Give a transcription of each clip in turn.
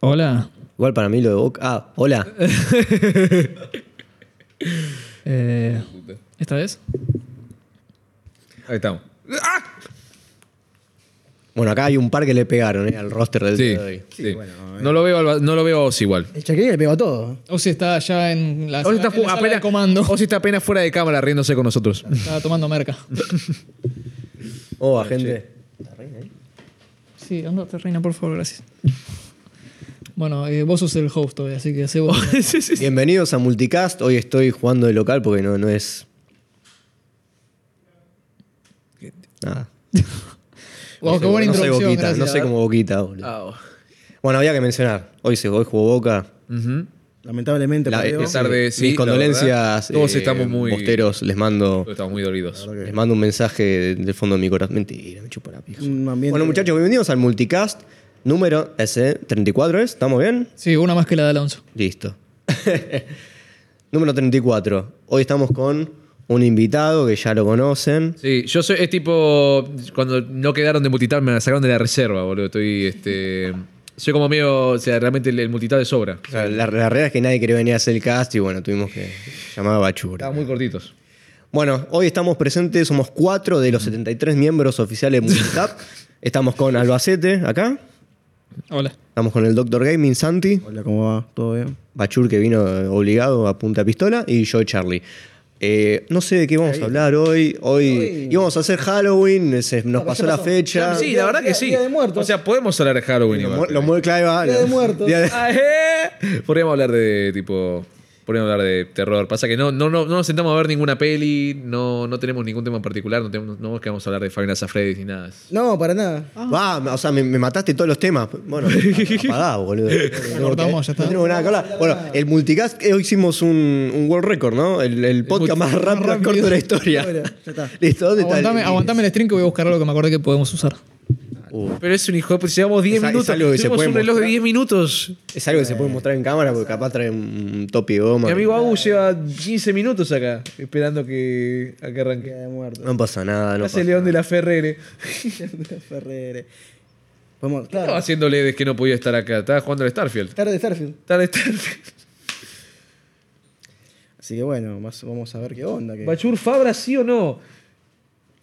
Hola. Igual para mí lo de Boca. Ah, hola. Eh, ¿Esta vez? Ahí estamos. Bueno, acá hay un par que le pegaron ¿eh? al roster del Sí. día de hoy. sí. no lo veo al- no lo veo a Ozzy igual. El chaqueño le pegó a todo. Ozzy está ya en la, Ozzy está, en la fu- sala de apenas, comando. Ozzy está apenas fuera de cámara riéndose con nosotros. Está tomando merca. Oh, agente. Sí, andate, reina, por favor, gracias. Bueno, eh, vos sos el host hoy, así que hace vos. Bienvenidos a Multicast. Hoy estoy jugando de local porque no, no es. Nada. Oh, Wow, qué No buena soy introducción. Boquita, gracias. no eh. sé cómo boquita, boludo. Ah. Bueno, había que mencionar. Hoy se hoy jugó Boca. Ujú. Lamentablemente La- perdió. eh, pesar de- sí, mis la condolencias. verdad, todos eh, estamos muy- Bosteros, les mando, Estamos muy dolidos. les mando un mensaje de- del fondo de mi corazón. Mentira, me chupa la pija. Un ambiente- Bueno, muchachos, bienvenidos al Multicast número S34, ¿es? ¿Estamos bien? Sí, una más que la de Alonso. Listo. Número 34. Hoy estamos con un invitado que ya lo conocen. Sí, yo soy, es tipo, cuando no quedaron de multitar, me sacaron de la reserva, boludo. Estoy, este, soy como medio, o sea, realmente el, el multitar de sobra. O sea, la, la realidad es que nadie quería venir a hacer el cast y bueno, tuvimos que llamar a Bachura. Estaban muy cortitos. Bueno, hoy estamos presentes, somos cuatro de los 73 miembros oficiales de Multicap. estamos con Albacete acá, Hola. estamos con el Doctor Gaming Santi, Hola, ¿cómo va? ¿Todo bien? Bachur que vino eh, obligado a punta pistola y yo Charlie. Eh, no sé de qué vamos a hablar hoy. Hoy, íbamos a hacer Halloween, se- nos pasó la fecha. Sí, la verdad que sí. Día de Muertos. O sea, podemos hablar de Lo, Halloween. igual, mu- pero- lo mueve Claiva. Día de muertos. Día de- Ah, eh. Podríamos hablar de tipo. Podríamos hablar de terror. Pasa que no, no, no, no nos sentamos a ver ninguna peli, no, no tenemos ningún tema en particular, no, tenemos, no es que vamos a hablar de Five Nights at Freddy's ni nada. No, para nada. Va, o sea, me, me mataste todos los temas. Bueno, apagá, boludo. No, cortamos, ya está. No tenemos nada que hablar. Bueno, el multicast, eh, hoy hicimos un, un world record, ¿no? El, el podcast más rápido, más corto de la historia. Bueno, ya está. Listo, ¿dónde Aguantame, está? el- aguantame el string que voy a buscar algo que me acordé que podemos usar. Uh, Pero es un hijo de puta, llevamos 10 Es a- es minutos. algo que se Tenemos puede un reloj de mostrar. 10 minutos. es algo que se puede mostrar en cámara porque capaz trae un topi de goma. Mi amigo Agu lleva 15 minutos acá, esperando que, a que Día arranque. de Muertos. No pasa nada, no Hace pasa León de la Ferrere. Ferrere. Vamos, Estaba claro. haciéndole de que no podía estar acá, estaba jugando al Starfield. Tarde de Starfield. Estaba en Starfield. Así que bueno, más- vamos a ver qué onda. que- ¿Bachur Fabra sí o no?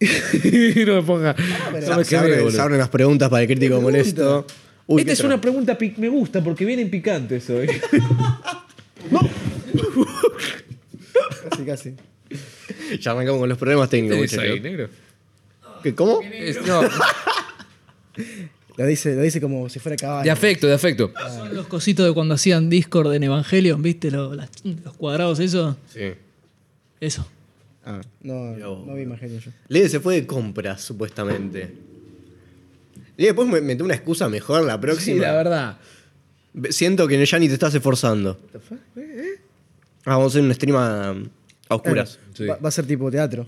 no me ponga. nada. no me Ah, Se, quemé, abren, boludo. se abren las preguntas para el crítico molesto. Uy, Esta qué es tra- una pregunta pic me gusta porque vienen picantes hoy. Casi, casi. Ya arrancamos con los problemas técnicos, ¿Tenés muchachos. ahí, negro? ¿Qué, ¿Cómo? Es- no, La dice, la dice como si fuera caballo. de afecto, de afecto. Son los cositos de cuando hacían Discord en Evangelion, ¿viste? Lo- las- los cuadrados, eso. Sí. Eso. Ah, no, no vi más genio yo. Lede se fue de compras, supuestamente. Y después me metí una excusa mejor la próxima. Sí, la verdad. Ve- Siento que ya ni te estás esforzando. ¿Eh, Ah, vamos a hacer un stream a, a oscuras. Sí. Va, va a ser tipo teatro.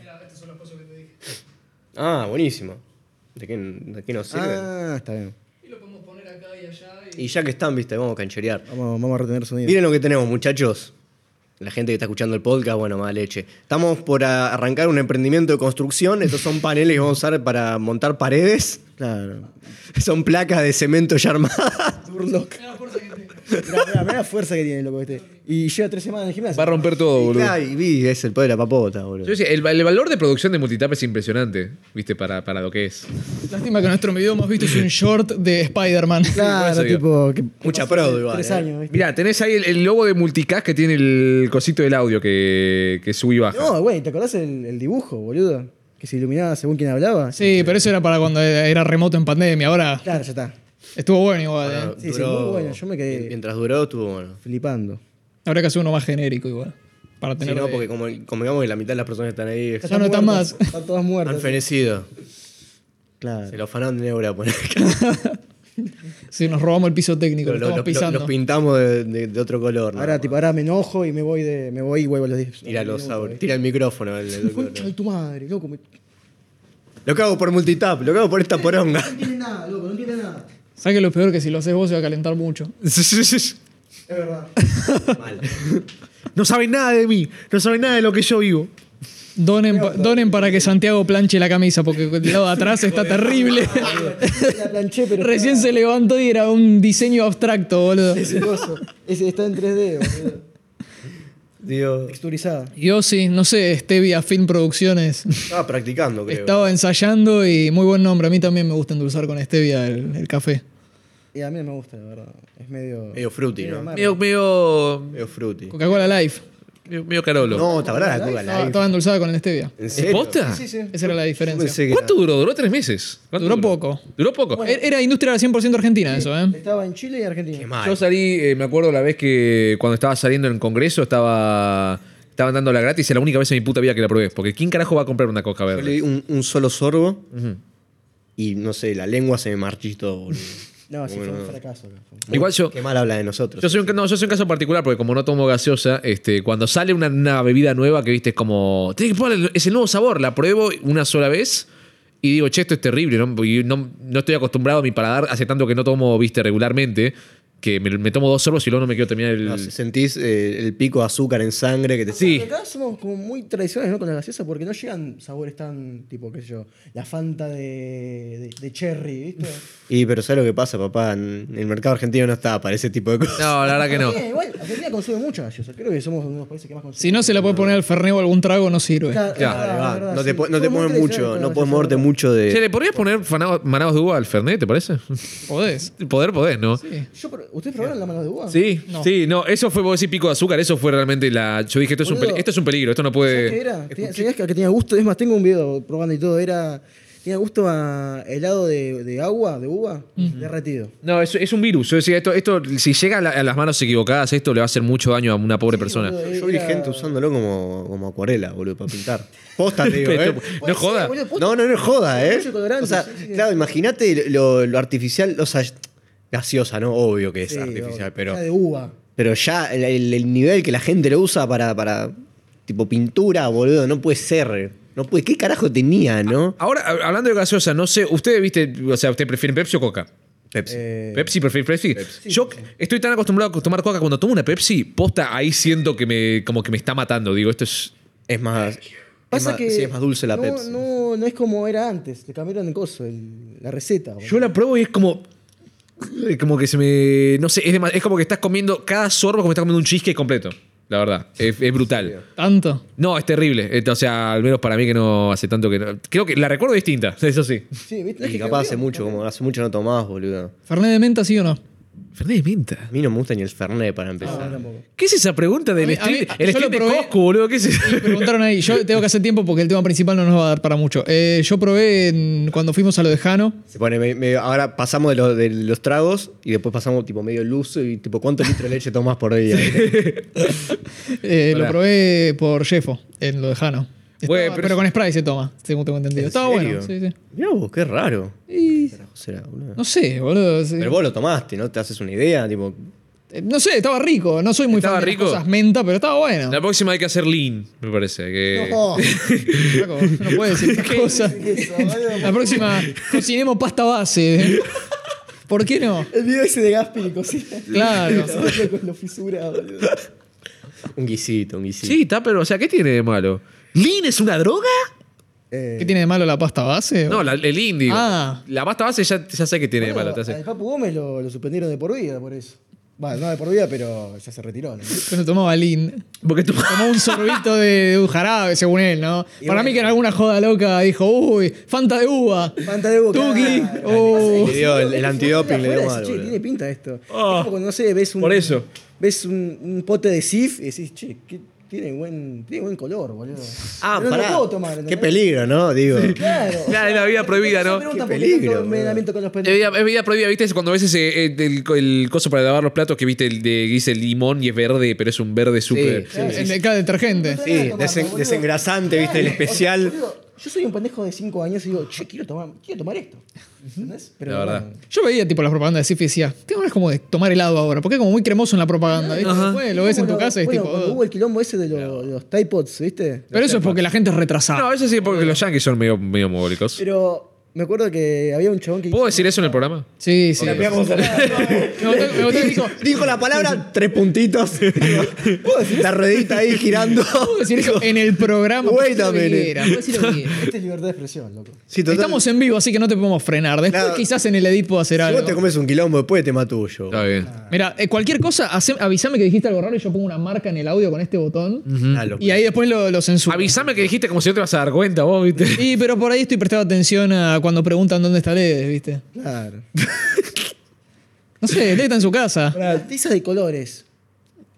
Ah, buenísimo. ¿De qué, de qué nos sirve? Ah, está bien. Y ya que están, viste, vamos a cancherear. Vamos, vamos a retener sonido. Miren lo que tenemos, muchachos. La gente que está escuchando el podcast, bueno, mala leche. Estamos por a- arrancar un emprendimiento de construcción. Estos son paneles que vamos a usar para montar paredes. Claro. Son placas de cemento ya armadas. Durlock. Mirá, mirá, mirá la fuerza que tiene, loco, este. Y lleva tres semanas en el gimnasio. Va a romper Oh, todo, Y, boludo. claro, y vi, es el poder de la papota, Yo boludo. decía, el, el valor de producción de multitap es impresionante, viste, para, para lo que es. Lástima que nuestro video más visto es un short de Spider-Man. Claro, eso digo. tipo. que- Mucha pro, igual. Tres eh. años, ¿viste? Mirá, tenés ahí el, el logo de Multicast que tiene el cosito del audio que, que sube y baja. No, güey, ¿te acordás el, el dibujo, boludo? Que se iluminaba según quien hablaba. Este, Sí, pero eso era para cuando era remoto en pandemia. Ahora Claro, ya está. estuvo bueno igual. Ah, ¿eh? Sí, sí, muy bueno, yo me quedé- mien- Mientras duró, estuvo bueno. Flipando. Habría que hacer uno más genérico igual. Para Sí, tener. no, eh. porque como, como digamos que la mitad de las personas que están ahí Ya no están muertas, más. Están todas han muertas. fenecido. Claro. Se los fanan de Neura pues. poner. Sí, nos robamos el piso técnico, lo, Los- los- estamos los- pisando. los pintamos de, de- de otro color. Ahora, tipo, ahora me enojo y me voy de. Me voy y vuelvo a los 10. Tira, los, minutos, sabores. ¿viste? tira el micrófono. el- el- Concha de tu madre, loco. me- No lo cago por multitap, lo cago por esta poronga. tiene nada, loco, no tiene nada. ¿Sabes que lo peor que si lo haces vos se va a calentar mucho? Es verdad. Mal. No saben nada de mí, no saben nada de lo que yo vivo. Donen, pa- donen para que Santiago planche la camisa, porque del lado de atrás está terrible. La planché, pero. Recién se levantó y era un diseño abstracto, boludo. Ese coso. Ese está en 3D, boludo. Dios. Texturizada. Yo sí, no sé, Stevia Film Producciones. Estaba practicando, creo. Estaba ensayando y muy buen nombre. A mí también me gusta endulzar con Stevia el, el café. Y a mí no me gusta, la verdad. Es medio. Medio fruity, ¿no? amargo. Medio, medio, Medio fruity. Coca-Cola Life. medio, medio carolo. No, te habrá la coca Estaba, light. estaba endulzada con el Stevia. ¿En ¿Es serio? posta? Sí, sí. Esa era la Yo diferencia. pensé que ¿Cuánto duró? Duró tres meses. ¿Cuánto Duró poco. Duró poco. Er- Era industria 100% argentina eso, ¿eh? Estaba en Chile y Argentina. era- Qué Yo mal. salí, eh, me acuerdo la vez que cuando estaba saliendo en el Congreso, estaba estaban dándola gratis, es la única vez en mi puta vida que la probé, porque ¿quién carajo va a comprar una coca Yo le verde? di un, un solo sorbo y no sé, la lengua se me marchitó, boludo. No, sí, Bueno, fue un no. fracaso. acá. Igual yo Qué mal habla de nosotros. yo soy, un, ca- no, yo soy un caso particular porque como no tomo gaseosa, este, cuando sale una, una bebida nueva que viste es como, "Tenés que probarla, es el nuevo sabor, la pruebo una sola vez y digo, che, esto es terrible, no, Y no- no estoy acostumbrado a mi paladar, hace tanto que no tomo, viste, regularmente, que me, me tomo dos sorbos y luego no me quiero terminar el... No, si sentís eh, el pico de azúcar en sangre que te Sí. Pero Acá somos como muy tradicionales ¿no? con la gaseosa porque no llegan sabores tan tipo, qué sé yo, la Fanta de, de, de cherry, ¿viste? Y pero ¿sabes lo que pasa, papá? En el mercado argentino no está para ese tipo de cosas. No, la verdad que no. Argentina, igual, Argentina consume mucha gaseosa. Creo que somos uno de los países que más consume. Si no se la puede poner al fernet o algún trago, no sirve. Claro, Claro, es verdad, Ah, es verdad, no sí. te, po- no te Somos muy mueves mucho, tradicionales con no la puedes gaseosa, moverte ¿verdad? mucho Che, ¿le de... podrías poner fanado- manados de uva al Fernet, te parece? Podés. Poder, podés, ¿no? Sí. Yo, pro- ¿Ustedes probaron la mano de uva? Sí, No. sí, no, eso fue, vos decís pico de azúcar, eso fue realmente la... Yo dije, esto es, un, Boludo. peli- esto es un peligro, esto no ¿Sabés puede... pues, qué era? Tenía- Sabías que que tenía gusto, es más, tengo un video probando y todo, era. Tenía gusto a helado de, de agua, de uva, Mm. derretido. No, es, es un virus. Yo decía, esto, esto si llega a, la- a las manos equivocadas, esto le va a hacer mucho daño a una pobre persona. boludo, Yo vi era- gente usándolo como, como acuarela, boludo, para pintar. Posta, te digo, ¿eh? Pero esto- Puede no ser, joda. boludo, posta. No, no, no es joda, ¿eh? Mucho colorante, O sea, sí, sí, sí. claro, imagínate lo, lo artificial, o sea, gaseosa, ¿no? Obvio que es Sí, artificial, o- pero, era de uva. pero ya el, el- el nivel que la gente lo usa para, para, tipo, pintura, boludo, no puede ser. No puede, ¿qué carajo tenía, no? Ahora, hab- hablando de gaseosa, no sé, ustedes viste, o sea, ¿ustedes prefieren Pepsi o Coca? Pepsi. Eh, Pepsi, prefiero Pepsi. Yo estoy tan acostumbrado a tomar Coca, cuando tomo una Pepsi, posta, ahí siento que me, como que me está matando. Digo, esto es... Es más. Pasa es más, que. sí, es más dulce la no, Pepsi. No, no es como era antes. Le cambiaron el coso, el- la receta. boludo. Yo la pruebo y es como. eh, Como que se me. No sé, es, dema- es como que estás comiendo. Cada sorbo es como que estás comiendo un cheesecake completo. La verdad. Es, es brutal. Tanto. No, es terrible. Eh, O sea, al menos para mí que no hace tanto que. no- Creo que la recuerdo distinta, eso sí. Sí, ¿viste? No es Y que capaz hace cambió. mucho, como hace mucho no tomás, boludo. ¿Fernet de menta sí o no? Fernández Menta. A mí no me gusta ni el Fernet para No, empezar. tampoco. ¿Qué es esa pregunta del A mí- a mí- stream? El yo lo stream de probé- Coscu, boludo. ¿Qué es eso? Me preguntaron ahí. Yo tengo que hacer tiempo porque el tema principal no nos va a dar para mucho. Eh, yo probé en- cuando fuimos a lo de Jano. Se pone, me- me- ahora pasamos de, los- de los tragos y después pasamos tipo medio luz y tipo cuántos litros de leche tomás por día. Eh, lo Pará. probé por Jeffo, en lo de Jano. Estaba- Güey, pero pero, con Sprite se toma, según tengo entendido. ¿En Estaba serio? bueno. Sí, sí. Mirá vos, qué raro. Y- Carajo será, boludo. no sé, boludo. sí. Pero vos lo tomaste, ¿no? Te haces una idea, tipo. Eh, No sé, estaba rico. No soy muy ¿Estaba fan de las rico? cosas menta, pero estaba bueno. La próxima hay que hacer lean, me parece. que- No. Flaco, no puede decir esas cosas. La próxima, cocinemos pasta base. ¿eh? ¿Por qué no? El video ese de Gaspi que cocina. Claro. con lo fisura, boludo. Un guisito, un guisito. Sí, está, pero, o sea, ¿qué tiene de malo? ¿Lean es una droga? Eh, ¿Qué tiene de malo la pasta base? No, la- el lean, digo. Ah. eh. La pasta base ya, ya sé que tiene de boludo, malo. te hace- Al Papu Gómez lo, lo suspendieron de por vida por eso. Bueno, no de por vida, pero ya se retiró. ¿no? Cuando tomaba lean. Porque tú. Tomó un sorbito de, de un jarabe, según él, ¿no? Para mí que en alguna joda loca dijo, uy, Fanta de uva. Fanta de boca. Tuki. Ah, Oh. Le dio el, el antidoping, le dio Afuera mal, decís, "Che, boludo. tiene pinta esto. Ah. Es como cuando, no sé, ves un. Por eso. Ves un, un pote de SIF y decís, che, que tiene buen, tiene buen color, boludo. Ah, Pero pará. No lo puedo tomar. Qué ¿entendés? peligro, ¿no? Digo. Claro. o Claro, es la vida prohibida, ¿no? Me preguntan Qué por qué peligro, tanto me lamento con los Es vida, pendejos. es vida prohibida, ¿viste? Es Cuando ves ese, eh, el, el coso para lavar los platos que viste el de que dice limón y es verde, pero es un verde súper. sí. En el cada detergente. No Sí, Tomando, desen- boludo. desengrasante, viste, el Claro, o sea, especial. boludo, Yo soy un pendejo de 5 años y digo, che, quiero tomar, quiero tomar esto. ¿Entendés? Pero La verdad. bueno, Yo veía tipo las propagandas de Sif y decía, tengo ganas como de tomar helado ahora, porque es como muy cremoso en la propaganda, ¿viste? Ajá. Después Eh, lo ves en tu Bueno, casa y es bueno, tipo. cuando "Oh". hubo el quilombo ese de los, de los Tide Pods, ¿viste? Pero eso es porque la gente es retrasada. No, eso sí, porque los yankees son medio, medio mogólicos. Pero Me acuerdo que había un chabón que. ¿Puedo decir eso en el programa? Sí, sí. Me botó- me botó y dijo, Dijo la palabra, tres puntitos. la ruedita ahí girando. "Puedo decir eso en el programa. puedo decir lo que Wait a minute. quiera, puedo decir lo que quiera". Esta "Este es libertad de expresión, loco. Sí, total, Estamos en vivo, así que no te podemos frenar. Después Claro. quizás en el edit puedo hacer Si vos te algo. comes un quilombo después, tema tuyo. Está bien. Mira, cualquier cosa, hace- avísame que dijiste algo raro y yo pongo una marca en el audio con este botón. Ah, lo- Y ahí después lo, lo censuro. Avisame que dijiste como si no te vas a dar cuenta vos, ¿viste? Y pero por ahí estoy prestando atención a cuando preguntan dónde está Lede, ¿viste? Claro. No sé, Lede está en su casa. Para tiza de colores.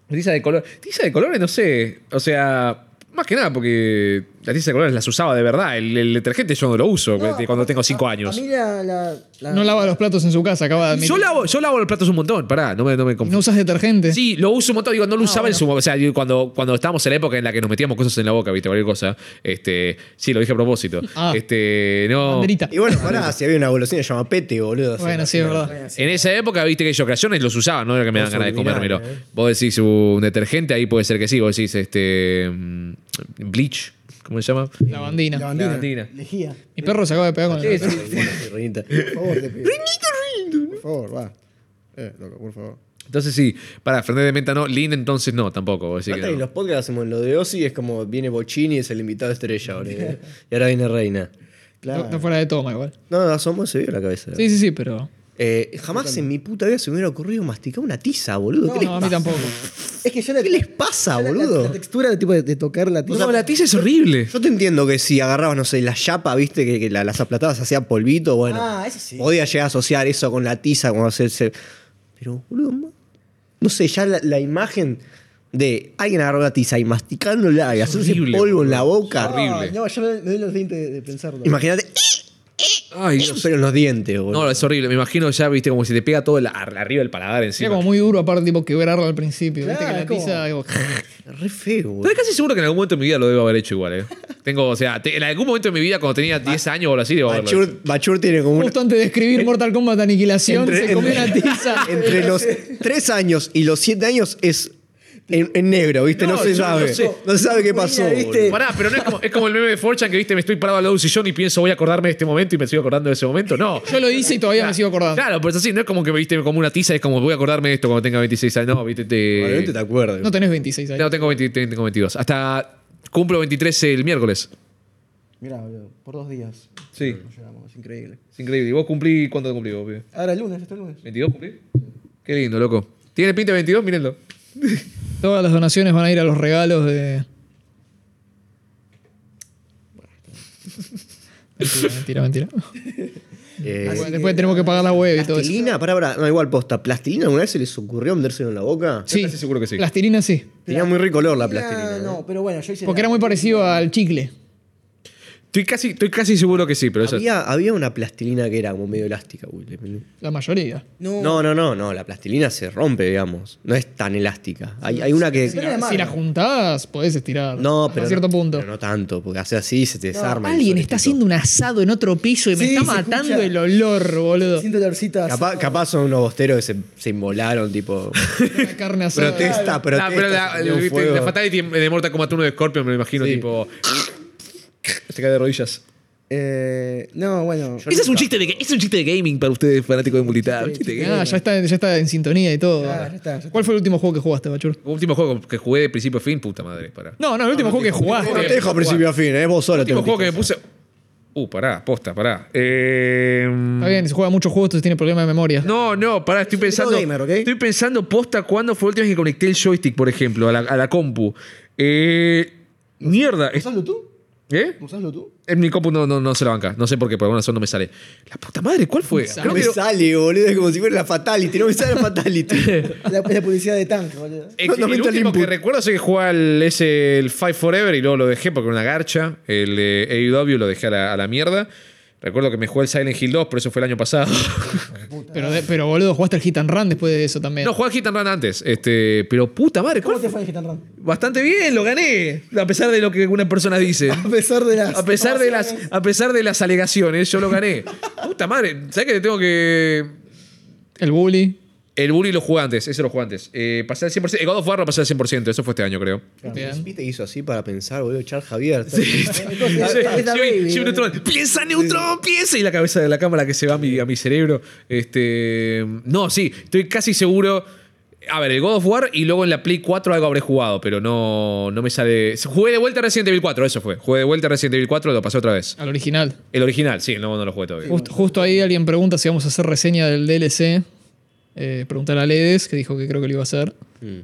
Tiza de color. Tiza de colores, no sé. O sea, más que nada porque las tizas de colores las usaba de verdad. El, el detergente yo no lo uso No, cuando tengo a- 5 a- años. A mí la. la- la- No lava los platos en su casa, acaba de admitir. Yo lavo, yo lavo los platos un montón, pará, no me, no me ¿No confundas. usas detergente? Sí, lo uso un montón, digo, no lo usaba en su O sea, digo, cuando, cuando estábamos en la época en la que nos metíamos cosas en la boca, viste, cualquier cosa. Este, sí, lo dije a propósito. Ah. Este, no. Banderita. Y bueno, pará, si había una golosina llamada Pete, boludo. Bueno, sí, es verdad. En esa época, viste que yo creaciones los usaba, no era que me dan Los ganas de comérmelo. subliminales, Vos decís "Uh, un detergente, ahí puede ser que sí. Vos decís este. mm, Bleach, ¿cómo se llama? La bandina. La bandina. bandina. Lejía. Mi perro se acaba de pegar con el Pero Por favor, te pido. Por favor, va. Eh, loco, por favor. Entonces sí, para Fernández de Menta no, Lin entonces no, tampoco. Vos decís que en no. los podcasts hacemos lo de Ozzy, es como viene Bochini, es el invitado estrella, boludo. Y ahora viene No, Reina. Claro. no fuera de toma igual. No, asomo se vio la cabeza. Sí, sí, sí, pero. Eh, jamás en mi puta vida se me hubiera ocurrido masticar una tiza, boludo. ¿Qué, les, No, a mí tampoco. Es que yo la. qué les pasa, yo la- la- La, boludo? textura de, tipo, de, de tocar la tiza. No, la tiza es horrible. Yo te entiendo que si agarrabas, no sé, la chapa, viste, que, que la- las aplatabas hacía polvito, bueno. Ah, eso sí. Podía llegar a asociar eso con la tiza, como hacerse. Pero, boludo, ma- no sé, ya la, la imagen de alguien agarrar la tiza y masticándola y hacerse horrible, polvo en boludo. la boca. Horrible. Ay, No, yo me, me doy los dientes de, de pensarlo. Imagínate, Ay, Dios. pero en los dientes, boludo. No, es horrible. Me imagino ya, viste, como si te pega todo el, ar- arriba del paladar Sería encima. como muy duro, aparte, tipo, quebrarlo al principio. Claro, Viste que la es como- tiza. digo, Re feo, boludo. Estoy casi seguro que en algún momento de mi vida lo debo haber hecho igual, eh. Tengo, o sea, te- en algún momento de mi vida, cuando tenía 10 años o algo así, debo haberlo hecho. Bachur, Bachur tiene como un. Justo antes de escribir Mortal Kombat Aniquilación, Entre- se comió entre- una tiza. Entre los 3 años y los 7 años es en, en negro, ¿viste? No, No, se yo no sabe. No, sé. se sabe qué pasó. Mira, ¿viste? boludo. Pará, pero no es como, es como el meme de Forchan que viste, me estoy parado al lado de un sillón y pienso voy a acordarme de este momento y me sigo acordando de ese momento. No. Yo lo hice y todavía me sigo acordando. Claro, pero es así, no es como que viste como una tiza, es como voy a acordarme de esto cuando tenga 26 años. No, viste, Probablemente te. te acuerdes. No tenés 26 años. No, tengo, 20 tengo 22. Hasta cumplo 23 el miércoles. Mirá, boludo, por dos días. Sí. Nos llevamos, es increíble. Es increíble. ¿Y vos cumplí cuánto cumplí vos, pibe? Ahora el lunes, este lunes. ¿22 cumplí? Qué lindo, loco. ¿Tiene pinta de 22? Mírenlo. Todas las donaciones van a ir a los regalos de. Mentira, mentira, mentira. Eh, Bueno, después tenemos que pagar la web y todo eso. Plastilina, pará, pará, no, igual posta. ¿Plastilina alguna vez se les ocurrió metérselo en la boca? Sí. casi seguro que sí. Plastilina sí. Tenía muy rico olor la Ah, plastilina. ¿eh? ¿no? No, pero bueno, yo hice. Porque la- era muy parecido al chicle. Estoy casi, estoy casi seguro que sí, pero eso. Había, había una plastilina que era como medio elástica, güey. La mayoría. No, No, no, no, no, la plastilina se rompe, digamos. No es tan elástica. Hay, hay una que. Si Pero la, es si malo. la juntás, podés estirar. No, pero. A cierto no, punto. pero no tanto, porque hace así y se te desarma. el Alguien está soletito. haciendo un asado en otro piso y me Sí, está se matando escucha. el olor, boludo. Siento dolorcitas. Capaz, capaz son unos bosteros que se, se inmolaron, tipo. Una carne asada. protesta, protesta. Ah, pero la, se prendió viste, fuego. la Fatality de Mortal Kombat 1 de Scorpion, me lo imagino, Sí. tipo. Se cae de rodillas. Eh, no, bueno. Ese es un chiste de, es un chiste de gaming para ustedes, fanáticos de Multitab. chiste de Ah, ya está, ya está en sintonía y todo. Ah, ya está, ya está. ¿Cuál fue el último juego que jugaste, Bachur? Último juego que jugué de principio a fin, puta madre, pará. No, no, el último juego que jugaste. No te dejo a principio a fin, ¿eh? Vos solo. Último te juego que me metiste. puse. Uh, pará, posta, pará. Eh, Está bien, se juega muchos juegos, entonces tiene problema de memoria. No, no, pará, estoy pensando. gamer, ¿ok? Estoy pensando posta cuándo fue la última vez que conecté el joystick, por ejemplo, a la, a la compu. Eh, mierda. es- ¿Usaslo tú? ¿Eh? ¿Usaslo tú? En mi compu no, no, no se la banca. No sé por qué, por alguna razón no me sale. La puta madre, ¿cuál fue? No Creo me que- sale, boludo, es como si fuera la Fatality. No me sale la Fatality. La, es la publicidad de Tank, boludo. Eh, No, que no me el entra el último que input. recuerdo es que jugaba el, ese, el Five Forever y luego lo dejé porque era una garcha. El eh, AEW lo dejé a la, a la mierda. Recuerdo que me jugué el Silent Hill 2, pero eso fue el año pasado. Pero, de- pero boludo, jugaste el Hit and Run después de eso también. no, jugué al Hit and Run antes. Este, pero puta madre, ¿cuál ¿Cómo te fue? fue en Gitan Run? Bastante bien, lo gané. A pesar de lo que algunas personas dicen. A pesar de las. A pesar de las, a pesar de las alegaciones, yo lo gané. Puta madre, ¿sabes que te tengo que. El Bully. El Buri y los jugantes, esos son los jugantes. Eh, pasé al 100%. El God of War lo pasé al 100%, eso fue este año, creo. Bien. te hizo así para pensar, boludo, Char Javier. Es- Sí, es la sí, baby, sí, boludo. Neutron. Piensa Neutron, piensa. Y la cabeza de la cámara que se va a mi, a mi cerebro. Este, no, sí, estoy casi seguro. A ver, el God of War y luego en la Play 4 algo habré jugado, pero no, no me sale. Jugué de vuelta Resident Evil 4, eso fue. Jugué de vuelta Resident Evil 4, lo pasé otra vez. Al original. El original, sí, no, no lo jugué todavía. Justo, justo ahí alguien pregunta si vamos a hacer reseña del DLC. Eh, preguntar a Ledes, que dijo que creo que lo iba a hacer.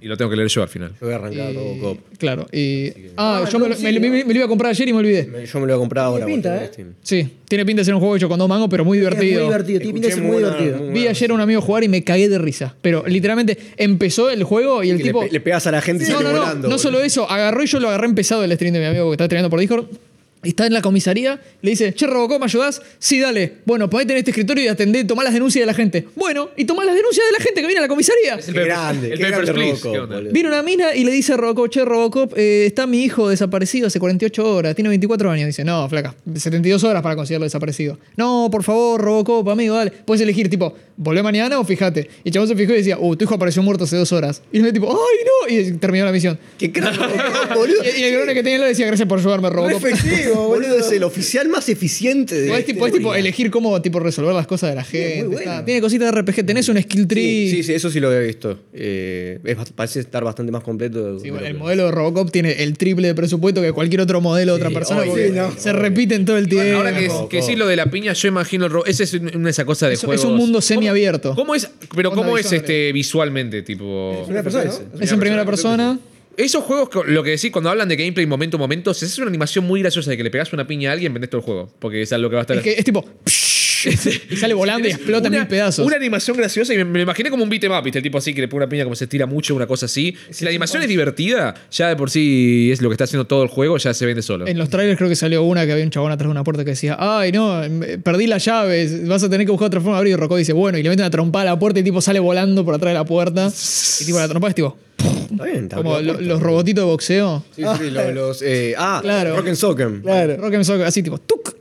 Y lo tengo que leer yo al final. Yo voy a arrancar Y- Robocop. Claro. Y, ah, Ah, yo me, lo- no, sí, me lo- ¿no? me- me lo iba a comprar ayer y me olvidé. Me- Yo me lo voy a comprar ahora. este. pinta, boludo, en eh. Steam. Sí, tiene pinta de ser un juego hecho con dos mangos, pero muy Es muy divertido. divertido, tiene pinta de ser muy Escuché divertido. buena- Vi ayer a un amigo jugar y me cagué de risa. Pero literalmente empezó el juego y el Que le, tipo. pe- le pegas a la gente y no, sale no, no, volando. no solo boludo. eso, agarró y yo lo agarré empezado el stream de mi amigo que está entrenando por Discord. Está en la comisaría, le dice, che, Robocop, ¿me ayudás? Sí, dale. Bueno, ponete en este escritorio y atendé, tomá las denuncias de la gente. Bueno, y tomá las denuncias de la gente que viene a la comisaría. el Qué paper- grande, el qué Papers, grande Please, Robocop, ¿qué onda? boludo. Viene una mina y le dice a Robocop, che, Robocop, eh, está mi hijo desaparecido hace 48 horas, tiene 24 años. Dice, no, flaca, 72 horas para considerarlo desaparecido. No, por favor, Robocop, amigo, dale. Puedes elegir, tipo, volvé mañana o fíjate. Y el chabón se fijó y decía, uh, tu hijo apareció muerto hace dos horas. Y el tipo, ay, no, y terminó la misión. Qué crack, Robocop, boludo. Y, y el grone que tenía le decía, gracias por ayudarme, Re Robocop. efectivo, Boludo, es boludo. el oficial más eficiente de. Podés, este tipo, podés, tipo, mundo. elegir cómo tipo, resolver las cosas de la muy gente. bueno. está. Tiene cositas de RPG, tenés un skill tree. Sí, sí, sí, eso sí lo había visto. Eh, es bast- parece estar bastante más completo. Sí, bueno, el modelo de Robocop tiene el triple de presupuesto que cualquier otro modelo de otra persona. obvio, porque sí, no. Se repiten todo el tiempo. Ahora que, Robocop. que sí, lo de la piña, yo imagino. el ro- Ese es un- una de esas cosas de Es- es juegos. un mundo semiabierto. ¿Cómo, cómo es? Pero Onda ¿cómo es visual, este visualmente? Tipo. Una persona, ¿no? es en primera persona. Esos juegos, que- lo que decís cuando hablan de gameplay momento a momento, si haces una animación muy graciosa de que le pegas una piña a alguien, vendés todo el juego. Porque es algo que va a estar. Es, que es tipo. y sale volando y explota en Una- mil pedazos. Una animación graciosa y me, me lo imaginé como un beat 'em up, ¿viste? El tipo así que le pone una piña como se tira mucho, una cosa así. Si la animación es divertida, ya de por sí es lo que está haciendo todo el juego, ya se vende solo. En los trailers creo que salió una que había un chabón atrás de una puerta que decía, ay no, em, perdí las llaves, vas a tener que buscar otra forma de abrir. Y Rocco dice, bueno, y le mete una trompada a la puerta y el tipo sale volando por atrás de la puerta. Y tipo la trompada es tipo, Está bien, está como bien. lo- los robotitos de boxeo. Sí, sí, lo- los. eh, ah, Claro. Rock and Sock'em. Claro. Rock and Sock, así tipo, tuk.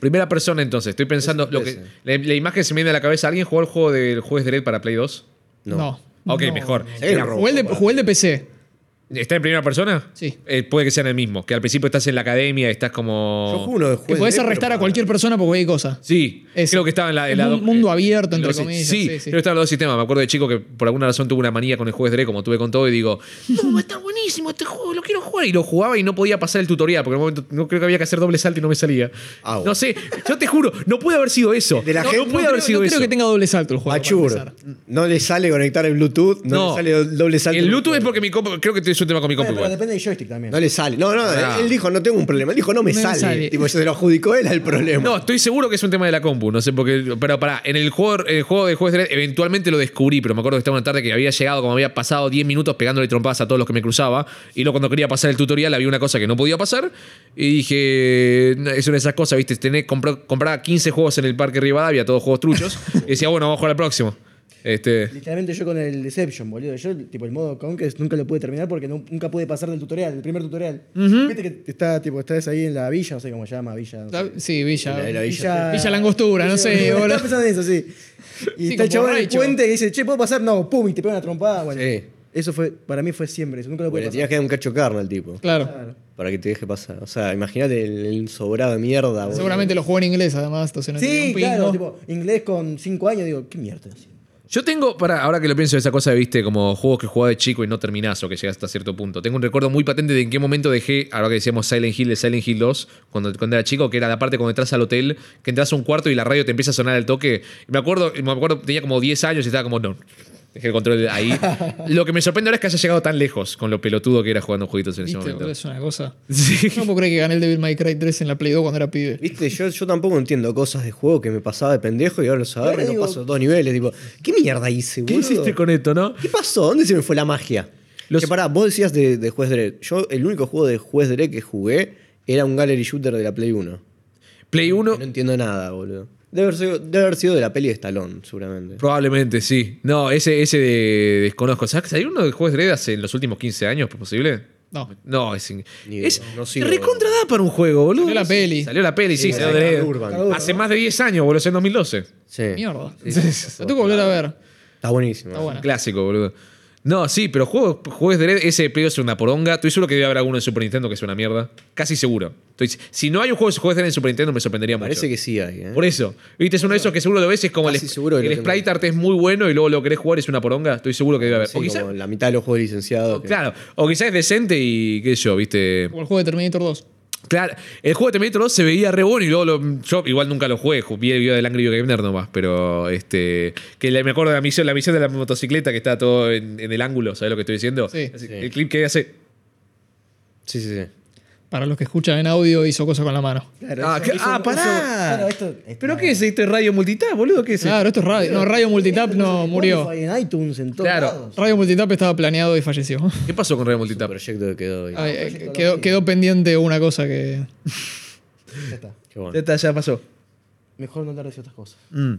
Primera persona, entonces. Estoy pensando. Lo que, la, la imagen se me viene a la cabeza. ¿Alguien jugó el juego del jueves de Red para Play 2? No. Ok, No. mejor. Sí, Era- Robo. Jugué el de- jugué el de PC. ¿Está en primera persona? Sí. Eh, puede que sea en el mismo. Que al principio estás en la academia, estás Yo como. juego uno de Que juez podés de- arrestar pero- a cualquier persona por cualquier cosa. Sí, Ese. creo que estaba en la. en Es la un do- mundo eh, abierto, entre los- comillas, Sí, sí, sí. creo que estaban los dos sistemas. Me acuerdo de chico que por alguna razón tuvo una manía con el juego de Dre, como tuve con todo, y digo, no, está buenísimo este juego, lo quiero jugar. Y lo jugaba y no podía pasar el tutorial, porque en un momento no creo que había que hacer doble salto y no me salía. Ah, bueno. No sé, yo te juro, no puede haber sido eso. De la no, gente- no puede no haber creo, sido no eso. creo que tenga doble salto el juego. para Achur. empezar. No le sale conectar el Bluetooth, no, No. le sale do- doble salto. el Bluetooth es porque mi compu, creo que es un tema con mi compu. Bueno, pero igual. depende del joystick también. No le sale. No, no, Ah. él dijo, no tengo un problema. Él dijo, no me No me sale. sale. Tipo, se lo adjudicó él al problema. No, estoy seguro que es un tema de la compu, no sé por qué. Pero pará, en el juego, en el juego de Jueves de Red, eventualmente lo descubrí, pero me acuerdo que estaba una tarde que había llegado, como había pasado 10 minutos pegándole trompadas a todos los que me cruzaba. Y luego cuando quería pasar el tutorial había una cosa que no podía pasar. Y dije, "No, es una de esas cosas, viste, tené, compró- compraba 15 juegos en el Parque Rivadavia, todos juegos truchos. y decía, bueno, vamos a jugar al próximo. Este. Literalmente yo con el Deception, boludo. Yo, tipo, el modo Conquest nunca lo pude terminar porque nu- nunca pude pasar del tutorial, del primer tutorial. Viste que está, tipo, estás ahí en la villa, no sé cómo se llama, villa. no sé. Sí, Villa. La de la villa. Villa Langostura, no sé, Estaba boludo. pensando en eso, sí. Y Sí, está como el chabón en el borracho. puente y dice, che, ¿puedo pasar? No, pum, y te pega una trompada. Bueno, Sí. eso fue, para mí fue siempre eso. Nunca lo Porque le pude tenías pasar. que dar un cacho de carne al tipo. Claro. Para que te deje pasar. O sea, imagínate el, el sobrado de mierda. boludo. Seguramente lo jugó en inglés, además. Entonces no tenía Sí, un pingo. claro, tipo, inglés con 5 años, digo, ¿qué mierda? estoy haciendo? Yo tengo, para, ahora que lo pienso, esa cosa, viste, como juegos que jugaba de chico y no terminás o que llegaste hasta cierto punto. Tengo un recuerdo muy patente de en qué momento dejé, ahora que decíamos Silent Hill de Silent Hill 2, cuando, cuando era chico, que era la parte cuando entras al hotel, que entras a un cuarto y la radio te empieza a sonar al toque. Y me acuerdo, me acuerdo, tenía como 10 años y estaba como, no. Dejé el control ahí. lo que me sorprende ahora es que haya llegado tan lejos con lo pelotudo que era jugando jueguitos en ese Viste, boludo, momento. es una cosa. Sí. No puedo creer que gané el Devil May Cry 3 en la Play 2 cuando era pibe. Viste, yo, yo tampoco entiendo cosas de juego que me pasaba de pendejo y ahora los agarro y no digo- paso dos niveles. Tipo, ¿qué mierda hice, ¿Qué boludo? hiciste con esto, no? ¿Qué pasó? ¿Dónde se me fue la magia? Los- Que pará, vos decías de, de Juez Dredd. Yo, el único juego de Juez Dredd que jugué era un gallery shooter de la Play 1. Play No, 1. entiendo nada, boludo. Debe haber, sido, debe haber sido de la peli de Stallone, seguramente. Probablemente, sí. No, ese, ese de- desconozco. ¿Sabes? que ¿Hay uno de juegos de Red hace en los últimos 15 años, posible? No. No, es. in- Ni es idea. No sigo. recontra da para un juego, boludo. Salió la peli. Salió la peli, Sí, sí, salió la de Urban. Hace más de 10 años, boludo, es en 2012. Sí. Mierda. Lo tengo que volver a ver. Está buenísimo. Está bueno. Clásico, boludo. No, sí, pero juegos, juegos de Red, ese Play 2 es una poronga. Estoy seguro que debe haber alguno en Super Nintendo que es una mierda. Casi seguro. Estoy- si no hay un juego de juegos de Red en Super Nintendo, me sorprendería mucho. Parece que sí hay, ¿eh? Por eso. Viste, es uno de esos que seguro lo ves, es como el, Casi seguro que el lo tengo. sprite art es muy bueno y luego lo querés jugar es una poronga. Estoy seguro que debe haber. Sí, o quizá, Oh, como la mitad de los juegos licenciados. que- claro, o quizá es decente y qué sé yo, viste. Como el juego de Terminator 2. Claro, el juego de Terminator 2 se veía re bueno y luego lo- yo igual nunca lo jugué, ju- vi el video del Angry Video Game Nerd nomás, pero este que la- me acuerdo de la misión, la misión de la motocicleta que está todo en, en el ángulo, ¿sabes lo que estoy diciendo? Sí. Así, El clip que hace Sí, sí, sí. Para los que escuchan en audio, hizo cosas con la mano. Claro, Ah, eso- que- eso- ah, eso- pará. claro, esto- esto- ¿Pero qué es esto es radio multitap, boludo? ¿Qué es esto? Claro, esto es radio. No, Radio Multitap no en murió. Spotify, En iTunes, en todos Claro. lados. Radio Multitap estaba planeado y falleció. ¿Qué pasó con radio multitap? Proyecto que quedó hoy. Ay, eh, quedó, quedó pendiente una cosa que. Ya está. Qué bueno. Ya está, ya pasó. Mejor no hablar de ciertas cosas. Mm.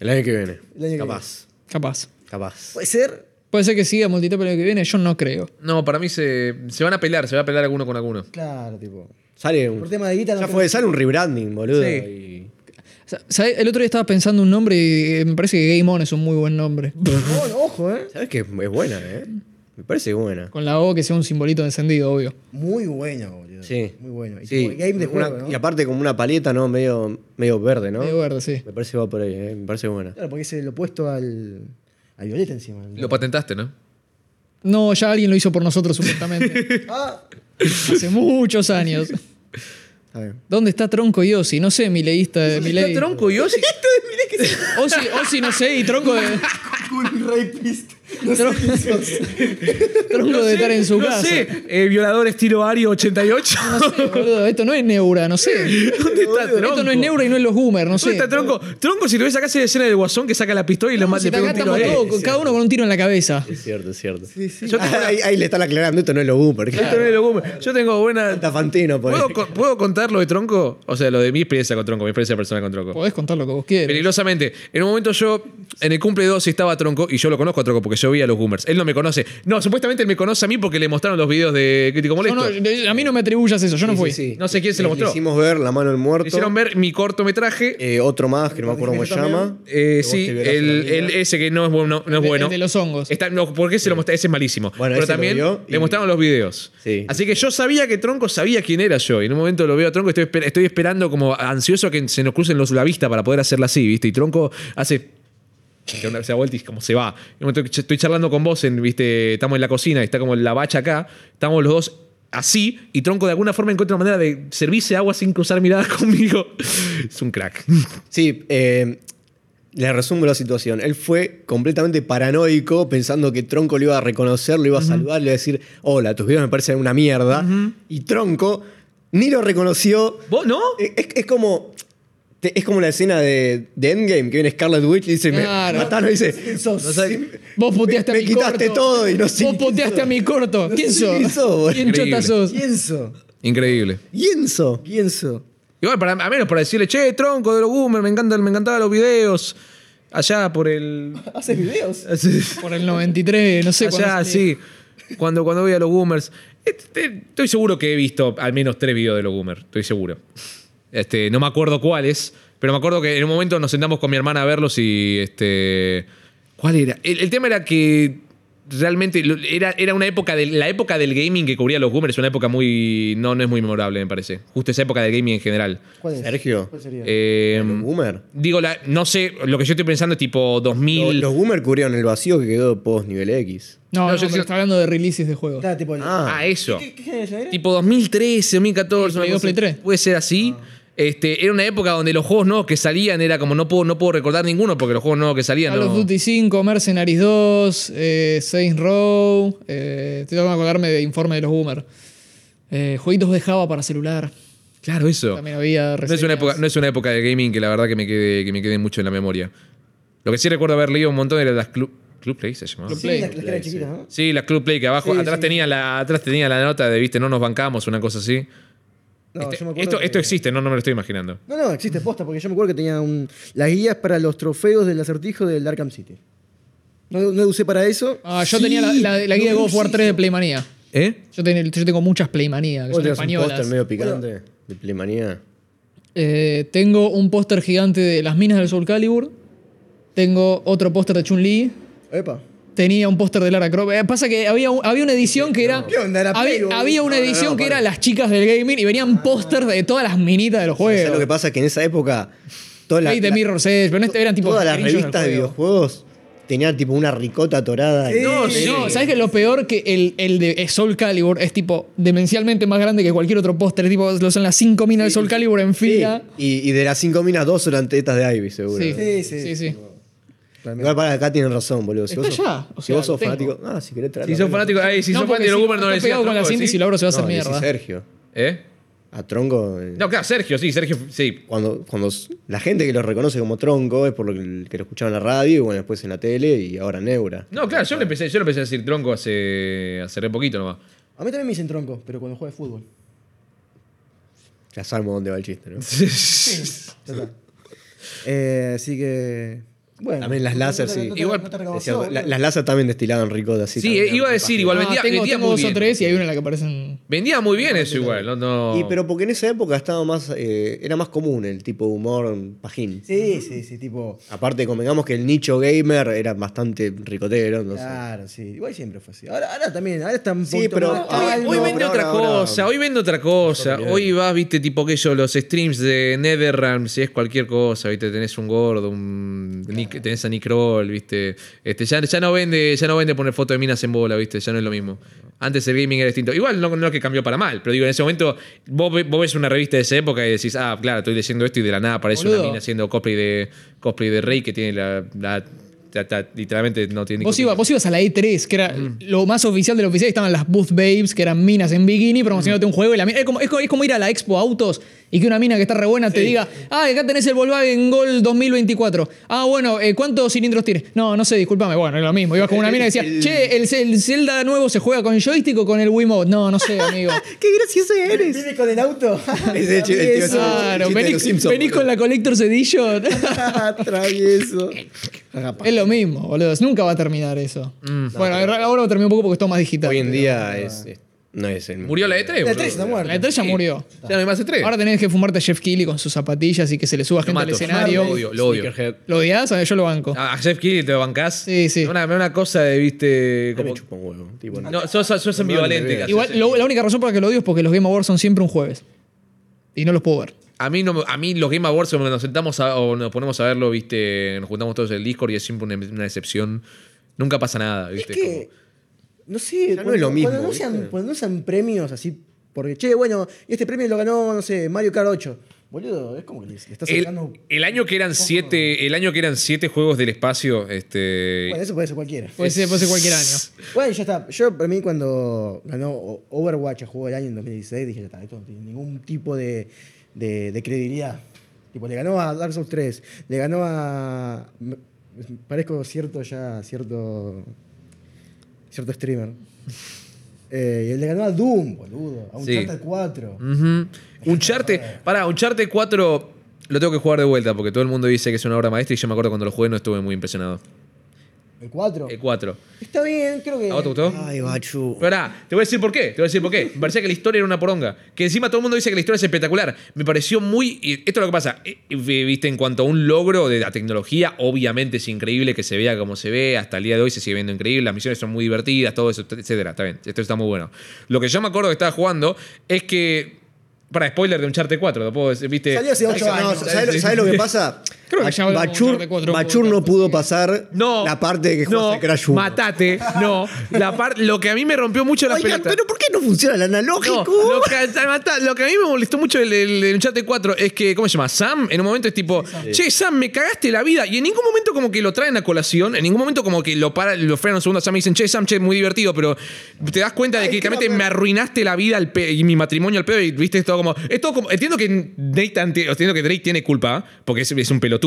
El año que viene. El año que capaz. Capaz. Capaz. Puede ser. Puede ser que siga Multitap el año que viene, yo no creo. No, para mí se, se van a pelear, se va a pelear alguno con alguno. Claro, tipo. Sale un. Por tema de guita. no Ya creo- fue, sale un rebranding, boludo. Sí. Sa- ¿sabés? El otro día estaba pensando un nombre y eh, me parece que Game On es un muy buen nombre. No, no, ojo, eh. Sabes que es es buena, ¿eh? Me parece buena. Con la O que sea un simbolito de encendido, obvio. Muy bueno, boludo. Sí. Muy bueno. Y Sí. tipo, game de Una- juego, ¿no? Y aparte como una paleta, ¿no? Medio, medio verde, ¿no? Medio verde, sí. Me parece que va por ahí, ¿eh? Me parece buena. Claro, porque es el opuesto al. al violeta encima. Lo patentaste, ¿no? No, ya alguien lo hizo por nosotros, supuestamente. Ah. Hace muchos años. Está bien. ¿Dónde está Tronco y Ozzy? No sé, mi leísta de mi ley. tronco y Ozzy? Ozzy, Ozzy, no sé, y Tronco de. Un rapist. Tronco de estar en su no casa. sé, eh, violador estilo Ario 88. No sé, boludo, esto no es Neura, no sé. ¿Dónde está Tronco? Esto no es Neura y no es los Boomer, no ¿Dónde sé. está Tronco? Tronco, si lo ves acá, se escena del guasón que saca la pistola y le mata Si le pega acá un tiro a estamos él. todos, con- cada uno con un tiro en la cabeza. Es cierto, es cierto. Yo tengo, ahí, ahí le están aclarando, esto no es lo boomer. Esto no es lo común. Yo tengo buena. Está Fantino por ahí. ¿Puedo, co- ¿Puedo contar lo de Tronco? O sea, lo de mi experiencia con Tronco, mi experiencia personal con Tronco. Podés contar lo que vos quieras. Peligrosamente. En un momento yo, en el cumple 12 estaba Tronco, y yo lo conozco a Tronco porque yo vi a los boomers. Él no me conoce. No, supuestamente él me conoce a mí porque le mostraron los videos de Crítico No, Molesto. no, a mí no me atribuyas eso, yo no fui. Sí, sí. No sé quién se lo Le- le mostró. hicimos ver La mano del muerto. Me hicieron ver mi cortometraje. Eh, otro más, que no me acuerdo cómo se llama. Eh, Que vos sí, te violaste la el, mina. el- ese que no es bueno. No es El de- bueno. el de los hongos. Está- no, ¿Por qué se lo mostré? Ese es malísimo. Bueno, Pero ese lo también vio y- le mostraron los videos. Sí. Así que yo sabía que Tronco sabía quién era yo. Y en un momento lo veo a Tronco y estoy, esper- estoy esperando como ansioso a que se nos crucen los, la vista para poder hacerla así, ¿viste? Y Tronco hace... que una- Se da vuelta y como se va. Y en un momento que ch- estoy charlando con vos, en, ¿viste? Estamos en la cocina y está como la bacha acá. Estamos los dos así y Tronco de alguna forma encuentra una manera de servirse agua sin cruzar miradas conmigo. Es un crack. Sí, eh, le resumo la situación. Él fue completamente paranoico, pensando que Tronco lo iba a reconocer, lo iba a saludar, le iba a decir, hola, tus videos me parecen una mierda. Y Tronco ni lo reconoció. ¿Vos no? Es, es- es como... te- es como la escena de, de Endgame que viene Scarlet Witch y dice, Claro. me mataron y dice, sos? "No sabes- Vos puteaste me, a mi me quitaste corto. todo y no sé Vos quién puteaste sos". a mi corto. ¿Quién sé sos? quién sos, boludo. ¿Quién chota Increíble. sos? Pienso. Increíble. Yenzo. Pienso. Igual, para, a menos para decirle, che, tronco de los boomers, me encantan, me encantaban los videos. Allá por el. ¿Haces videos? Eh, Por el 93, no sé allá, cuándo salió. sí. Cuando, cuando voy a los boomers. Este, estoy seguro que he visto al menos tres videos de los boomers, estoy seguro. Este, no me acuerdo cuáles, pero me acuerdo que en un momento nos sentamos con mi hermana a verlos y. Este, ¿Cuál era? El, el tema era que. Realmente lo- era, era una época del, la época del gaming que cubría los boomers, es una época muy. No, no es muy memorable, me parece. Justo esa época del gaming en general. ¿Cuál es? Sergio. ¿Cuál sería? Eh, Boomer. Digo, la- no sé, lo que yo estoy pensando es tipo 2000. Los, los boomer cubrieron el vacío que quedó post nivel X. No, No, no, yo pero sí- está hablando de releases de juegos. Claro, tipo. el- ah, eso. ¿Qué, qué generación era? Tipo 2013, 2014. Play una dos, cosa Play así. tres. Puede ser así. Este, era una época donde los juegos nuevos que salían era como no puedo, no puedo recordar ninguno porque los juegos nuevos que salían. Call of no- Duty 5, Mercenaries 2, eh, Saints Row. Eh, estoy tratando de acordarme de informe de los Boomer. Eh, jueguitos de Java para celular. Claro, eso. También había No es, una reseñas. época, no es una época de gaming que la verdad que me quede, que me quede mucho en la memoria. Lo que sí recuerdo haber leído un montón era las Club, club Play, se llamaba. Club Sí, Play, las las que eran sí. chiquitas, ¿no? Sí, la Club Play, que abajo, Sí, atrás, sí. Tenía la, atrás tenía la nota de, viste, no nos bancamos, una cosa así. No, Este- yo me acuerdo esto, que- esto existe, no, no me lo estoy imaginando. No, no, existe posta, porque yo me acuerdo que tenía un, las guías para los trofeos del acertijo del Arkham City. No, no usé para eso. Ah, yo tenía la, la- la guía de God of War 3 de Playmanía. ¿Eh? Yo, ten- yo tengo muchas Playmanía, que son ¿Vos tenías un póster españolas. medio picante de Plemanía? Eh, tengo un póster gigante de las minas del Soul Calibur. Tengo otro póster de Chun-Li. Epa. Tenía un póster de Lara Croft. Eh, Pasa que había, un- había una edición que era. ¿Qué onda? Era había, Playboy. había una No, no, no, edición que para. era las chicas del gaming y venían pósters de todas las minitas de los O sea, lo que juegos. pasa es que en esa época. Todas las, Ahí de la- Mirror's Edge, pero no eran tipo. todas las screenshots del revistas de juego. videojuegos tenían tipo una ricota atorada. Sí. No, sí. No, ¿sabes que lo peor que el, el de Soul Calibur es tipo demencialmente más grande que cualquier otro póster? Tipo, lo son las cinco minas de Soul Calibur en sí. fila. Y, y de las cinco minas, dos eran tetas de Ivy, seguro. Sí, sí, Sí, sí. sí. Igual para acá tienen razón, boludo. Si Está vos ya, sos, o si sea, vos lo sos tengo. fanático. Ah, si querés traerlo. Si sos fanático, ay, si sos porque fanático de los si Goober, no está le decías pegado con tronco, las indies ¿sí? y lo abro se va a hacer No, mierda. decí Sergio. ¿Eh? A Tronco. eh, No, claro, Sergio, sí, Sergio, sí. Cuando, cuando s- la gente que lo reconoce como Tronco es por lo que, que lo escuchaba en la radio y bueno, después en la tele y ahora Neura. No, claro, yo le empecé, yo le empecé a decir tronco hace, hace re poquito nomás. A mí también me dicen tronco, pero cuando juega de fútbol. Ya sabemos dónde va el chiste, ¿no? Ya está. Eh, así que. Bueno. También las láser, sí. Igual, Decía, la- las lazas también destilaban ricota así. Sí, también. iba a decir, igual Ah, vendía, tengo vendía tengo muy dos o bien. tres y hay una en la que aparecen. Vendía muy bien eso igual, no, no. Y pero porque en esa época estaba más, eh, era más común el tipo de humor pajín. Sí, sí, sí, tipo. Aparte, convengamos que el nicho gamer era bastante ricotero, entonces. Claro, sí. Igual siempre fue así. Ahora, ahora también, ahora está un Sí, poquito pero- más Ah, Hoy, no, calmo. hoy pero vende ahora, otra ahora- cosa, hoy vende otra cosa. Hoy vas, viste, tipo que yo, los streams de NetherRealm, si es cualquier cosa, viste, tenés un gordo, un Nick- tenés a Nick Roll, viste. Este, ya, ya no vende, ya no vende poner foto de minas en bola, viste, ya no es lo mismo. Antes el gaming era distinto. Igual no, no es que cambió para mal, pero digo, en ese momento vos, ve- vos ves una revista de esa época y decís, ah, claro, estoy leyendo esto y de la nada aparece Boludo. una mina haciendo cosplay de cosplay de Rey que tiene la, la- ta- ta- literalmente no tiene Mm. ni Vos, cosplay. iba- vos ibas a la E3, que era lo más oficial del oficial, estaban las Booth Babes, que eran minas en bikini promocionándote Mm. un juego. Y la mina- es, como, es, como- es como ir a la Expo Autos y que una mina que está re buena te diga, ah, acá tenés el Volkswagen Gol 2024. Ah, bueno, eh, ¿cuántos cilindros tiene? No, no sé, discúlpame. Bueno, es lo mismo. Ibas con una mina que decía, che, el, el Zelda nuevo se juega con joystick o con el Wiimote. No, no sé, amigo. ¡Qué gracioso eres! ¿Vive con el auto? Ese chiste, el tío, ese Claro, chiste de los venís, Simpsons, venís con la Collector's Edition. Travieso. Agapa. es lo mismo, boludo. Nunca va a terminar eso. Bueno, ahora va a terminar un poco porque es todo más digital. Hoy en día es, es- no es el Murió la E3, La boludo. tres está La E muerta. E3 ya murió. Ya no hay más E E3. Ahora tenés que fumarte a Jeff Keighley con sus zapatillas y que se le suba Lo gente mato. al escenario. Lo odio, Ah, lo odio. Sneakerhead. ¿Lo odias? Yo lo banco. A a Jeff Keighley te lo bancás. Sí, sí. Una, una cosa de, viste. Me Como, chupa un huevo. tipo, no. no, sos, sos ambivalente. No, no, casi. Igual, lo- la única razón por la que lo odio es porque los Game Awards son siempre un jueves. Y no los puedo ver. A mí, no, me- a mí los Game Awards, cuando nos sentamos a- o nos ponemos a verlo, viste, nos juntamos todos en el Discord y es siempre una, una excepción. Nunca pasa nada, Es viste. que. No sé. Ya no es lo mismo, Cuando anuncian, ¿viste? cuando anuncian premios así. Porque, che, bueno, y este premio lo ganó, no sé, Mario Kart 8. Boludo, es como que le le estás Como- el, sacando. el año que eran siete, el año que eran siete juegos del espacio, Eh. este. Bueno, eso puede ser cualquiera. Puede ser, puede ser cualquier año. Bueno, ya está. Yo, para mí, cuando ganó O- Overwatch a juego del año en 2016, dije, ya está, esto no tiene ningún tipo de, de- de credibilidad. Tipo, le ganó a Dark Souls 3, le ganó a... me- Parezco cierto ya, cierto... Cierto streamer. Eh, y le ganó a Doom, boludo. A un Sí. Mm. 4. Un charte. Pará, un charte 4 lo tengo que jugar de vuelta porque todo el mundo dice que es una obra maestra y yo me acuerdo cuando lo jugué no estuve muy impresionado. Eh, El 4. El 4. Está bien, creo que... ¿A vos te gustó? Ay, Bachu. Pero ahora, te voy a decir por qué. Te voy a decir por qué. Me parecía que la historia era una poronga. Que encima todo el mundo dice que la historia es espectacular. Me pareció muy. y Esto es lo que pasa. Eh, eh, Viste, en cuanto a un logro de la tecnología, obviamente es increíble que se vea como se ve. Hasta el día de hoy se sigue viendo increíble. Las misiones son muy divertidas, todo eso, etcétera. Está bien. Esto está muy bueno. Lo que yo me acuerdo que estaba jugando es que. Para spoiler de un Charte 4, lo puedo decir, ¿viste? Salió hace 8 No, años. ¿sabes, lo- ¿sabes lo que pasa? Creo que ya hablamos Bachur, de cuatro Bachur no podcasts, pudo sí. pasar No. la parte de que juegas no, al Crash 1. Matate, no. La par- lo que a mí me rompió mucho la Oigan, pelota. pero ¿por qué no funciona el No, analógico? lo, que, mata- lo que a mí me molestó mucho del el, Uncharted 4 es que, ¿cómo se llama? Sam, en un momento es tipo, che, Sam, me cagaste la vida. Y en ningún momento como que lo traen a colación, en ningún momento como que lo para, lo frenan un segundo a Sam y dicen, che, Sam, che, muy divertido, pero te das cuenta de que realmente me arruinaste la vida al pe- y mi matrimonio al pedo y viste es todo como... Es todo como entiendo que Nathan te- entiendo que Drake tiene culpa, porque es, es un pelotudo,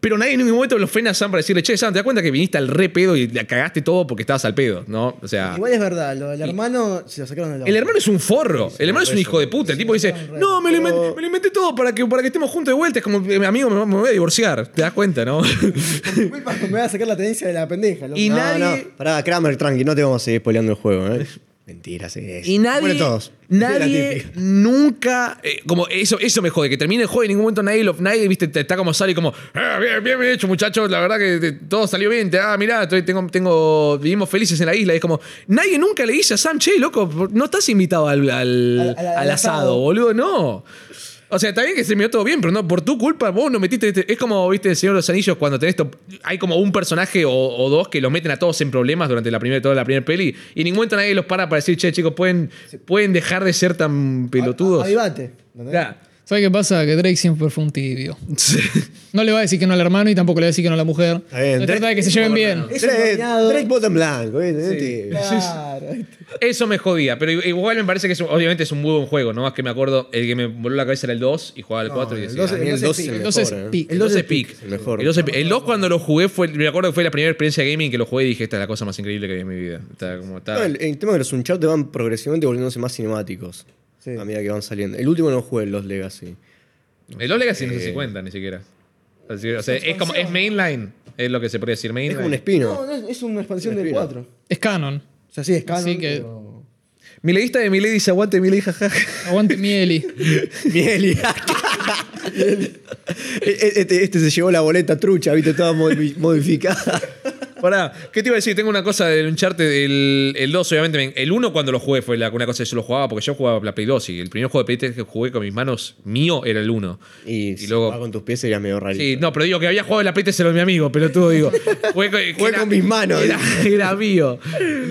pero nadie en ningún momento lo frena a Sam para decirle, che, Sam, te das cuenta que viniste al re pedo y la cagaste todo porque estabas al pedo, ¿no? O sea... Igual es verdad, lo del hermano se lo sacaron del Ah. El auto. hermano es un forro. El hermano es un hijo de puta. El tipo dice, no, me lo inventé, me lo inventé todo para que, para que estemos juntos de vuelta. Es como, "Eh, amigo, me, me voy a divorciar. Te das cuenta, ¿no? Me va a sacar la tenencia de la pendeja. loco. Y No, nadie- no, pará, Kramer, tranqui, no te vamos a seguir spoileando el juego, ¿eh? Mentiras, es. Y nadie, Mueren todos. Esa es nadie la típica. nunca, eh, como eso, eso me jode, que termine el juego y en ningún momento nadie, lo, nadie viste, te- está como sale y como, "Ah, bien, bien, bien hecho muchachos, la verdad que te- todo salió bien, te, ah, mirá, estoy- tengo, tengo, vivimos felices en la isla, y es como, nadie nunca le dice a Sam, che, loco, no estás invitado al, al- Al- al- al al asado, asado. boludo, no. O sea, está bien que se miró todo bien, pero no, por tu culpa vos no metiste. este- Es como, viste, el Señor de los Anillos, cuando tenés. to- Hay como un personaje o, o dos que los meten a todos en problemas durante la primera, toda la primera peli. Y en ningún momento nadie los para para decir, che, chicos, pueden, pueden dejar de ser tan pelotudos. Avivate. ¿entendés? Claro. ¿Sabes qué pasa? Que Drake siempre fue un tibio. No le va a decir que no al hermano y tampoco le va a decir que no a la mujer. Está bien, Se Drake- trata de que se lleven bien. Es un Drake, bañado. Drake bota en blanco. ¿eh? Te- Claro. Eso me jodía, pero igual me parece que es un- obviamente es un muy buen juego, no más que me acuerdo, el que me voló la cabeza era el 2 y jugaba el 4 y el decía. 2 A mí el 2 es el mejor. Entonces, ¿eh? pi- El 2 es Peak. El mejor. El 2 es Peak. El 2 cuando lo jugué, fue, me acuerdo que fue la primera experiencia gaming que lo jugué y dije, esta es la cosa más increíble que vi en mi vida. Está como, está- No, el, el tema de los Uncharted van progresivamente volviéndose más cinemáticos. Sí. A medida que van saliendo. El último no jugué el Los Legacy. El Olega no se cuenta ni siquiera. Así que, o sea, es como, es mainline, es lo que se podría decir, Es como mainline. un espino. No, no, es- es una expansión Respira. del 4. Es canon. O sea, sí, es canon, Así que- pero- Mileísta de Milei dice, aguante Milei, jajaja. Aguante Mieli. Miel y- este, este se llevó la boleta trucha, viste, toda modi- modificada. Pará, ¿qué te iba a decir? Tengo una cosa del Uncharted, el, el 2, obviamente. me- El 1 cuando lo jugué fue la, una cosa que yo lo jugaba, porque yo jugaba la Play 2 y el primer juego de Play 3 que jugué con mis manos mío era el 1. Y, si luego va con tus pies sería medio rarito. Sí, no, pero digo que había jugado en la Play 3 era de mi amigo, pero tú digo. Jugué con, que con mis manos, Era, era mío.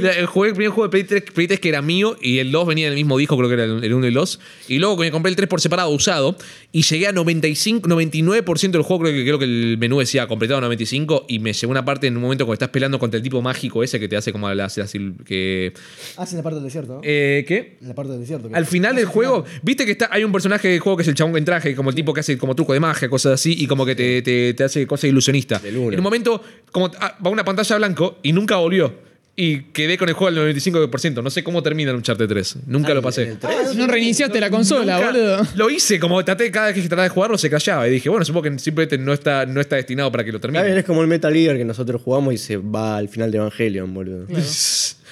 La- Jugué el primer juego de Play 3, Play 3 que era mío y el 2 venía en el mismo disco, creo que era el, 1 y el 2. Y luego me compré el 3 por separado, usado, y llegué a 95, 99% del juego, creo que, creo que el menú decía completado 95, y me llegó una parte en un momento cuando estás peleando contra el tipo mágico ese que te hace como las... las- que, Hacen la parte del desierto, ¿no? eh, ¿Qué? la parte del desierto. Al final del juego, viste que está, hay un personaje del juego que es el chabón en traje, como el tipo que hace como truco de magia, cosas así, y como que te, te- te hace cosas ilusionistas. Del uno. En un momento, como ah, va una pantalla a blanco y nunca volvió. Y quedé con el juego al 95%. No sé cómo termina el Uncharted 3. Nunca lo pasé. Ah, No reiniciaste la consola, Nunca- boludo. Lo hice, como traté, cada vez que trataba de jugarlo se callaba. Y dije, bueno, supongo que simplemente no está, no está destinado para que lo Está bien, termine. es como el Metal Gear que nosotros jugamos y se va al final de Evangelion, boludo.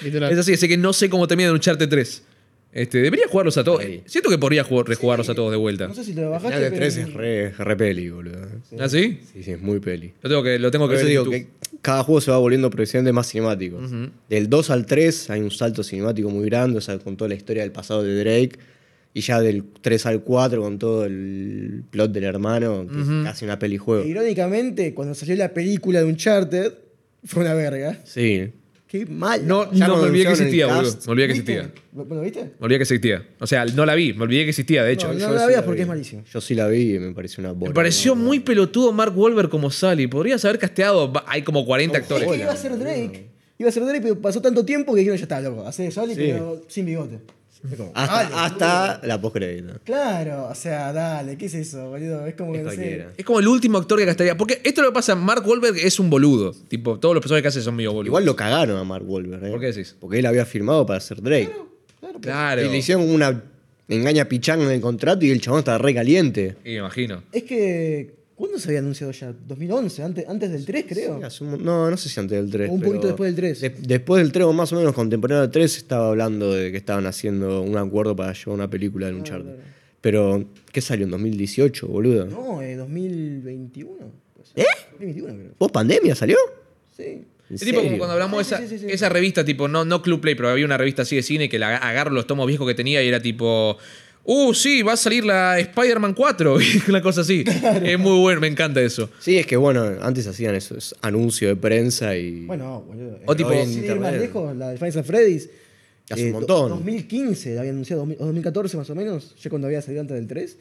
Literal. Es así, así que no sé cómo termina el Uncharted 3. Este, debería jugarlos a todos. Ahí. Siento que podría jugar- rejugarlos a todos de vuelta. No sé si te lo El bajaste. final de 3 pero- es re, re peli, boludo. ¿Ah, sí? Sí, sí, es muy peli. Lo tengo que, lo tengo Por que eso ver en digo YouTube. que cada juego se va volviendo progresivamente más cinemático. Del 2 al 3 hay un salto cinemático muy grande, o sea, con toda la historia del pasado de Drake. Y ya del 3 al 4 con todo el plot del hermano, que es casi una peli E juego. Irónicamente, cuando salió la película de Uncharted, fue una verga. Sí. Qué mal. No, Ya no me cuando olvidé que anunciaron existía, el boludo. cast, Me olvidé que ¿Viste? existía. ¿Lo lo viste? Me olvidé que existía. O sea, no la vi, me olvidé que existía, de hecho. No, Yo no la sí veas porque vi. es malísimo. Yo sí la vi y me pareció una bola. Me pareció muy pelotudo Mark Wahlberg como Sally. Podrías haber casteado. va- Hay como 40 Es actores. que iba a ser Drake. Iba a ser Drake, pero pasó tanto tiempo que dijeron, ya está, loco. Hace Sally, pero sin bigote. Es como, dale, Hasta, hasta la postcrédito. Claro, o sea, dale, ¿qué es eso, boludo? Es como que no sé. cualquiera. Es como el último actor que castaría. Porque esto lo que pasa, Mark Wahlberg es un boludo. Tipo, todos los personajes que hace son medio boludos. Igual lo cagaron a Mark Wahlberg. ¿eh? ¿Por qué decís? Porque él había firmado para ser Drake. Claro. Y le hicieron una engaña pichanga en el contrato y el chabón estaba re caliente. Y me imagino. Es que. ¿Cuándo se había anunciado ya? 2011, antes, antes del 3, creo. Sí, hace un- no, no sé si antes del 3. O un poquito después del 3. después del 3 o más o menos contemporáneo al 3 estaba hablando de que estaban haciendo un acuerdo para llevar una película Ah, de Uncharted. Pero, ¿qué salió en 2018, boludo? No, eh, 2021. ¿Eh? 2021, creo. ¿Vos pandemia salió? Sí. ¿En Es tipo como serio? cuando hablamos Sí, de esa, sí, sí, sí. esa revista, tipo, no, no Club Play, pero había una revista así de cine que la agarro los tomos viejos que tenía y era tipo. Uh, sí, va a salir la Spider-Man 4. una cosa así. Es muy bueno, me encanta eso. Sí, es que bueno, antes hacían esos anuncios de prensa y. Bueno, boludo. eh, O tipo- Sin ir más internet. lejos, la de Final Fantasy Freddy's. eh, Hace un do- montón. 2015 la había anunciado, o 2014 más o menos, yo cuando había salido antes del 3.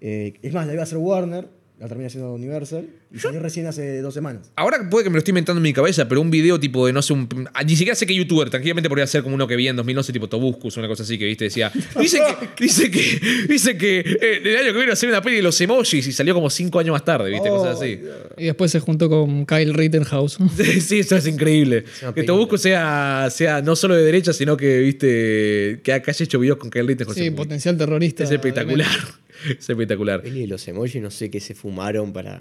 Eh, es más, la iba a hacer Warner, la termina haciendo Universal, y salió recién hace dos semanas. Ahora puede que me lo estoy inventando en mi cabeza, pero un video tipo de no sé, un, ah, ni siquiera sé qué youtuber, tranquilamente podría ser como uno que vi en 2011, tipo Tobuscus, una cosa así que viste, decía, dice que, dice que, dice que eh, el año que viene hacer una peli de los emojis y salió como cinco años más tarde, viste, cosas así. Y después se juntó con Kyle Rittenhouse. Sí, sí, eso es increíble. una que película. Tobuscus sea, sea no solo de derecha, sino que, viste, que haya hecho videos con Kyle Rittenhouse. Sí, potencial terrorista. es espectacular. Es espectacular. Peli de los emojis, no sé qué se fumaron para.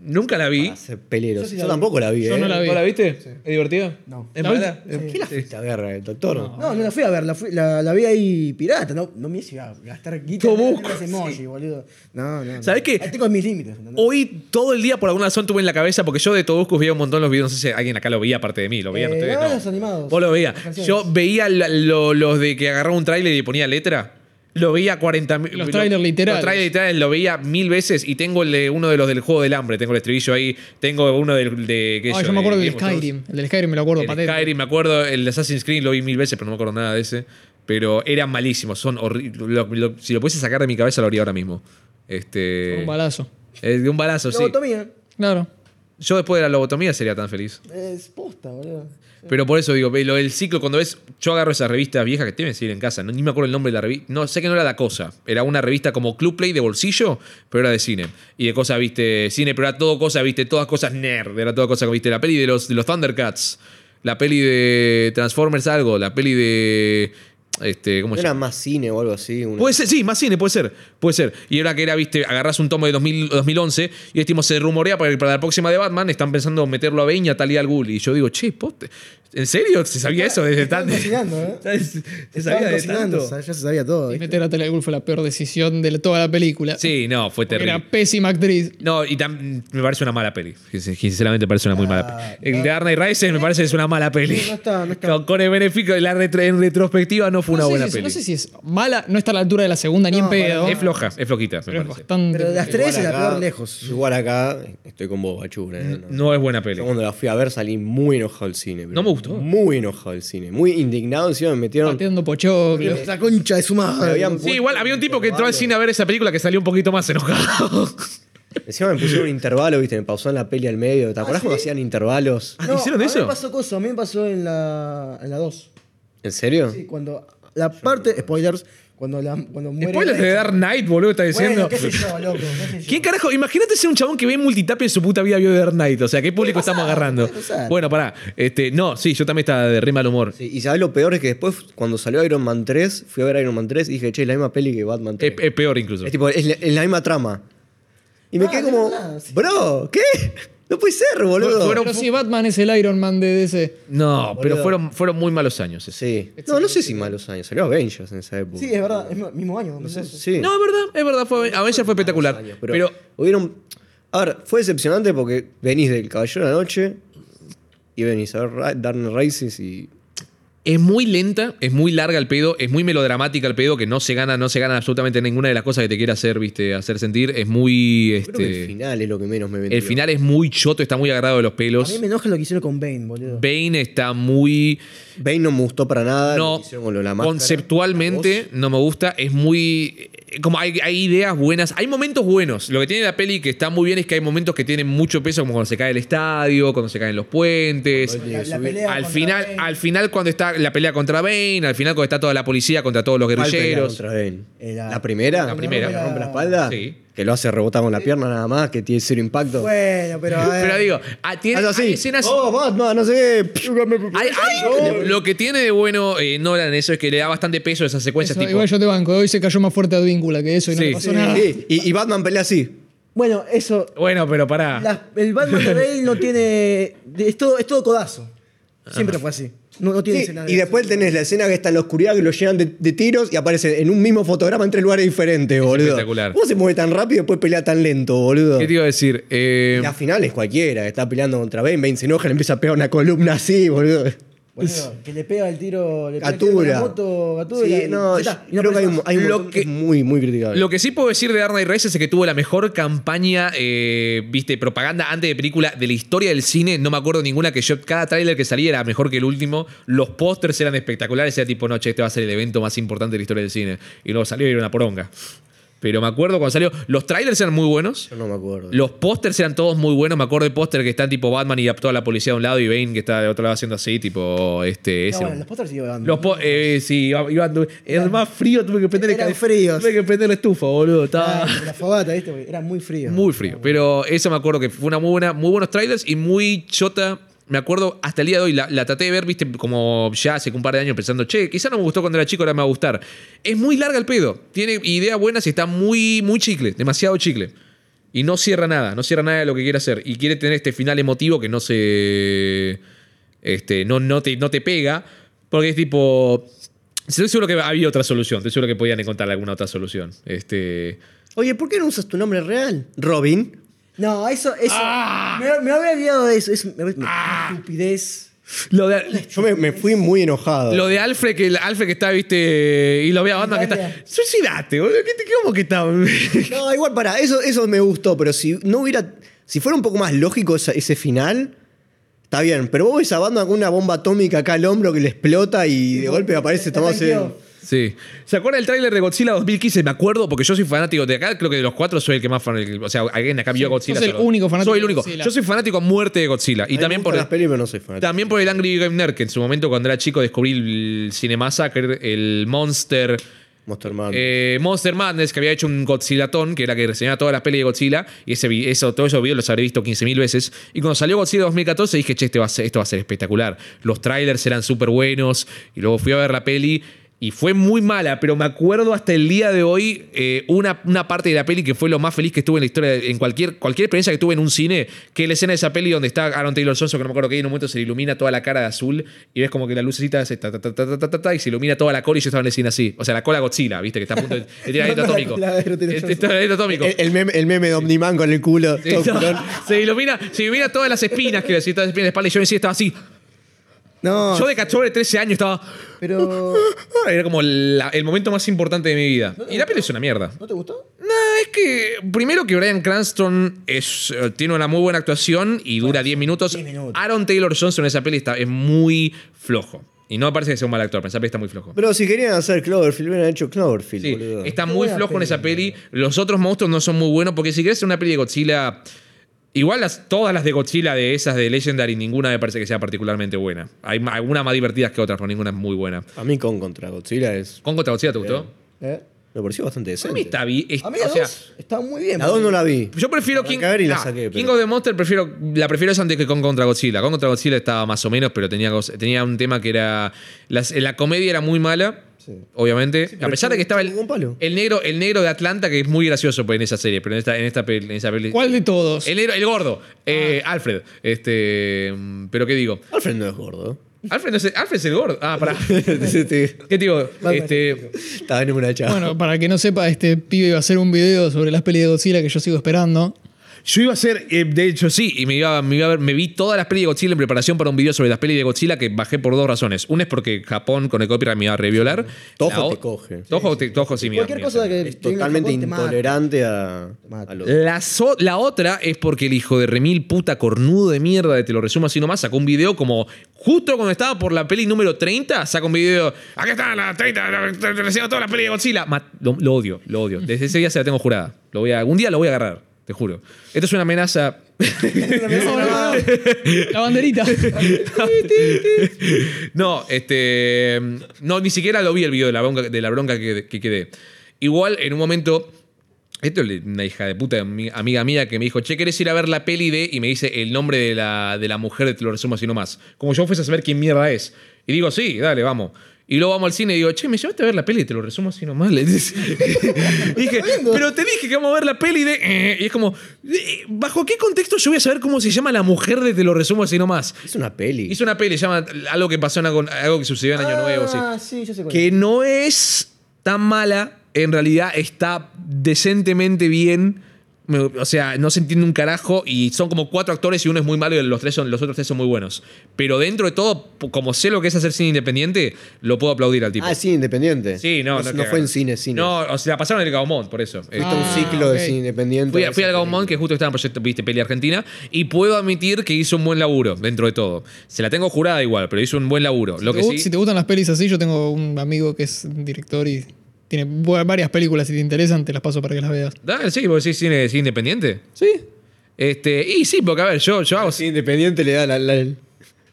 Nunca la vi. Para ser peleros. Yo sí Yo, la vi. tampoco la vi, Yo ¿eh? no la vi. ¿No la viste? ¿Es divertida? No. ¿Es ¿La mala? ¿Qué la fuiste a ver, el doctor? No, no la fui a ver, la, fui- la, la vi ahí pirata. No, no me iba a gastar guita Como- en ese emoji, boludo. No, no. no. ¿Sabés qué? Ahí tengo mis límites. ¿entendés? Hoy todo el día por alguna razón tuve en la cabeza, porque yo de Tobuscus veía un montón los videos, no sé si alguien acá lo veía aparte de mí, lo veían Eh, ustedes. no, No. los animados. Vos lo veías. Las canciones. Yo veía la- lo- los de que agarraba un tráiler y ponía letra. Lo veía 40 mil. Los trailers literales. Los trailers literales lo veía mil veces y tengo el de- uno de los del juego del hambre, tengo el estribillo ahí, tengo uno del de qué sé Ah, yo me acuerdo de del Game of Thrones. Skyrim. El del Skyrim me lo acuerdo, El patente. Skyrim, me acuerdo, el de Assassin's Creed lo vi mil veces, pero no me acuerdo nada de ese. Pero eran malísimos, son horribles. si lo pudiese sacar de mi cabeza, lo haría ahora mismo. Este, Un balazo. Eh, de un balazo, sí. Lobotomía. Claro. Yo después de la lobotomía sería tan feliz. Es posta, boludo. Pero por eso digo, lo del ciclo, cuando ves, yo agarro esas revistas viejas que tienen seguir en casa, no, ni me acuerdo el nombre de la revista, no sé que no era la cosa, era una revista como Club Play de bolsillo, pero era de cine. Y de cosas, viste, cine, pero era todo cosa, viste, todas cosas nerd, era toda cosa, viste, la peli de los, de los Thundercats, la peli de Transformers algo, la peli de... Este, ¿Cómo ¿No se era llama? más cine o algo así? una- Puede ser, sí, más cine, puede ser. Puede ser. Y era que era, viste, agarras un tomo de 2000 2011 y este tipo se rumorea para, para la próxima de Batman, están pensando meterlo a Bane y a Talia al Ghul. Y yo digo, che, poste, ¿en serio? ¿Se sabía eso desde Estaban tanto? cocinando, ¿eh? ¿Se Estaban sabía de cocinando, tanto? o sea, ya se sabía todo. Y ¿viste? meter a Talia al Ghul fue la peor decisión de la- toda la película. Sí, no, fue Porque terrible. Era pésima actriz. No, y tam- me parece una mala peli. Sin- Sinceramente me parece una muy mala Ah, peli. El no. de Arna y Rises me parece que es una mala peli. No, no está, no está. Con, con el beneficio de la retro- en retrospectiva no fue una no sé buena si es- peli. No sé si es mala, no está a la altura de la segunda ni en No, para pedo. nada. Es floja, es flojita, me Pero es parece. bastante. Pero de las floja. tres es la Acá- peor lejos. Igual acá, estoy con vos, Bachura. ¿eh? No. No es buena peli. Yo cuando la fui a ver salí muy enojado del cine. pero No me gustó. Muy enojado del cine. Muy indignado. Encima me metieron. Pateando pochoclo. Esa concha de su me madre. habían Sí, puesto- igual había un tipo que entró al cine a ver esa película que salió un poquito más enojado. Encima me pusieron un intervalo, viste, me pausaron la peli al medio. ¿Te acordás cuando hacían intervalos? Ah, ¿hicieron a eso? mí me pasó cosa, a mí me pasó en la, en la 2. ¿En Ah. serio? Sí, cuando la parte, spoilers, cuando, la, cuando muere... Spoilers de Dark Knight, boludo, está diciendo. Bueno, qué sé yo, loco, qué sé yo. ¿Quién carajo? Imagínate ser un chabón que ve multitapia en su puta vida vio Dark Knight. O sea, ¿qué público estamos agarrando? puede pasar. Bueno, pará. Este, no, sí, yo también estaba de re mal humor. Sí, y sabes lo peor es que después, cuando salió Iron Man 3, fui a ver Iron Man 3 y dije, che, es la misma peli que Batman Es, 3. es peor incluso. es tipo, es la, es la misma trama. Y me Ah, quedé es como, verdad, sí. bro, ¿qué? No puede ser, boludo. Fueron- Pero sí, Batman es el Iron Man de DC. No, pero boludo. fueron, fueron muy malos años. esos. Sí. No, no sé si malos años. Salió Avengers en esa época. Sí, es verdad, es mi- mismo año. No sé, 2012. sí. No, es verdad, es verdad. Fue, Avenger fue espectacular. años, pero, pero, hubieron. A ver, fue decepcionante porque venís del Caballero de la Noche y venís a ver Ra- Dark Knight Rises y. es muy lenta, es muy larga el pedo, es muy melodramática el pedo, que no se gana, no se gana absolutamente ninguna de las cosas que te quiera hacer, viste, hacer sentir. Es muy. Este, Creo que el final es lo que menos me vendió. El final es muy choto, está muy agarrado de los A pelos. mí me enoja lo que hicieron con Bane, boludo. Bane está muy. Bane no me gustó para nada. lo No, que hicieron con lo de la máscara, la conceptualmente voz. no me gusta. Es muy. eh, Como hay, hay ideas buenas, hay momentos buenos. Lo que tiene la peli que está muy bien es que hay momentos que tienen mucho peso, como cuando se cae el estadio, cuando se caen los puentes. La- la pelea Al contra final, Bane. al final, cuando está la pelea contra Bane, al final, cuando está toda la policía contra todos los ¿Cuál pelea guerrilleros. contra Bane? Era- ¿La primera? La primera. ¿Que rompe la espalda? Sí. Que lo hace rebotar con la pierna nada más, que tiene cero impacto. Bueno, pero a ver. Pero digo, ah, tiene, Algo así. hay escenas. Oh, Batman, no sé qué. hay- hay- lo que tiene de bueno eh, Nolan eso es que le da bastante peso a esas secuencias. Eso, tipo, igual yo te banco. Hoy se cayó más fuerte Advíncula que eso y no Sí. le pasó Sí, nada. sí. Y, y Batman pelea así. Bueno, eso... Bueno, pero pará. las- el Batman de Bane no tiene... Es todo, es todo codazo. Siempre fue así. No, no tiene Sí, escena de- y después tenés la escena que está en la oscuridad, que lo llenan de, de tiros y aparece en un mismo fotograma en tres lugares diferentes, boludo. espectacular. ¿Cómo se mueve tan rápido y después pelea tan lento, boludo? ¿Qué te iba a decir? Eh, La final es cualquiera, está peleando contra Bane, Bane se enoja, le empieza a pegar una columna así, boludo. Boludo, que le pega el tiro... Le pega el tiro con Gatura. la moto, Gatura. Sí, y- no, ya está, y yo creo que hay un, aparece hay un Lo montón que que- es muy, muy criticable. Lo que sí puedo decir de Dark Knight Rises es que tuvo la mejor campaña, eh, viste, propaganda antes de película de la historia del cine. No me acuerdo ninguna que yo, cada tráiler que salía era mejor que el último. Los pósters eran espectaculares. Era tipo, no, che, este va a ser el evento más importante de la historia del cine. Y luego salió y era una poronga. Pero me acuerdo cuando salió, los trailers eran muy buenos. Yo no me acuerdo. Los pósters eran todos muy buenos. Me acuerdo de póster que están tipo Batman y toda la policía de un lado y Bane que está de otro lado haciendo así, tipo, este, más. ese era No, bueno, un- los pósters siguen dando. los po- eh, sí, iba, iba- era más frío, tuve que prender el Eran calef- fríos. Tuve que prender la estufa, boludo. Estaba Ah, la fogata, ¿viste? Porque Era muy frío. muy frío. Pero eso me acuerdo que fue una muy buena, muy buenos trailers y muy chota. Me acuerdo hasta el día de hoy, la, la traté de ver, viste, como ya hace un par de años pensando, che, quizá no me gustó cuando era chico, ahora me va a gustar. Es muy larga el pedo. Tiene ideas buenas y está muy, muy chicle, demasiado chicle. Y no cierra nada, no cierra nada de lo que quiere hacer. Y quiere tener este final emotivo que no se. Este, no, no, te, no te pega. Porque es tipo. Estoy seguro que había otra solución. Estoy seguro que podían encontrar alguna otra solución. Este. Oye, ¿por qué no usas tu nombre real? Robin. No, eso, eso. Me, me había olvidado de eso. Es me- me- estupidez. Lo de, Yo me, me fui muy enojado. lo de Alfred, que el Alfred que está, viste. Y lo ve a Batman que está. Dale. Suicidate, boludo. ¿Qué, te- ¿Cómo que está? No, igual para, eso, eso me gustó, pero si no hubiera. Si fuera un poco más lógico esa- ese, final, está bien. Pero vos ves a Batman con una bomba atómica acá al hombro que le explota y de golpe aparece Tomás en. Tranquilo. Sí. ¿Se acuerdan del tráiler de Godzilla 2015? Me acuerdo porque yo soy fanático de acá, creo que de los cuatro soy el que más fanático. O sea, alguien acá vio Godzilla. sos el solo. único fanático Soy el de único. Godzilla. Yo soy fanático a muerte de Godzilla. Y también por, las pelis, pero no soy fanático. también por el Angry Game Nerd, que en su momento cuando era chico descubrí el Cine Massacre, el Monster. Monster Man. eh, Monster Madness, que había hecho un Godzillatón, que era que reseñaba todas las pelis de Godzilla, y ese, vi- eso, todos esos videos los habré visto 15.000 veces. Y cuando salió Godzilla 2014 dije, che, este va a ser- esto va a ser espectacular. Los trailers eran súper buenos, y luego fui a ver la peli, y fue muy mala, pero me acuerdo hasta el día de hoy eh, una, una parte de la peli que fue lo más feliz que estuve en la historia, de- en cualquier, cualquier experiencia que tuve en un cine, que la escena de esa peli donde está Aaron Taylor Johnson, que no me acuerdo qué, y en un momento se le ilumina toda la cara de azul, y ves como que la lucecita hace ta, ta, ta, ta, ta, ta, ta, ta, y se ilumina toda la cola, y yo estaba en el cine así. O sea, la cola Godzilla, viste, que está a punto de, de tirar el No, no, atómico. la- la de Aaron Taylor Eh, Johnson. está el atómico. el, el meme, el meme de Omniman con el culo. Sí, todo no, culón. se ilumina, se ilumina todas las espinas que le hacían, todas las espinas de espalda y yo en el cine estaba así. No, Yo de cachorro de 13 años estaba. pero. Era como la- el momento más importante de mi vida. Y la peli es una mierda. ¿No te gustó? No, es que primero que Brian Cranston es, eh, tiene una muy buena actuación y dura 10 minutos. 10 minutos. Aaron Taylor Johnson en esa peli está, es muy flojo. Y no me parece que sea un mal actor, pero en esa peli está muy flojo. Pero si querían hacer Cloverfield, hubieran hecho Cloverfield, Sí, boludo. está Qué muy buena flojo en peli, esa peli. Los otros monstruos no son muy buenos porque si querés hacer una peli de Godzilla... Igual las, todas las de Godzilla de esas de Legendary, ninguna me parece que sea particularmente buena. Hay ma- algunas más divertidas que otras, pero ninguna es muy buena. A mí con contra Godzilla es. ¿Con contra Godzilla te gustó? ¿Eh? Me pareció bastante A mí decente. está bien. es- A mí o la sea, dos está muy bien. La 2 no la vi. Yo prefiero Arranqué King, a ver y la nah, saqué, King pero- of the Monster, prefiero, la prefiero esa antes que con Contra Godzilla. Con Contra Godzilla estaba más o menos, pero tenía, cos- tenía un tema que era. las- eh, la comedia era muy mala, obviamente. a pesar de que estaba el, chupó un palo. el negro, el negro de Atlanta, que es muy gracioso pues, en esa serie, pero en esta, en esta, pel- en esa peli. ¿Cuál de todos? El negro, el gordo, eh, Ah. Alfred. Este, mm, pero qué digo. Alfred no es gordo. Alfred, no es, Alfred es el gordo. Ah, pará. Estaba ¿Qué digo? Este, en una chava. Bueno, para el que no sepa, este pibe iba a hacer un video sobre las pelis de Godzilla que yo sigo esperando. Yo iba a hacer, eh, de hecho sí, y me iba, me iba a ver, me vi todas las pelis de Godzilla en preparación para un video sobre las pelis de Godzilla que bajé por dos razones. Una es porque Japón con el copyright me iba a reviolar. Tojo La o- te coge. Tojo, te, tojo sí, me iba- Cualquier me iba a cosa hacer. que. es tenga en totalmente Japón te mata. intolerante a, mata. a los. La, so- la otra es porque el hijo de Remil, puta cornudo de mierda, de te lo resumo así nomás, sacó un video como justo cuando estaba por la peli número 30, saca un video, acá están las 30, la- te- te recibo todas las pelis de Godzilla. Ma- lo, lo odio, lo odio. Desde ese día se la tengo jurada. Lo voy a, un día lo voy a agarrar, te juro. Esto es una amenaza La banderita. No, este. No, ni siquiera lo vi el video de la bronca, de la bronca que, que quedé. Igual, en un momento. Esto es una hija de puta ami- amiga mía que me dijo, che, ¿querés ir a ver la peli de? Y me dice el nombre de la, de la mujer, de te lo resumo así nomás. Como yo fuese a saber quién mierda es. Y digo, sí, dale, vamos. Y luego vamos al cine y digo, che, ¿me llevaste a ver la peli? Te lo resumo así nomás. Le dice. Y dije, pero te dije que vamos a ver la peli de... eh". Y es como, "Eh, ¿bajo qué contexto yo voy a saber cómo se llama la mujer de Te lo resumo así nomás? Es una peli. Hizo una peli, se llama Algo que pasó en algo, algo que sucedió en Año Nuevo, sí. Ah, sí, yo sé cuál. Que no es tan mala, en realidad está decentemente bien. Me- O sea, no se entiende un carajo y son como cuatro actores y uno es muy malo y los, tres son, los otros tres son muy buenos. Pero dentro de todo, p- como sé lo que es hacer cine independiente, lo puedo aplaudir al tipo. Ah, sí, independiente. Sí, no, no, no, que- fue en cine, cine. No, o sea, la pasaron en el Gaumont, por eso. Este, Está Ah, un ciclo ok. de cine independiente. Fui, a- fui al Gaumont, que justo estaba en proyecto, viste, peli argentina, y puedo admitir que hizo un buen laburo dentro de todo. Se la tengo jurada igual, pero hizo un buen laburo. Lo que Te gu- sí, Si te gustan las pelis así, yo tengo un amigo que es director y tiene bu- varias películas. Si te interesan, te las paso para que las veas. Dale, sí, vos decís cine, cine independiente. Sí. Este, y sí, porque a ver, yo, yo hago. Sí, independiente le da la- la- el,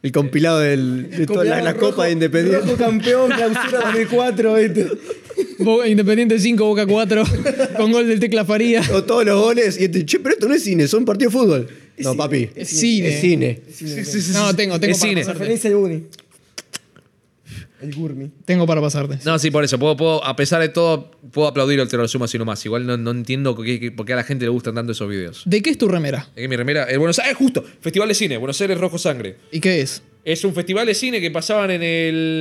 el compilado del, de toda la, la Rojo- copa de independiente. Rojo campeón, clausura 2004, ¿viste? Bo- Independiente 5, Boca 4, con gol del Tecla Faría. O todos los goles. Y este, che, pero esto no es cine, son partidos de fútbol. No, papi. es cine. Es cine. Sí, sí, sí, sí. No, tengo, tengo Es para cine. pasarte. Referencia de Uni. el Gurmi. Tengo para pasarte. No, sí, por eso. Puedo, puedo- a pesar de todo, puedo aplaudir el Te lo resumo así nomás. Igual no, no entiendo qué- qué- por qué a la gente le gustan tanto esos videos. ¿De qué es tu remera? Es que mi remera. eh, Buenos Aires, justo. Festival de cine, Buenos Aires Rojo Sangre. ¿Y qué es? Es un festival de cine que pasaban en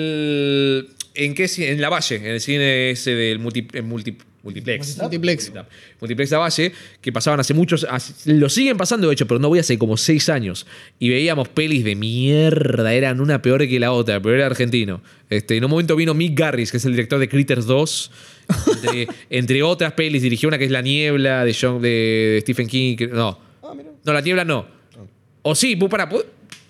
el. ¿En qué cine? En La Valle, en el cine ese del multi- en multi- multiplex. Multiplex. Multiplex La Valle, que pasaban hace muchos. hace- lo siguen pasando, de hecho, pero no voy hace como seis años. Y veíamos pelis de mierda, eran una peor que la otra, pero era argentino. Este, en un momento vino Mick Garris, que es el director de Critters 2. Entre, entre otras pelis, dirigió una que es La Niebla de, John, de, de Stephen King. que- no. Ah, No, La Niebla no. O sí, bu- para, bu-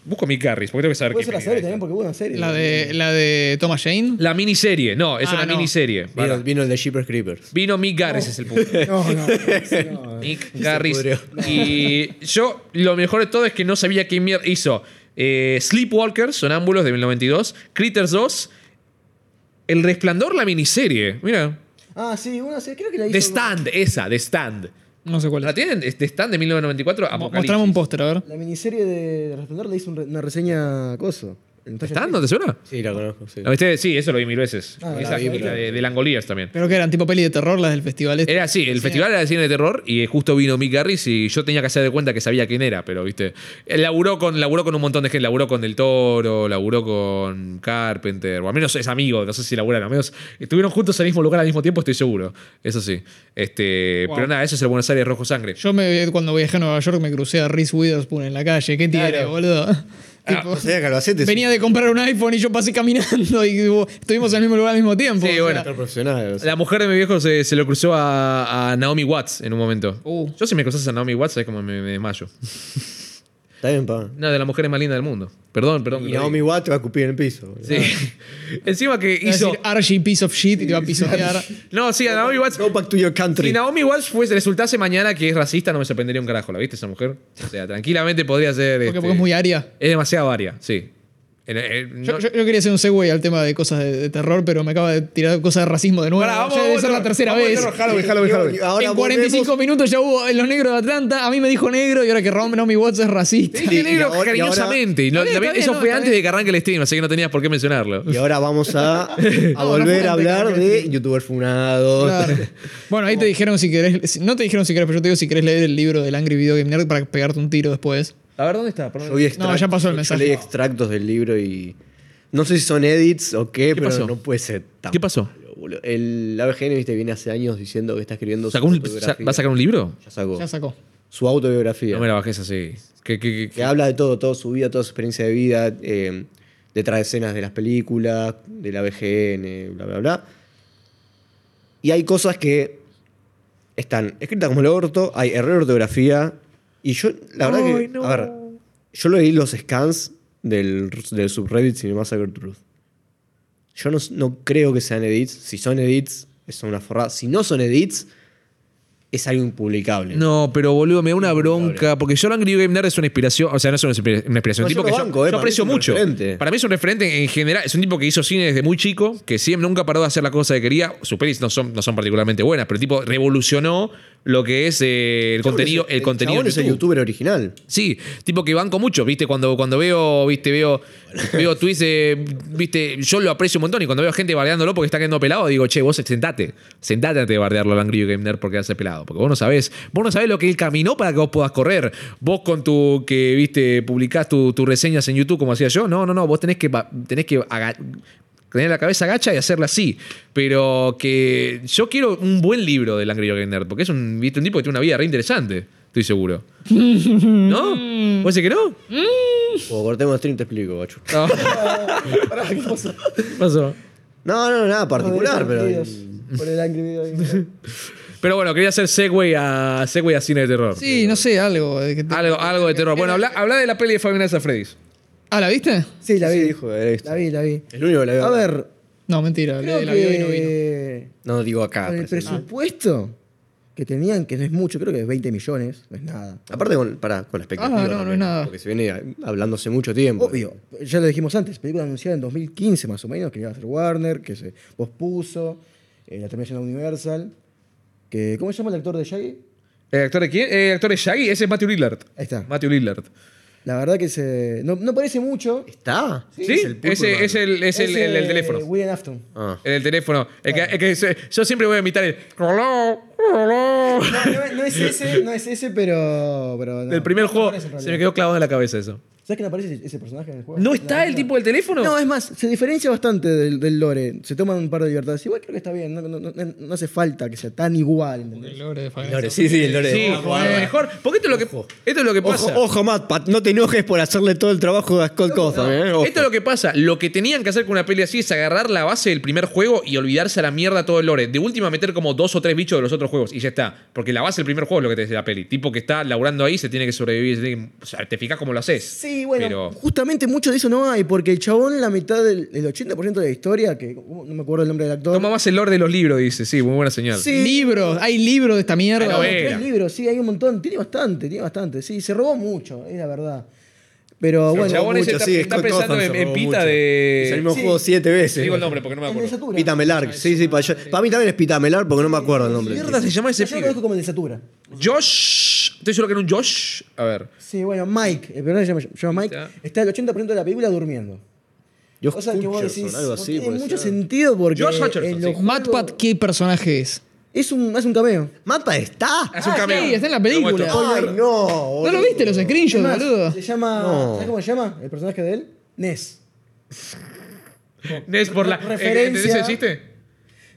busco Mick Garris, porque tengo que saber Puede qué ser la peli serie era también, esta. porque hubo una serie. La de, la de Thomas Jane. La miniserie, no, es Ah, una no. miniserie. Vino, vino el de Jeepers Creepers. Vino Mick Garris, es el punto. No, no. no, no. Nick Y se Garris. pudrió. Y yo, lo mejor de todo es que no sabía quién mier- hizo. eh, Sleepwalker, Sonámbulos de 1992, Critters 2, El Resplandor, la miniserie. Mira, Ah, sí, una serie. Creo que la hizo. The Stand, esa, The Stand. No sé cuál ¿La es. tienen? Es The Stand de 1994. Mo- Apocalipsis. Mostrame un póster, a ver. La miniserie de Resplandor le hizo un re- una reseña eh, coso. ¿The Stand? ¿No te suena? Sí, la conozco. Sí. ¿La viste? Sí, eso lo vi mil veces. Ah, Esa la vi, la pero- de, de Langoliers también. Pero que eran tipo peli de terror las del festival este. Era así, el festival era de cine de terror y justo vino Mick Garris y yo tenía que hacer de cuenta que sabía quién era, pero viste. Él laburó con, laburó con un montón de gente, laburó con Del Toro, laburó con Carpenter, o al menos es amigo, no sé si laburan, al menos estuvieron juntos en el mismo lugar al mismo tiempo, estoy seguro. Eso sí. Este, Wow. Pero nada, eso es el Buenos Aires Rojo Sangre. Yo me, eh, cuando viajé a Nueva York me crucé a Reese Witherspoon en la calle. ¿Qué tiene, Claro. boludo? Ah, Tipo, No sabía Ah, que Albacete es venía de comprar un iPhone y yo pasé caminando y tipo, estuvimos en el mismo lugar al mismo tiempo. Sí, o sea, bueno. un profesional. o sea. La mujer de mi viejo se, se lo cruzó a, a Naomi Watts en un momento. Uh. Yo si me cruzas a Naomi Watts es como me, me desmayo. Está bien, pa. Una de las mujeres más lindas del mundo. Perdón, perdón. que Y lo Naomi Watt te va a escupir en el piso. boludo. diga. Sí. Encima que te va a hizo... decir, ah. RG piece of shit y te va a pisotear. No, sí, a Naomi Watts. Go back to your country. Si Naomi Watts fuese, resultase mañana que es racista, no me sorprendería un carajo. ¿La viste esa mujer? O sea, tranquilamente podría ser. Porque, este, porque es muy aria. es demasiado aria, sí. En- en- Yo, no- yo- yo quería hacer un segue al tema de cosas de, de terror, pero me acaba de tirar cosas de racismo de nuevo. Pará, vamos, ya debe vamos, ser la otro- tercera vamos, vez. otro- Halloween, Halloween, Halloween. Ahora en 45 volvemos- minutos ya hubo en los negros de Atlanta. A mí me dijo negro y ahora que Rom Naomi Watts es racista. Te dije y negro ahora- y ahora- cariñosamente. y no- Está bien, también- está eso bien, fue no, está antes bien. de que arranque el stream, así que no tenías por qué mencionarlo. Y ahora vamos a, a volver no a fue hablar antes, de youtuber funados. Claro. Bueno, ahí te dijeron si querés. si- No te dijeron si querés, pero yo te digo si querés leer el libro del Angry Video Game Nerd para pegarte un tiro después. A ver, ¿dónde está? Yo vi extractos, ya pasó el yo mensaje. leí extractos del libro y no sé si son edits o qué, pero pasó? no puede ser tan ¿Qué pasó? malo, boludo. El ABGN, viste, viene hace años diciendo que está escribiendo ¿Sacó un- sa- autobiografía. ¿Va a sacar un libro? Ya sacó. Ya sacó. Su autobiografía. No me la bajes así. ¿Qué, qué- que qué- habla de todo, toda su vida, toda su experiencia de vida, eh, detrás de escenas de las películas, de la BGN, bla, bla, bla. Y hay cosas que están escritas como el orto, hay error de ortografía, y yo, la verdad Ay, que, no. a ver, yo leí los scans del, del subreddit Cinemassacre Truth. Yo no, no creo que sean edits. Si son edits, es una forrada. Si no son edits, es algo impublicable. No, pero boludo, me da una bronca. Porque yo, el Angry Game Nerd es una inspiración. O sea, no es una inspira- una inspiración. No, un tipo yo lo que yo- banco, eh, yo, para mí aprecio es un mucho. referente. Para mí es un referente en general. Es un tipo que hizo cine desde muy chico, que siempre nunca paró de hacer la cosa que quería. Sus pelis no son, no son particularmente buenas, pero el tipo revolucionó lo que es eh, el contenido. El, contenido chabón en es el YouTube. youtuber original. Sí, tipo que banco mucho, viste, cuando, cuando veo, viste, veo, veo tweets de- viste, yo lo aprecio un montón y cuando veo gente bardeándolo porque está quedando pelado, digo, che, vos sentate, sentate antes de bardearlo al Angry Game Nerd porque hace pelado, porque vos no sabés, vos no sabés lo que él caminó para que vos puedas correr, vos con tu, que, viste, publicás tu- tus reseñas en YouTube como hacía yo, no, no, no, vos tenés que, pa- tenés que aga- tener la cabeza gacha y hacerla así. Pero que yo quiero un buen libro del Angry Yoga Nerd, porque es un, viste, un tipo que tiene una vida re interesante, estoy seguro. ¿No? ¿Vos decís que no? O cortemos stream, te explico, guacho. No. Pará, ¿qué pasó? Pasó. No, no, nada particular, Joder, pero. Dios, Por el Angry Video Game. Pero bueno, quería hacer segue a, segue a cine de terror. Sí, no sé, algo. de que te- Eh, Algo, algo de terror. Bueno, habla, habla de la peli de Five Nights at Freddy's. Ah, ¿la viste? Sí, la Sí, vi. dijo, era esto. La vi, la vi. El único que la veo. A ver, No, mentira. creo la vio y no vino. que No, digo acá. con el parece. presupuesto que tenían, que no es mucho, creo que es 20 millones, no es nada. Ah. Aparte, con, pará, con la expectativa. Ah, no, no también, es nada. Porque se viene hablando hace mucho tiempo. Obvio, ya lo dijimos antes, película anunciada en 2015 más o menos, que iba a ser Warner, que se pospuso, eh, la terminación Universal. Que, ¿Cómo se llama el actor de Shaggy? Eh, ¿El actor de quién? Eh, ¿El actor de Shaggy? Ese es Matthew Lillard. Ahí está. Matthew Lillard. La verdad que se, no, no parece mucho. ¿Está? Sí, ese es el, es el, el- el eh, teléfono. William Afton. Ah. El Ah. del teléfono. El que, el que se- yo siempre voy a imitar el. "Roló, roló". No, no, no es ese, no es ese, pero. pero no. Del primer No juego. aparece en Se me realidad. quedó clavado en la cabeza eso. ¿Sabes que no aparece ese personaje en el juego? ¿No está el tipo del teléfono? No, es más, se diferencia bastante del, del lore. Se toman un par de libertades. Igual creo que está bien, no, no- no- no hace falta que sea tan igual. ¿entendés? El lore de Final Lore, Fantasy. sí, sí, el lore. Sí, de- bueno, mejor. Porque esto es lo que, esto es lo que Ojo, pasa. ojo, Matt, Pat, no te enojes por hacerle todo el trabajo a Scott Cawthon, ¿eh? Ojo. Esto es lo que pasa. Lo que tenían que hacer con una peli así es agarrar la base del primer juego y olvidarse a la mierda todo el lore. De última, meter como dos o tres bichos de los otros juegos y ya está. Porque la base del primer juego es lo que te dice la peli. Tipo que está laburando ahí, se tiene que sobrevivir. se tiene que- o sea, te fijas cómo lo haces. Sí, bueno, Pero- justamente mucho de eso no hay, porque el chabón, la mitad del el 80% de la historia, que uh, no me acuerdo el nombre del actor. Toma más el lore de los libros, dice. Sí, muy buena señal. Sí. Libros, hay libros de esta mierda. Hay Como novelas. tres libros, sí, hay un montón. Tiene bastante, tiene bastante. Sí, se robó mucho, es la verdad. Pero El bueno, chabón ese Mucho, está, sí, está Scott pensando Cawthon en, se en robó Pita mucho. Es el de. mismo Sí. juego siete veces. Digo el nombre porque no me el de acuerdo. Satura. Pita Melark. Sí, sí, pa- yo- para mí también es Pita Melark porque no me acuerdo el nombre. mierda se llama ese Yo lo pibe? conozco como el de Satura. Josh. Estoy seguro que era un Josh. A ver. Sí, bueno, Mike, el personaje se llama, se llama Mike, Ya. está el 80% de la película durmiendo. Yo Cosa que vos escucho decís, eso, algo no así, tiene puede mucho ser. sentido porque George Hutcherson, en sí. los Matt juegos- Pat, ¿qué personaje es? es un, es un cameo. ¿Mapa está? Hace un Ah, cameo. sí, está en la Lo muestro. película. Ay, no. ¿No lo boludo. viste los Es screenshots, más, boludo? Se llama, No. ¿sabes cómo se llama el personaje de él? Ness. Nes por la. eh, Referencia. ¿Entendés el chiste?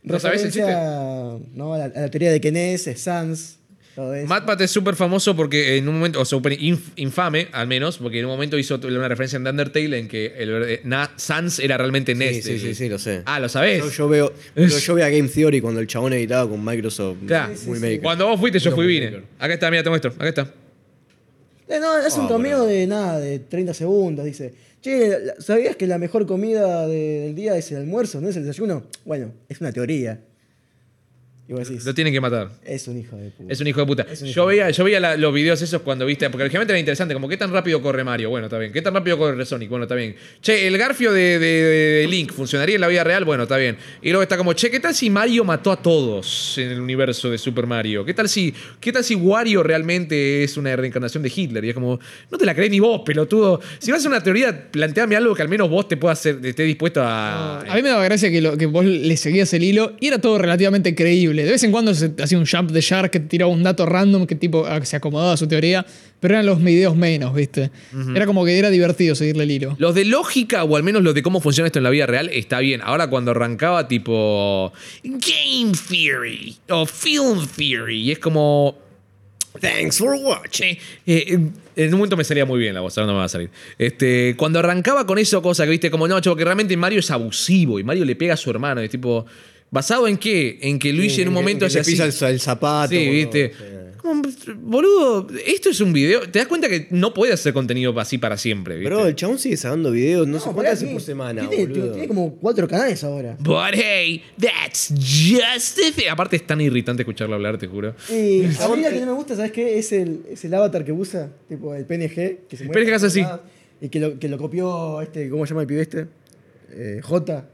¿No sabés el chiste? Referencia, No, a la, a la teoría de que Ness es Sans, todo eso. Matpat es súper famoso porque en un momento, o sea, súper inf- infame al menos, porque en un momento hizo una referencia en Undertale en que el, eh, Na- Sans era realmente Ness. sí, sí, sí, lo sé. Ah, lo sabés. Yo, yo veo, yo, yo veo a Game Theory cuando el chabón editaba con Microsoft. Claro. Muy maker. Cuando vos fuiste, yo fui vine. Acá está, mira, te muestro. Acá está. Eh, no, es un Ah, cameo bueno. de nada, de 30 segundos. Dice, che, la- ¿sabías que la mejor comida de- del día es el almuerzo, no es el desayuno? Bueno, es una teoría. Y vos decís, Lo tienen que matar. es un hijo de puta. Es un hijo de puta. un Yo veía, yo veía la- los videos esos cuando viste, porque originalmente era interesante, como qué tan rápido corre Mario, bueno, está bien. ¿Qué tan rápido corre Sonic? Bueno, está bien. Che, el garfio de, de- de Link funcionaría en la vida real, bueno, está bien. Y luego está como, che, ¿qué tal si Mario mató a todos en el universo de Super Mario? ¿Qué tal si, qué tal si Wario realmente es una reencarnación de Hitler? Y es como, no te la crees ni vos, pelotudo. Si vas a hacer una teoría, planteame algo que al menos vos te puedas hacer, esté dispuesto Ah, a. eh, A mí me daba gracia que, lo- que vos le seguías el hilo y era todo relativamente creíble. De vez en cuando se hacía un jump de shark que tiraba un dato random que tipo ah, se acomodaba a su teoría, pero eran los videos menos, ¿viste? Era como que era divertido seguirle el hilo. Los de lógica, o al menos los de cómo funciona esto en la vida real, está bien. Ahora cuando arrancaba tipo Game Theory o Film Theory, y es como... Thanks for watching. Che, eh, eh, en un momento me salía muy bien la voz, ahora no me va a salir. Este, cuando arrancaba con eso, cosa que viste como, no, chavo, que realmente Mario es abusivo y Mario le pega a su hermano. Y es tipo, ¿basado en qué? En que Luigi en un momento se hace así. pisa el, el zapato. Sí, boludo. viste. Como, boludo, esto es un video. Te das cuenta que no puede hacer contenido así para siempre. ¿viste? Bro, el chabón sigue sacando videos, no, No, sé cuántas pará, hace sí. por semana, Tiene, este, boludo. tiene como cuatro canales ahora. But hey, that's just the thing. Aparte es tan irritante escucharlo hablar, te juro. Y a mí la que no me gusta, ¿sabes qué? Es el, es el avatar que usa, tipo el PNG. Que se mueve PNG que hace así. Y que lo, que lo copió, este, ¿cómo se llama el pibe este? Eh, J.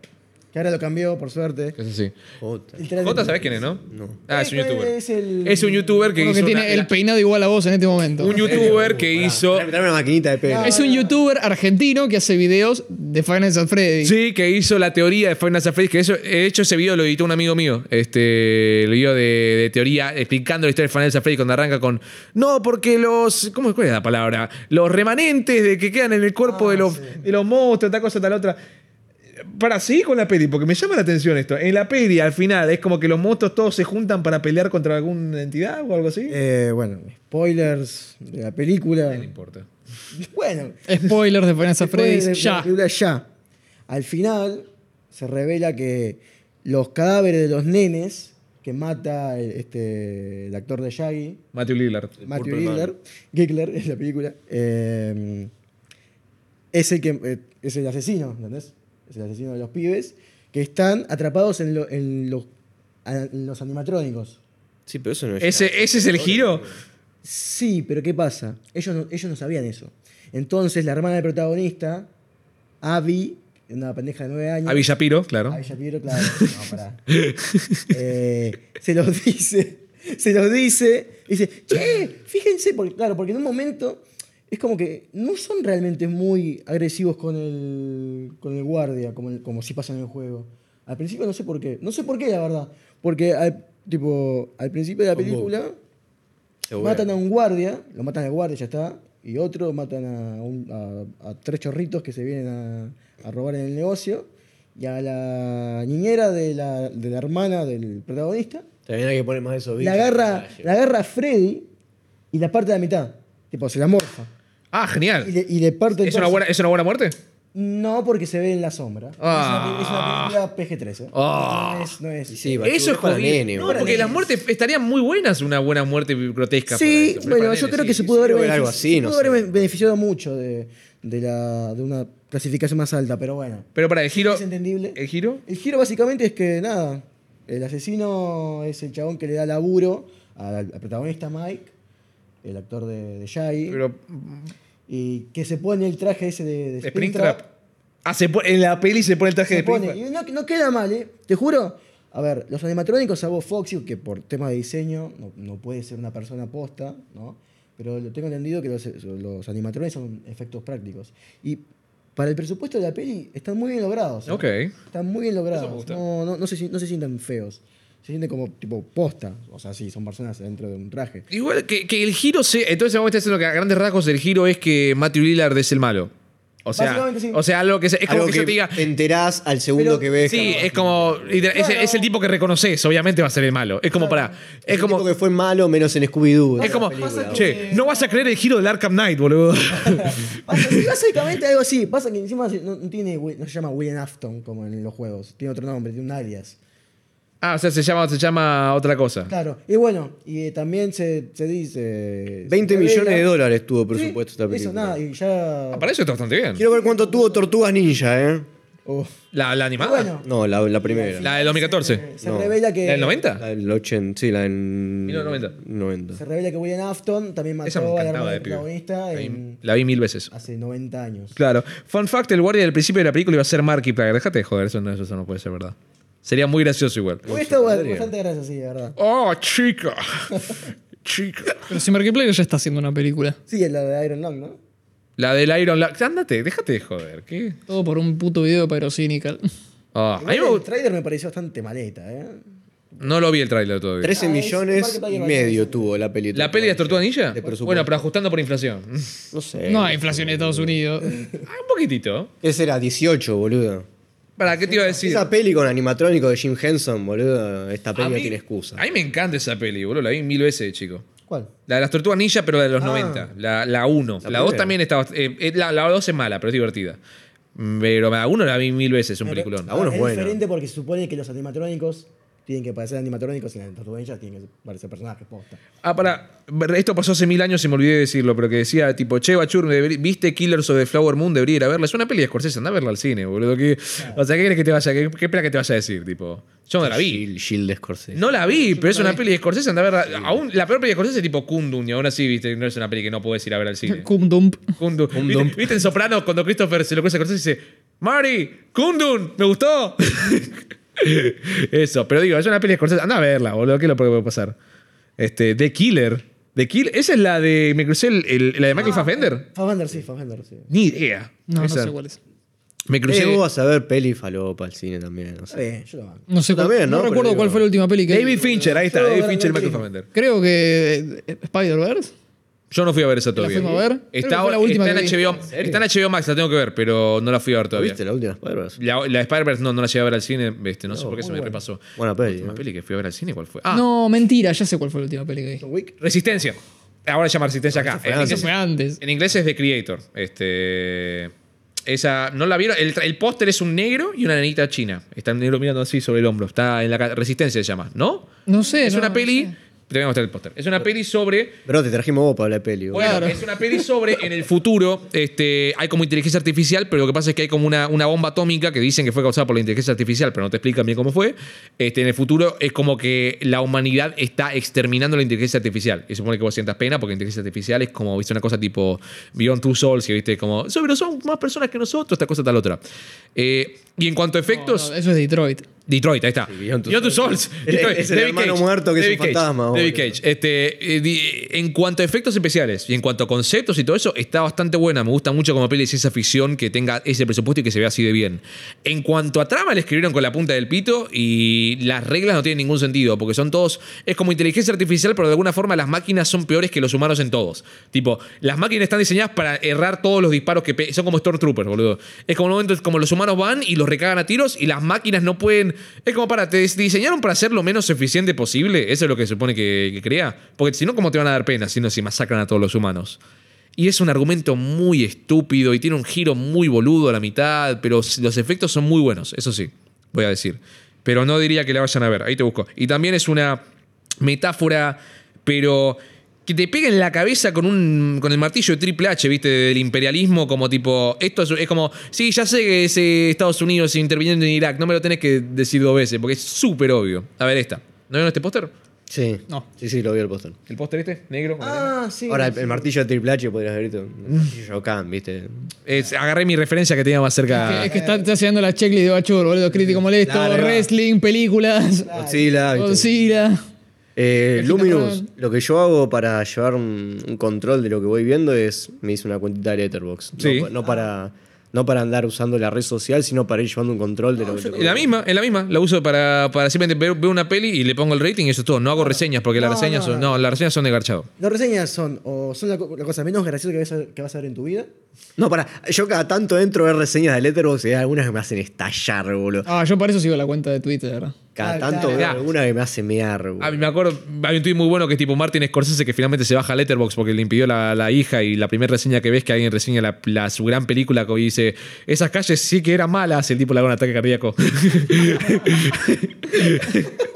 Que ahora lo cambió, por suerte. Es así. Jota. Literalmente. Jota, ¿sabés quién es, no? No. Ah, es un Es- youtuber. Eh, es el- Es un youtuber que Uno hizo. que tiene una- el la- peinado igual a vos en este momento. un youtuber que hizo. Dame dame una maquinita de pelo. Es un youtuber argentino que hace videos de Finance at Freddy. Sí, que hizo la teoría de Final Fantasy que eso, de hecho ese video lo editó un amigo mío, este, lo video de, de teoría explicando la historia de Final Fantasy cuando arranca con, no, porque los, ¿cómo cuál es la palabra? Los remanentes de que quedan en el cuerpo Ah, de, los, de los monstruos, tal cosa, tal otra. Para seguir con la peli, porque me llama la atención esto. En la peli, al final, es como que los monstruos todos se juntan para pelear contra alguna entidad o algo así. Eh, bueno, spoilers de la película. No importa. Bueno, Spoilers de Finance at después Freddy. de- de la Ya. película ya. Al final se revela que los cadáveres de los nenes que mata el, este, el actor de Shaggy, Matthew Lillard. Matthew Purple Man. Giggler, Giggler en la película, eh, es, el que, eh, es el asesino, ¿entendés? Es el asesino de los pibes que están atrapados en, lo- en los- en los animatrónicos. Sí, pero eso no es. ¿Ese, ¿Ese es el giro? Sí, pero ¿qué pasa? Ellos no, ellos no sabían eso. Entonces, la hermana del protagonista, Abby, una pendeja de nueve años. A Villapiro, claro. Abby Shapiro, claro. No, pará. Eh, se los dice. Se los dice. Dice, che, fíjense, porque, claro, porque en un momento es como que no son realmente muy agresivos con el, con el guardia, como, el- como si pasa en el juego. Al principio no sé por qué. No sé por qué, la verdad. Porque al, tipo, al principio de la Con Bob. película matan a un guardia, lo matan al guardia, ya está. Y otro matan a, un- a- a tres chorritos que se vienen a, a robar en el negocio. Y a la niñera de la, de la hermana del protagonista. También hay que poner más de esos bichos. La agarra, Rayo. la agarra a Freddy y la parte de la mitad. Tipo, se la morfa. Ah, Y genial. le, y le parte el ¿Es una, torso. buena, ¿Es una buena muerte? No, porque se ve en la sombra. Ah. Es, una, pe- es una película PG-13. Ah. No es. No es Y sí, va- Eso es para jodido. nene, no, boludo. porque las muertes estarían muy buenas una buena muerte grotesca. para Sí, eso, pero bueno, para yo nene, creo sí, que se sí, pudo sí, haber, debe haber algo benefici- así, se no pudo haber sé. ben- beneficiado mucho de, de la, de una clasificación más alta, pero bueno. Pero para el giro. Es entendible. ¿El giro? El giro básicamente es que, nada, el asesino es el chabón que le da laburo al, al protagonista Mike, el actor de, de Shaggy, Pero. y que se pone el traje ese de, de Springtrap. Ah, se pone- en la peli se pone el traje de Se pone, Springtrap. y no, no queda mal, ¿eh? Te juro. A ver, los animatrónicos, salvo Foxy, que por tema de diseño no, no puede ser una persona posta, ¿no? Pero lo tengo entendido que los, los animatrones son efectos prácticos. Y para el presupuesto de la peli están muy bien logrados. ¿eh? Ok. Están muy bien Eso me logrados. gusta. No, no, no, se, si- no se sienten feos. Se sienten como tipo posta. O sea, sí, son personas dentro de un traje. Igual que, que el giro se. Entonces vamos a estar diciendo que a grandes rasgos el giro es que Matthew Lillard es el malo. O sea, Básicamente sí. o sea algo que se- es como Algo que, que yo te diga. te enterás al segundo Pero- que ves. Sí, capaz. es como. literal- Es, Claro. es el tipo que reconoces, obviamente va a ser el malo. Es como para. Es El tipo como. que fue malo menos en Scooby-Doo. de Es la como. película, boludo. Che, no vas a creer el giro del Arkham Knight, boludo. Pasa- sí, básicamente algo así. Pasa que encima no, no tiene, Wi- no se llama William Afton como en los juegos. Tiene otro nombre, tiene un alias. ah, o sea, se llama, se llama otra cosa. Claro, y bueno, y eh, también se, se dice... 20 se millones de revela- dólares tuvo Sí, presupuesto esta película. Eso, nada, y ya... Ah, para eso está bastante bien. Quiero ver cuánto tuvo Tortugas Ninja, ¿eh? Uf. La, la animada. Bueno. No, la, la primera. La del 2014. Se No. revela que... ¿La del 90? La del 80, sí, la en... 1990. 90. Se revela que William Afton también Esa me mató a la encantaba hermana de del pibe. protagonista La vi, en- la vi mil veces. Ah. hace 90 años. Claro. Fun fact, el guardia del principio de la película iba a ser Markiplier. Déjate de joder, eso no, eso no puede ser verdad. Sería muy gracioso igual. Hubiera estado bastante gracias, sí, la verdad. ¡Oh, chica! chica. Pero si Markiplier ya está haciendo una película. Sí, la de Iron Lung, ¿no? La del Iron Lad. Ándate, déjate de joder. ¿Qué? Todo por un puto video de Pyrocinical. Ah, a Igual mí me el gust- trailer me pareció bastante maleta, ¿eh? No lo vi el tráiler todavía. 13 Ah, es- millones Market Value y Value. medio tuvo la peli. ¿La peli de las Tortugas Ninja? De presupuesto. bueno, pero ajustando por inflación. Ah, No sé. No hay inflación en Estados Unidos. un poquitito. Ese era 18, boludo. ¿Para qué te iba a decir? Esa peli con animatrónico de Jim Henson, boludo. Esta peli A no mí- tiene excusa. A mí me encanta esa peli, boludo. La vi mil veces, de chico. ¿Cuál? La de las Tortugas Ninja, pero la de los Ah. 90. La, la 1. La La 2 primera. también está... bast- eh, eh, la, la 2 es mala, pero es divertida. Pero la 1 la vi mil veces, un peliculón. La uno es buena. diferente porque se supone que los animatrónicos tienen que parecer animatrónicos y las tortugas tienen que parecer personajes posta. Ah, para. Esto pasó hace mil años y me olvidé de decirlo, pero que decía, tipo, che, Bachur, deberi- ¿viste Killers of the Flower Moon? Debería ir a verla. Es una peli de Scorsese, anda a verla al cine, boludo. que- O sea, ¿qué crees que te vaya? ¿Qué, qué espera que te vaya a decir? Tipo, yo no la vi. Gil, Gil de Scorsese. No la vi, pero es una peli de Scorsese, anda a verla. Aún la peor peli de Scorsese es tipo Kundun, y ahora sí, viste, no es una peli que no puedes ir a ver al cine. Cum dump. Kundun. ¿Viste, viste en Soprano cuando Christopher se lo cruza a Scorsese y dice, Mari, Kundun, me gustó? Eso, pero digo, es una peli de Scorsese. Anda a verla, boludo, ¿qué es lo que puede pasar? Este, The Killer. The Killer. Esa es la de. Me crucé el, el- la de Michael Fassbender. Fassbender sí, Fassbender sí. Ni idea. Ah. No, Esa. no sé cuál es. Me Eh, crucé. vos vas a ver peli falopa al cine también. No Está sé. bien, yo lo banco. No sé cuál. También, ¿no? no, Pero recuerdo digo- cuál fue la última peli que. David Fincher, ahí está, Yo, David la Fincher y peli. Michael Fassbender. Creo que. eh, ¿Spider-Verse? Yo no fui a ver esa todavía. fuimos a ver? Creo que Está, fue la última está en que vi. HBO, está en HBO Max, la tengo que ver, pero no la fui a ver ¿Lo todavía. viste la última Spider-Verse? La, la de Spider-Verse no, no la llegué a ver al cine, este, no, sé por qué se me bueno. repasó. Buena peli, La ¿eh? peli que fui a ver al cine, ¿cuál fue? Ah, No, mentira, ya sé cuál fue la última peli que vi. John Wick. Resistencia. Ahora se llama Resistencia acá. En Eso inglés, Ah, fue antes. en inglés es The Creator. Este, esa, ¿no la vieron? El, tra- el póster es un negro y una nenita china. Está el negro mirando así sobre el hombro. Está en la ca- Resistencia se llama, ¿no? No sé. es no, una no peli... sé. Te voy a mostrar el póster. Es una peli sobre Pero te trajimos vos para la peli. boludo. Bueno, Claro. es una peli sobre en el futuro este, hay como inteligencia artificial, pero lo que pasa es que hay como una, una bomba atómica que dicen que fue causada por la inteligencia artificial, pero no te explican bien cómo fue. Este, en el futuro es como que la humanidad está exterminando la inteligencia artificial. Y supone que vos sientas pena porque la inteligencia artificial es como, viste, una cosa tipo Beyond Two Souls, que viste, como, "Sí, pero son más personas que nosotros, esta cosa, tal otra. Eh, y en cuanto a No, efectos, no, eso es Detroit. Detroit, ahí está. Beyond Two Beyond Two Souls. Es- Detroit, es el David hermano Cage. muerto que es un David Cage, fantasma, boludo. David Cage. Este, eh, di- en cuanto a efectos especiales y en cuanto a conceptos y todo eso, está bastante buena. Me gusta mucho como peli de ciencia ficción que tenga ese presupuesto y que se vea así de bien. En cuanto a trama, le escribieron con la punta del pito y las reglas no tienen ningún sentido porque son todos. Es como inteligencia artificial, pero de alguna forma las máquinas son peores que los humanos en todos. Tipo, las máquinas están diseñadas para errar todos los disparos que. pe- Son como Stormtroopers, boludo. Es como un momento, es como los humanos van y los recagan a tiros y las máquinas no pueden. Es como para, te dis- diseñaron para ser lo menos eficiente posible. Eso es lo que supone que, que crea. Porque si no, ¿cómo te van a dar pena si no si masacran a todos los humanos? Y es un argumento muy estúpido y tiene un giro muy boludo a la mitad, pero s- los efectos son muy buenos, eso sí, voy a decir. Pero no diría que la vayan a ver, ahí te busco. Y también es una metáfora, pero que te pega en la cabeza con un con el martillo de Triple H, ¿viste? Del imperialismo, como tipo, esto es, es como, sí, ya sé que es eh, Estados Unidos interviniendo en Irak, no me lo tenés que decir dos veces, porque es súper obvio. A ver, esta. ¿No vieron este póster? Sí. No. Sí, sí, lo vi el póster. ¿El póster este? ¿Negro? con la arena. Ah, sí. Ahora, el, sí. el martillo de Triple H podrías haber visto. El martillo Khan, ¿viste? Es- agarré mi referencia que tenía más cerca. Es que está, está haciendo la checklist de Bachur, boludo. Crítico molesto, Dale, va. wrestling, películas, Ah, Godzilla, ¿viste? Godzilla. Eh, Imagino, Luminous, perdón. lo que yo hago para llevar un, un control de lo que voy viendo es, me hice una cuentita de Letterboxd. No Sí. pa- No, para, no para andar usando la red social, sino para ir llevando un control de lo que... Es la misma, es la misma. La uso para, para simplemente ver, ver una peli y le pongo el rating y eso es todo. No hago reseñas porque las No, reseñas no, son. no. No, las reseñas son de garchado. Las reseñas son, o son la, co- la cosa menos graciosa que vas, a, que vas a ver en tu vida. No, para, yo cada tanto entro a ver reseñas de Letterboxd y hay algunas que me hacen estallar, boludo. Ah, yo para eso sigo la cuenta de Twitter. Cada Ah, tanto claro. veo alguna que me hace mear, boludo. A mí Ah, me acuerdo, hay un tweet muy bueno que es tipo Martin Scorsese que finalmente se baja a Letterboxd porque le impidió la, la hija y la primera reseña que ves que alguien reseña la, la- su gran película que dice: Esas calles sí que eran malas. El tipo le da un ataque cardíaco.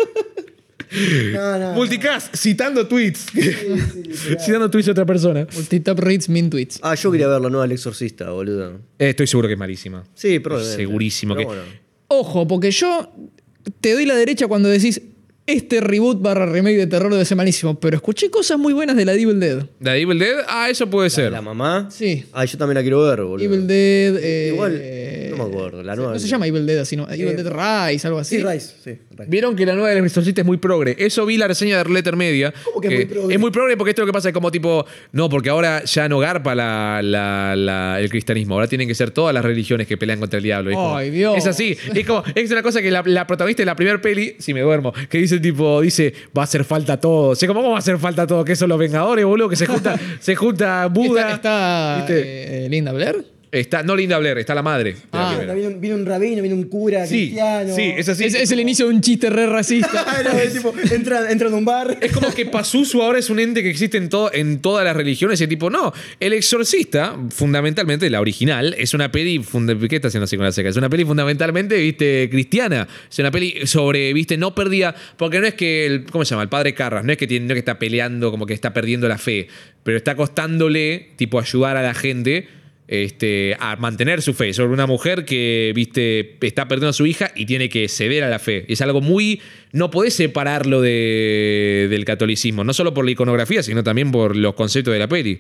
No, no. Multicast, citando tweets. citando tweets de otra persona. Multitap reads min tweets. Ah, yo quería ver la nueva El Exorcista, boludo. Eh, estoy seguro que es malísima. Sí, probablemente. Segurísimo Pero que- bueno. Ojo, porque yo te doy la derecha cuando decís este reboot barra remake de terror debe ser malísimo, pero escuché cosas muy buenas de la Evil Dead. ¿La de Evil Dead? Ah, eso puede ser. ¿La mamá? Sí. Ah, yo también la quiero ver, boludo. Evil Dead. eh, Igual, no me acuerdo, la nueva. No se llama Evil Dead así, ¿no? Evil Dead Rise, algo así. Sí, Rice, sí. Rice. Vieron que la nueva del Exorcista es muy progre. Eso vi la reseña de Letter Media. ¿Cómo que es muy progre? Es muy progre porque esto lo que pasa es como tipo, no, porque ahora ya no garpa la- la- la- el cristianismo. Ahora tienen que ser todas las religiones que pelean contra el diablo. Y es como- Ay, Dios. Es así. Es como, es una cosa que la, la protagonista de la primera peli, si me duermo, que dice tipo, dice, va a hacer falta todo. O sea, ¿cómo va a hacer falta todo? Que son los vengadores, boludo, que se junta, se junta Buda. Está, está, ¿Viste? eh, Linda Blair. Está- no Linda Blair, está la madre. de la Ah. primera. Viene, un, viene un rabino, viene un cura Sí, cristiano. sí, es así. es, es el inicio de un chiste re racista. Ah, no, es tipo, entra, entra en un bar. Es como que Pazuzu ahora es un ente que existe en, todo, en todas las religiones. Y el tipo, no. El Exorcista, fundamentalmente, la original, es una peli. funda- ¿Qué está haciendo así con la seca? Es una peli fundamentalmente, viste, cristiana. Es una peli sobre, viste, no perdía. Porque no es que. El, ¿Cómo se llama? El padre Carras. No es que, tiene, no es que está peleando, como que está perdiendo la fe. Pero está costándole, tipo, ayudar a la gente este, a mantener su fe sobre una mujer que, viste, está perdiendo a su hija y tiene que ceder a la fe. Es algo muy... No podés separarlo de- del catolicismo, no solo por la iconografía, sino también por los conceptos de la peli.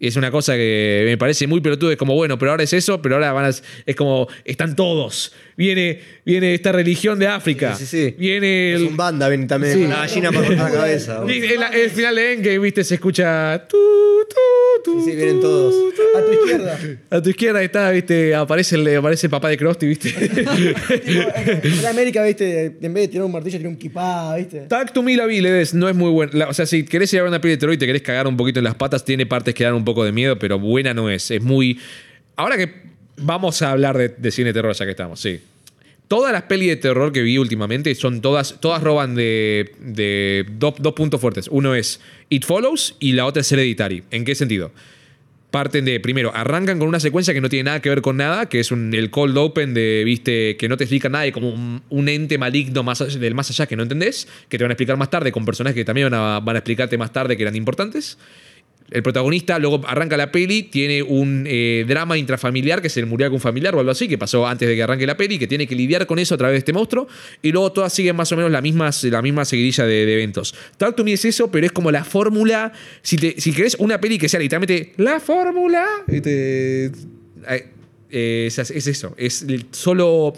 Es una cosa que me parece muy pelotuda. Es como, bueno, pero ahora es eso, pero ahora van a... Es como, están todos. Viene, viene esta religión de África. Sí, sí, sí. Viene Es el, un banda, ven también. Una gallina para cortar la cabeza. boludo. y el- el final de Endgame, viste, se escucha... tu, tu, tu, Sí, sí, vienen todos. A tu izquierda. a tu izquierda está, viste, aparece el, aparece el papá de Krusty, viste. Tipo, eh, en América, viste, en vez de tirar un martillo, tira un kipá, viste. Tag to me la vi, le des, no es muy buena. La- o sea, si querés ir a ver una peli de terror y te querés cagar un poquito en las patas, tiene partes que dan un poco de miedo, pero buena no es. Es muy. Ahora que vamos a hablar de, de cine de terror, ya que estamos, sí. Todas las pelis de terror que vi últimamente son todas, todas roban de, de do- dos puntos fuertes. Uno es It Follows y la otra es Hereditary. ¿En qué sentido? parten de, primero, arrancan con una secuencia que no tiene nada que ver con nada, que es un- el cold open de, viste, que no te explica nada y como un, un ente maligno más allá- del más allá que no entendés, que te van a explicar más tarde con personajes que también van a, van a explicarte más tarde que eran importantes. El protagonista luego arranca la peli, tiene un eh, drama intrafamiliar que se le murió algún familiar o algo así, que pasó antes de que arranque la peli, que tiene que lidiar con eso a través de este monstruo, y luego todas siguen más o menos la misma, la misma seguidilla de, de eventos. Talk to Me es eso, pero es como la fórmula, si, te, si querés una peli que sea literalmente la fórmula, este, eh, eh, es, es eso, es el- solo...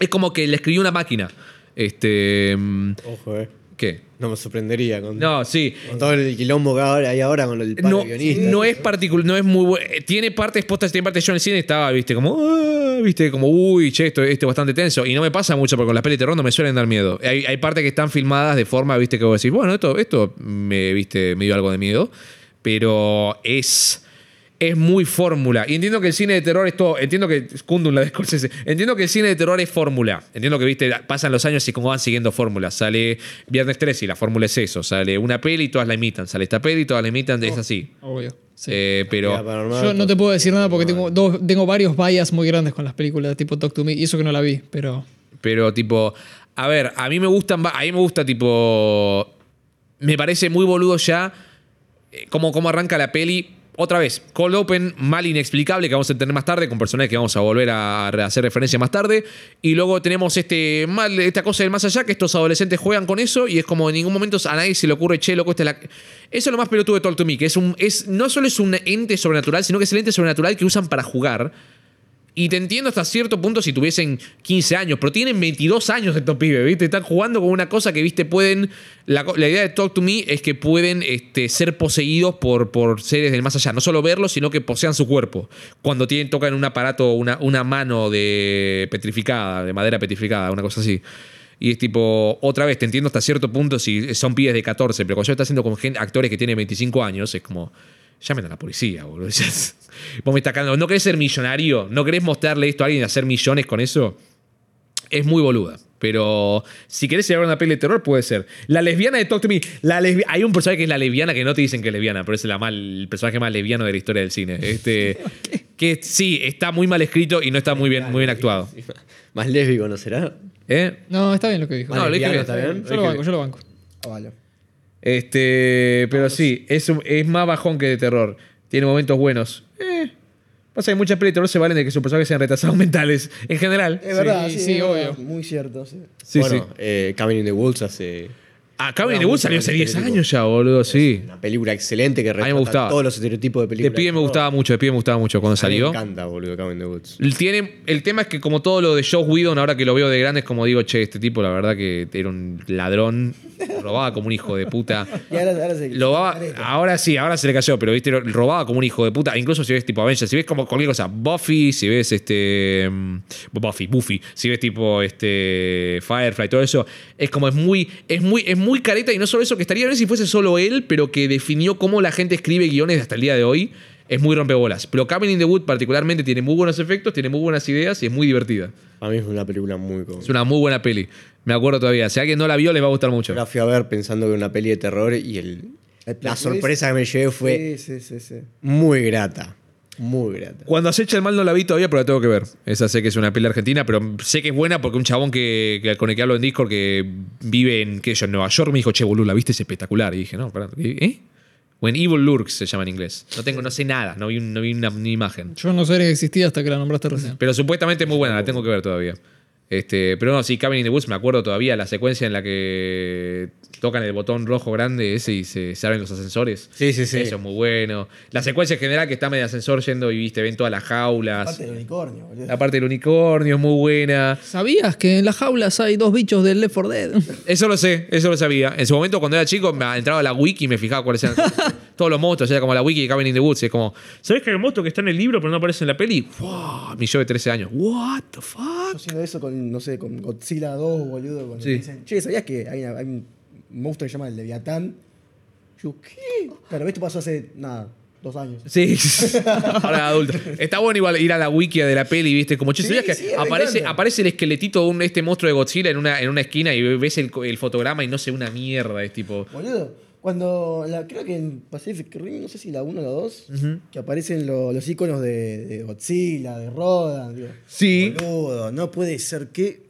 Es como que le escribió una máquina. Este. mm, Ojo, eh. ¿Qué? No me sorprendería con, No, sí. con todo el quilombo que ahora- hay ahora con el palo No, guionista. no es particular, no es muy bueno. Tiene partes postas, tiene partes. Yo en el cine estaba, viste, como, "Ah", viste, como, uy, che, esto, esto es bastante tenso. Y no me pasa mucho porque con las pelis de terror no me suelen dar miedo. Hay, hay partes que están filmadas de forma, viste, que vos decís, bueno, esto, esto me, viste, me dio algo de miedo. Pero es. Es muy fórmula. Y entiendo que el cine de terror es todo. Entiendo que. Kundun la de Scorsese. Entiendo que el cine de terror es fórmula. Entiendo que, viste, pasan los años y como van siguiendo fórmulas. Sale Viernes 13 y la fórmula es eso. Sale una peli y todas la imitan. Sale esta peli y todas la imitan. Es así. Obvio. Sí. Eh, pero. Actividad paranormal, Yo no te puedo decir nada porque tengo, dos, tengo varios bias muy grandes con las películas tipo Talk to Me y eso que no la vi, pero... Pero tipo, a ver, a mí me gustan, va- a mí me gusta tipo, me parece muy boludo ya eh, cómo, cómo arranca la peli. Otra vez, Cold Open, mal inexplicable, que vamos a entender más tarde, con personajes que vamos a volver a re- hacer referencia más tarde. Y luego tenemos este mal, esta cosa del más allá, que estos adolescentes juegan con eso y es como en ningún momento a nadie se le ocurre, che, loco, esta es la... Eso es lo más pelotudo de Talk to Me, que es un, es, no solo es un ente sobrenatural, sino que es el ente sobrenatural que usan para jugar. Y te entiendo hasta cierto punto si tuviesen 15 años, pero tienen 22 años estos pibes, ¿viste? Están jugando con una cosa que, viste, pueden... La, co- la idea de Talk to Me es que pueden este, ser poseídos por, por seres del más allá. No solo verlos, sino que posean su cuerpo. Cuando tienen, tocan un aparato, una, una mano de petrificada, de madera petrificada, una cosa así. Y es tipo, otra vez, te entiendo hasta cierto punto si son pibes de 14, pero cuando yo está haciendo con gente, actores que tienen 25 años, es como, llamen a la policía, boludo. Ya es- Vos me estás cagando. ¿No querés ser millonario? ¿No querés mostrarle esto a alguien y hacer millones con eso? Es muy boluda. Pero si querés llevar una peli de terror, puede ser. La lesbiana de Talk to Me. La lesbi- Hay un personaje que es la lesbiana que no te dicen que es lesbiana, pero es la mal, el personaje más lesbiano de la historia del cine. Este, que sí, está muy mal escrito y no está muy bien, muy bien actuado. Más lésbico, ¿no será? ¿Eh? No, está bien lo que dijo. No, lo dije lesbiano, bien. yo está bien. lo banco, yo lo banco. Ah, vale. Este, pero sí, es, un- es más bajón que de terror. Tiene momentos buenos. Eh, Pasa que muchas pelis de terror se valen de que sus personajes sean retrasados mentales, en general. Es verdad, sí, sí, sí, es verdad, obvio. Muy cierto, sí. Sí, bueno, sí. eh, Cabin in the Woods hace Ah, Cabin in the no, Woods no, salió hace no, 10 no, no. años ya, boludo, sí. una película excelente que retrata gustaba. todos los estereotipos de películas. De pibe me de terror. gustaba mucho, de pibe me gustaba mucho cuando A mí Me salió. encanta, boludo, Cabin in the Woods. Tiene, el tema es que como todo lo de Joe Whedon, ahora que lo veo de grande, es como digo, che, este tipo la verdad que era un ladrón, robaba como un hijo de puta. Y ahora, ahora sí. Lo va- ahora sí, ahora se le cayó, pero viste, lo- robaba como un hijo de puta. Incluso si ves tipo Avengers, si ves como cualquier cosa, Buffy, si ves este. mm, Buffy, Buffy, si ves tipo este. Firefly, todo eso, es como es muy, es muy, es muy careta. Y no solo eso, que estaría bien si fuese solo él, pero que definió cómo la gente escribe guiones hasta el día de hoy. Es muy rompebolas. Pero Cabin in the Wood, particularmente, tiene muy buenos efectos, tiene muy buenas ideas y es muy divertida. Para mí es una película muy cómoda. Es una muy buena peli. Me acuerdo todavía. Si alguien no la vio, le va a gustar mucho. Yo la fui a ver pensando que era una peli de terror y el- El la plot sorpresa que me llevé fue Sí, sí, sí, sí. muy grata. Muy grata. Cuando acecha el mal no la vi todavía, pero la tengo que ver. Esa sé que es una peli argentina, pero sé que es buena porque un chabón que, que- con el que hablo en Discord que vive en, qué sé yo, en Nueva York me dijo, che, boludo, la viste, es espectacular. Y dije, no, pará, ¿eh? When Evil Lurks se llama en inglés. No tengo, no sé nada, no vi, un- no vi una, ni imagen. Yo no sé que existía hasta que la nombraste recién. Pero supuestamente es muy buena, la tengo que ver todavía. Este, pero no, sí, Cabin in the Woods, me acuerdo todavía la secuencia en la que tocan el botón rojo grande ese y se, se abren los ascensores. Sí, sí, sí. Eso es muy bueno. La secuencia en general que está medio ascensor yendo y viste, ven todas las jaulas. Parte del unicornio, boludo. La parte del unicornio es muy buena. ¿Sabías que en las jaulas hay dos bichos del Left 4 Dead? Eso lo sé, eso lo sabía. En su momento, cuando era chico, me entraba a la wiki y me fijaba cuáles eran todos los monstruos. Era como la wiki de Cabin in the Woods. Es como, ¿sabes que hay un monstruo que está en el libro pero no aparece en la peli? ¡Wow! Mi yo de 13 años. ¿What the Yo fuck? haciendo eso con, no sé, con Godzilla 2, boludo. Cuando Sí. dicen, che, ¿sabías que hay, una- hay un monstruo que se llama el Leviatán? Yo, ¿qué? Claro, esto pasó hace, nada, dos años. Sí, ahora adulto. Está bueno igual ir a la wiki de la peli, ¿viste? Como, che, Sí, ¿sabías que sí, me aparece, encanta. aparece el esqueletito de un, este monstruo de Godzilla en una, en una esquina y ves el, el fotograma y no sé una mierda? Es tipo. Boludo, cuando, la, creo que en Pacific Rim, no sé si la 1 o la 2, que aparecen lo- los iconos de, de Godzilla, de Rodan. Digo, Sí. Boludo, no puede ser que...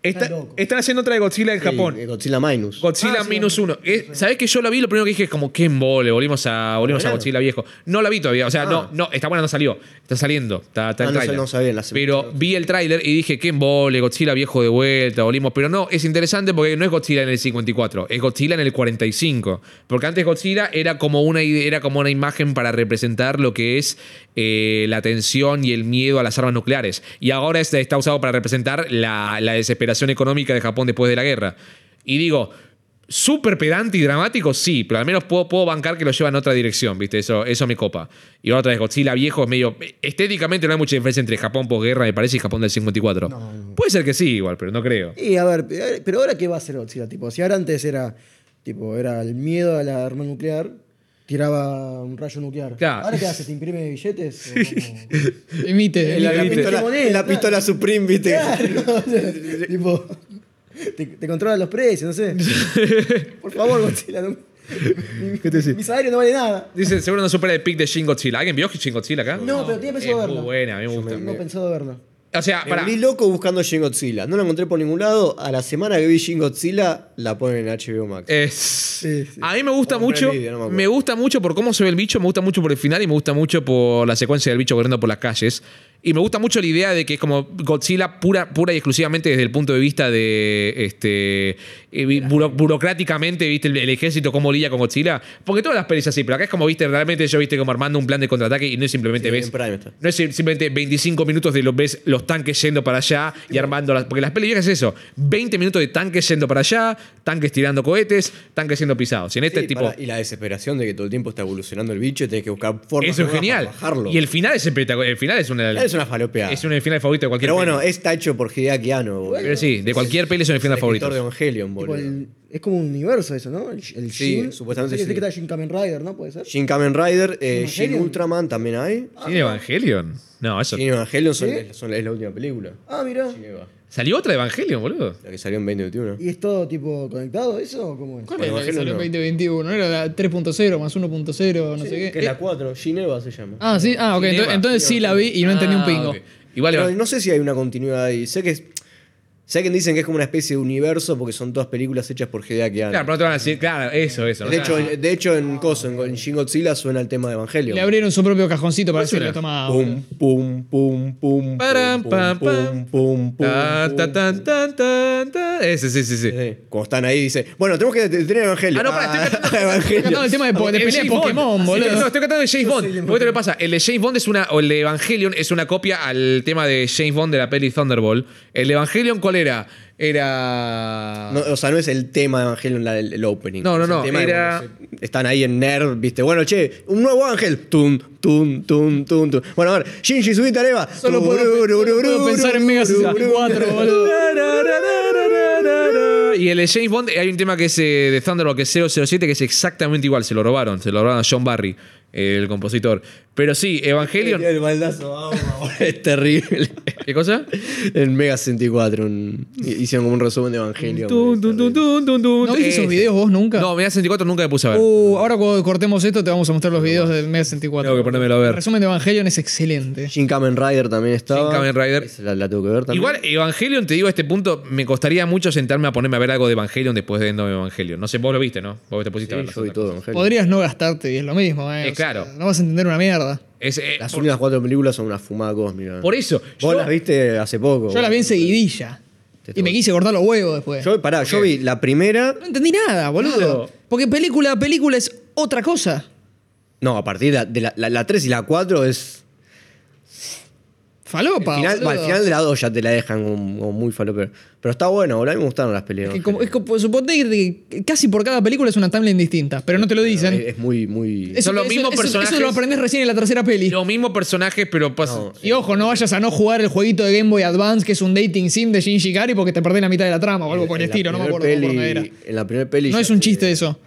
Está- Está loco. están haciendo otra de Godzilla en Sí, Japón. eh, Godzilla Minus. Ah, Godzilla sí, Minus Uno. Eh, ¿Sabés que yo la vi? Lo primero que dije es como, qué embole, volvimos a, volvimos a Claro. Godzilla viejo. No la vi todavía, o sea, Ah. no, no, está buena, no salió. Está saliendo, está, está Ah, no el tráiler. sal- no sabía la semana. Pero vi el tráiler y dije, qué embole, Godzilla viejo de vuelta, volvimos. Pero no, es interesante porque no es Godzilla en el 54, es Godzilla en el 45. Porque antes Godzilla era como una, ide- era como una imagen para representar lo que es eh, la tensión y el miedo a las armas nucleares. Y ahora es- está usado para representar la, la desesperación económica de Japón después de la guerra. Y digo, súper pedante y dramático, sí, pero al menos puedo, puedo bancar que lo lleva en otra dirección, ¿viste? Eso, eso me copa. Y otra vez, Godzilla viejo es medio. Estéticamente no hay mucha diferencia entre Japón posguerra, me parece, y Japón del 54. Puede ser que sí, igual, pero no creo. Y a ver, eh, pero ahora qué va a hacer Godzilla, tipo, si ahora antes era tipo era el miedo a la arma nuclear, tiraba un rayo nuclear. Claro. Ahora qué hace, te imprime billetes. ¿O cómo? Emite. La, emite. pistola, moneda, la pistola Supreme, viste. Claro, o sea, tipo, te, te controla los precios, no sé. Por favor, Godzilla, no- mi, mi salario no vale nada. Dice, seguro no supera el pic de Shin Godzilla. ¿Alguien vio Shin Godzilla acá? No, pero tenía pensado Es verla. Muy buena, a mí me gusta. Tengo pensado verlo. O sea, Me para. volví loco buscando Shin Godzilla. No la encontré por ningún lado. A la semana que vi Shin Godzilla, la ponen en HBO Max. Es- sí. A mí me gusta Vamos a mucho. ver el vídeo, no me me, acuerdo. gusta mucho por cómo se ve el bicho, me gusta mucho por el final y me gusta mucho por la secuencia del bicho corriendo por las calles. Y me gusta mucho la idea de que es como Godzilla pura, pura y exclusivamente desde el punto de vista de este eh, bi- buro- burocráticamente, viste, el, el ejército cómo lidia con Godzilla. Porque todas las pelis así, pero acá es como viste, realmente yo viste como armando un plan de contraataque y no es simplemente Sí, ves. en Prime está. No es simplemente 25 minutos de los ves los tanques yendo para allá y armando las. Porque las pelis viejas es eso: 20 minutos de tanques yendo para allá, tanques tirando cohetes, tanques siendo pisados. Y en este Sí, tipo. pará, y la desesperación de que todo el tiempo está evolucionando el bicho y tenés que buscar formas Eso es nuevas para genial. bajarlo. Y el final es espectacular. El final es una. es una falopeada. Es un final favorito de cualquier Pero bueno, peli. está hecho por Hideaki Anno. boludo. Pero sí, de cualquier peli es un el final favorito. escritor de Evangelion, Tipo, boludo. el- es como un universo eso, ¿no? El, el Sí, Shin. supuestamente Pensé sí. que está Shin Kamen Rider, ¿no? Puede ser. Shin Kamen Rider, eh, Shin Evangelion. Ultraman también hay. ¿Sin Evangelion? No, eso. Shin Evangelion son- ¿Sí? son- es la última película. Ah, mira. Shin Eva, Salió otra de Evangelion, boludo. La que salió en 2021. ¿Y es todo tipo conectado eso o cómo es? ¿Cuál es la que Evangelion salió en no. 2021? Era la 3.0 más 1.0, no sé Que qué. es Eh, la 4, Gineva se llama. Ah, sí, ah, ok. Cineva. Entonces, entonces sí la vi y no entendí un Ah, pingo. ok. Igual Pero Evan- no sé si hay una continuidad ahí. Sé que es- sé que dicen que es como una especie de universo porque son todas películas hechas por Hideaki Anno. Claro, pero no te van a decir, claro, eso, eso. de, ¿no? hecho, en- de hecho, en Coso, en, en Shin Godzilla suena el tema de Evangelio. Le abrieron su propio cajoncito para decirle, toma. suena? Pum, pum, pum, pum. Param, pum, pam, pum, pam. pum, pum, Ta, ta, pum. tan, tan, tan, tan. Ese, sí, sí, sí. Sí, Cuando están ahí, dice, bueno, tenemos que detener Evangelio. Ah, no, pará, estoy tratando- Estoy Evangelio. Tratando el tema de, po- de El pelea de James Bond. Pokémon, Sí, boludo. No, estoy tratando de James Bond. ¿Por qué te pasa? El de James Bond es una. O el de Evangelion es una copia al tema de James Bond de la peli Thunderbolt. ¿El de Evangelion cuál era? Era. No, o sea, no es el tema de Evangelio la- el, el opening. Ah. No, no, Es el no, tema de era- cuando se- están ahí en Nerd, viste. Bueno, che, un nuevo ángel. Tum, tum, tum, tum, tum. Bueno, a ver, Shinji, subite arriba. Solo puedo- solo puedo pensar en Mega 64, boludo. Y el de James Bond, hay un tema que es eh, de Thunderbolt, que es 007, que es exactamente igual. Se lo robaron, se lo robaron a John Barry, eh, el compositor. Pero sí, Evangelion. El baldazo, vamos, vamos. es terrible. ¿Qué cosa? En Mega 64 un- hicieron como un resumen de Evangelio. Tun, tun, tun, tun, tun, tun. ¿No viste esos Ese. videos vos nunca? Eh, No, Mega 64 nunca me puse a ver. Uh, ahora cuando cortemos esto te vamos a mostrar los videos del Mega 64. Tengo que ponérmelo a ver. El resumen de Evangelion es excelente. Shin Kamen Rider también estaba. Kamen Rider. Esa La, la tengo que ver también. Igual, Evangelion, te digo, a este punto, me costaría mucho sentarme a ponerme a ver algo de Evangelion después de viendo Evangelion. No sé, vos lo viste, ¿no? Vos te pusiste a Sí, verlo. yo vi todo Evangelio. Podrías no gastarte y es lo mismo, eh. Eh, O sea, claro. no vas a entender una mierda. Es, eh, Las por, únicas cuatro películas son una fumada cósmica. por eso. Vos yo- las viste hace Oh, poco. Yo la vi en seguidilla. Y me quise cortar los huevos después. Yo, pará, yo vi la primera. No entendí nada, boludo. Claro. Porque película a película es otra cosa. No, a partir de la- de la, la, 3 y la 4 es. Falopa. final- boludo. al final de la 2 ya te la dejan como, como muy falopero. Pero está bueno, boludo. A mí me gustaron las peleas. Que como- es como- suponte que casi por cada película es una timeline distinta, pero no te lo dicen. Es, es muy, muy. Eso- Son los eso- mismos eso- Eso lo personajes. aprendes recién en la tercera peli. Los mismos personajes, pero pasa. Y ojo, no vayas a no jugar el jueguito de Game Boy Advance, que es un dating sim de Shinji Gari, porque te perdés la mitad de la trama o algo por el en la estilo, no me primer acuerdo cómo peli- era. En la primera peli. No ya es un te- chiste eso.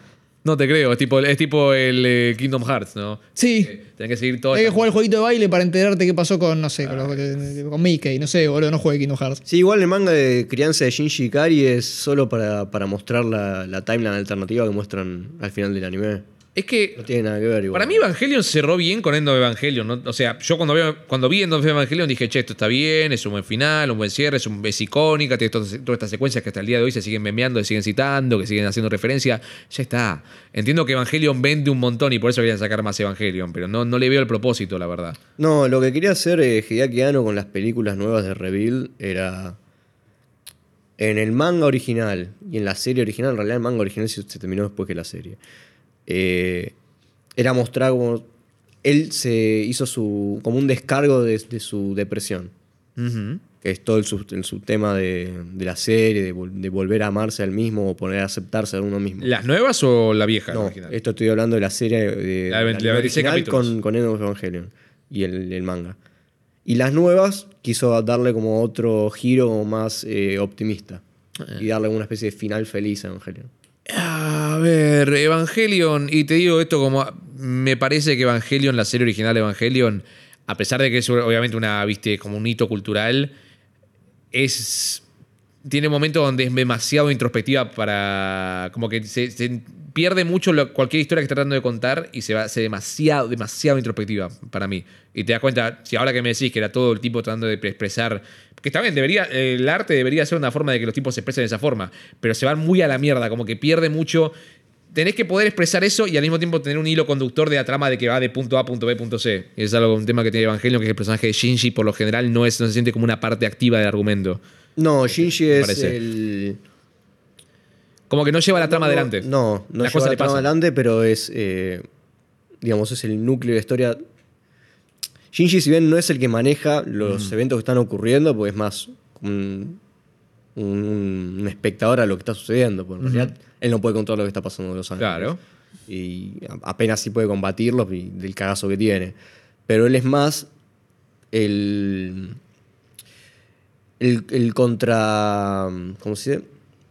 No te creo, es tipo, es tipo el eh, Kingdom Hearts, ¿no? Eh, Sí. Tenés que seguir todo. Hay que esa- jugar el jueguito de baile para enterarte qué pasó con, no sé, con, los- con Mickey, no sé, boludo, no juegue Kingdom Hearts. Sí, igual el manga de crianza de Shinji Ikari es solo para, para mostrar la, la timeline alternativa que muestran al final del anime. Es que No tiene nada que ver igual. Para mí Evangelion cerró bien con End of Evangelion. ¿no? O sea, yo cuando, veo, cuando vi End of Evangelion dije, che, esto está bien, es un buen final, un buen cierre, es, un, es icónica, tiene todas, todas estas secuencias que hasta el día de hoy se siguen memeando, que siguen citando, que siguen haciendo referencia. Ya está. Entiendo que Evangelion vende un montón y por eso querían sacar más Evangelion, pero no, no le veo el propósito, la verdad. No, lo que quería hacer eh, Hideaki Anno con las películas nuevas de Reveal era. En el manga original y en la serie original, en realidad el manga original se se terminó después que la serie. eh, era mostrar como. Él se hizo su. como un descargo de, de su depresión. Ujú. Que es todo el, sub- el subtema de, de la serie, de, vol- de volver a amarse al mismo o poner a aceptarse a uno mismo. ¿Las nuevas o la vieja? la No, original? esto estoy hablando de la serie de, La de veinte- anime la de 26 original capítulos. con, con End of Evangelion y el, el manga. Y las nuevas quiso darle como otro giro más eh, optimista Eh. y darle una especie de final feliz a Evangelion. A ver, Evangelion, y te digo esto como me parece que Evangelion, la serie original de Evangelion, a pesar de que es obviamente una, viste, como un hito cultural, es tiene momentos donde es demasiado introspectiva para como que se, se pierde mucho lo- cualquier historia que está tratando de contar y se va se demasiado demasiado introspectiva para mí y te das cuenta si ahora que me decís que era todo el tipo tratando de expresar que está bien debería el arte debería ser una forma de que los tipos se expresen de esa forma pero se van muy a la mierda como que pierde mucho tenés que poder expresar eso y al mismo tiempo tener un hilo conductor de la trama de que va de punto A a punto B punto C. Y es algo, un tema que tiene Evangelio, que es el personaje de Shinji por lo general no, es, no se siente como una parte activa del argumento. No, Shinji Este, Me es parece. el. Como que no lleva la trama adelante. No, no lleva Las cosas la le trama pasan. adelante, pero es. eh, digamos, es el núcleo de la historia. Shinji, si bien no es el que maneja los eventos que están ocurriendo, pues es más un, un- un espectador a lo que está sucediendo. Porque en realidad él no puede controlar lo que está pasando en Los Ángeles. Claro. Y a- apenas sí puede combatirlo y del cagazo que tiene. Pero él es más el. El, el contra. ¿Cómo se dice?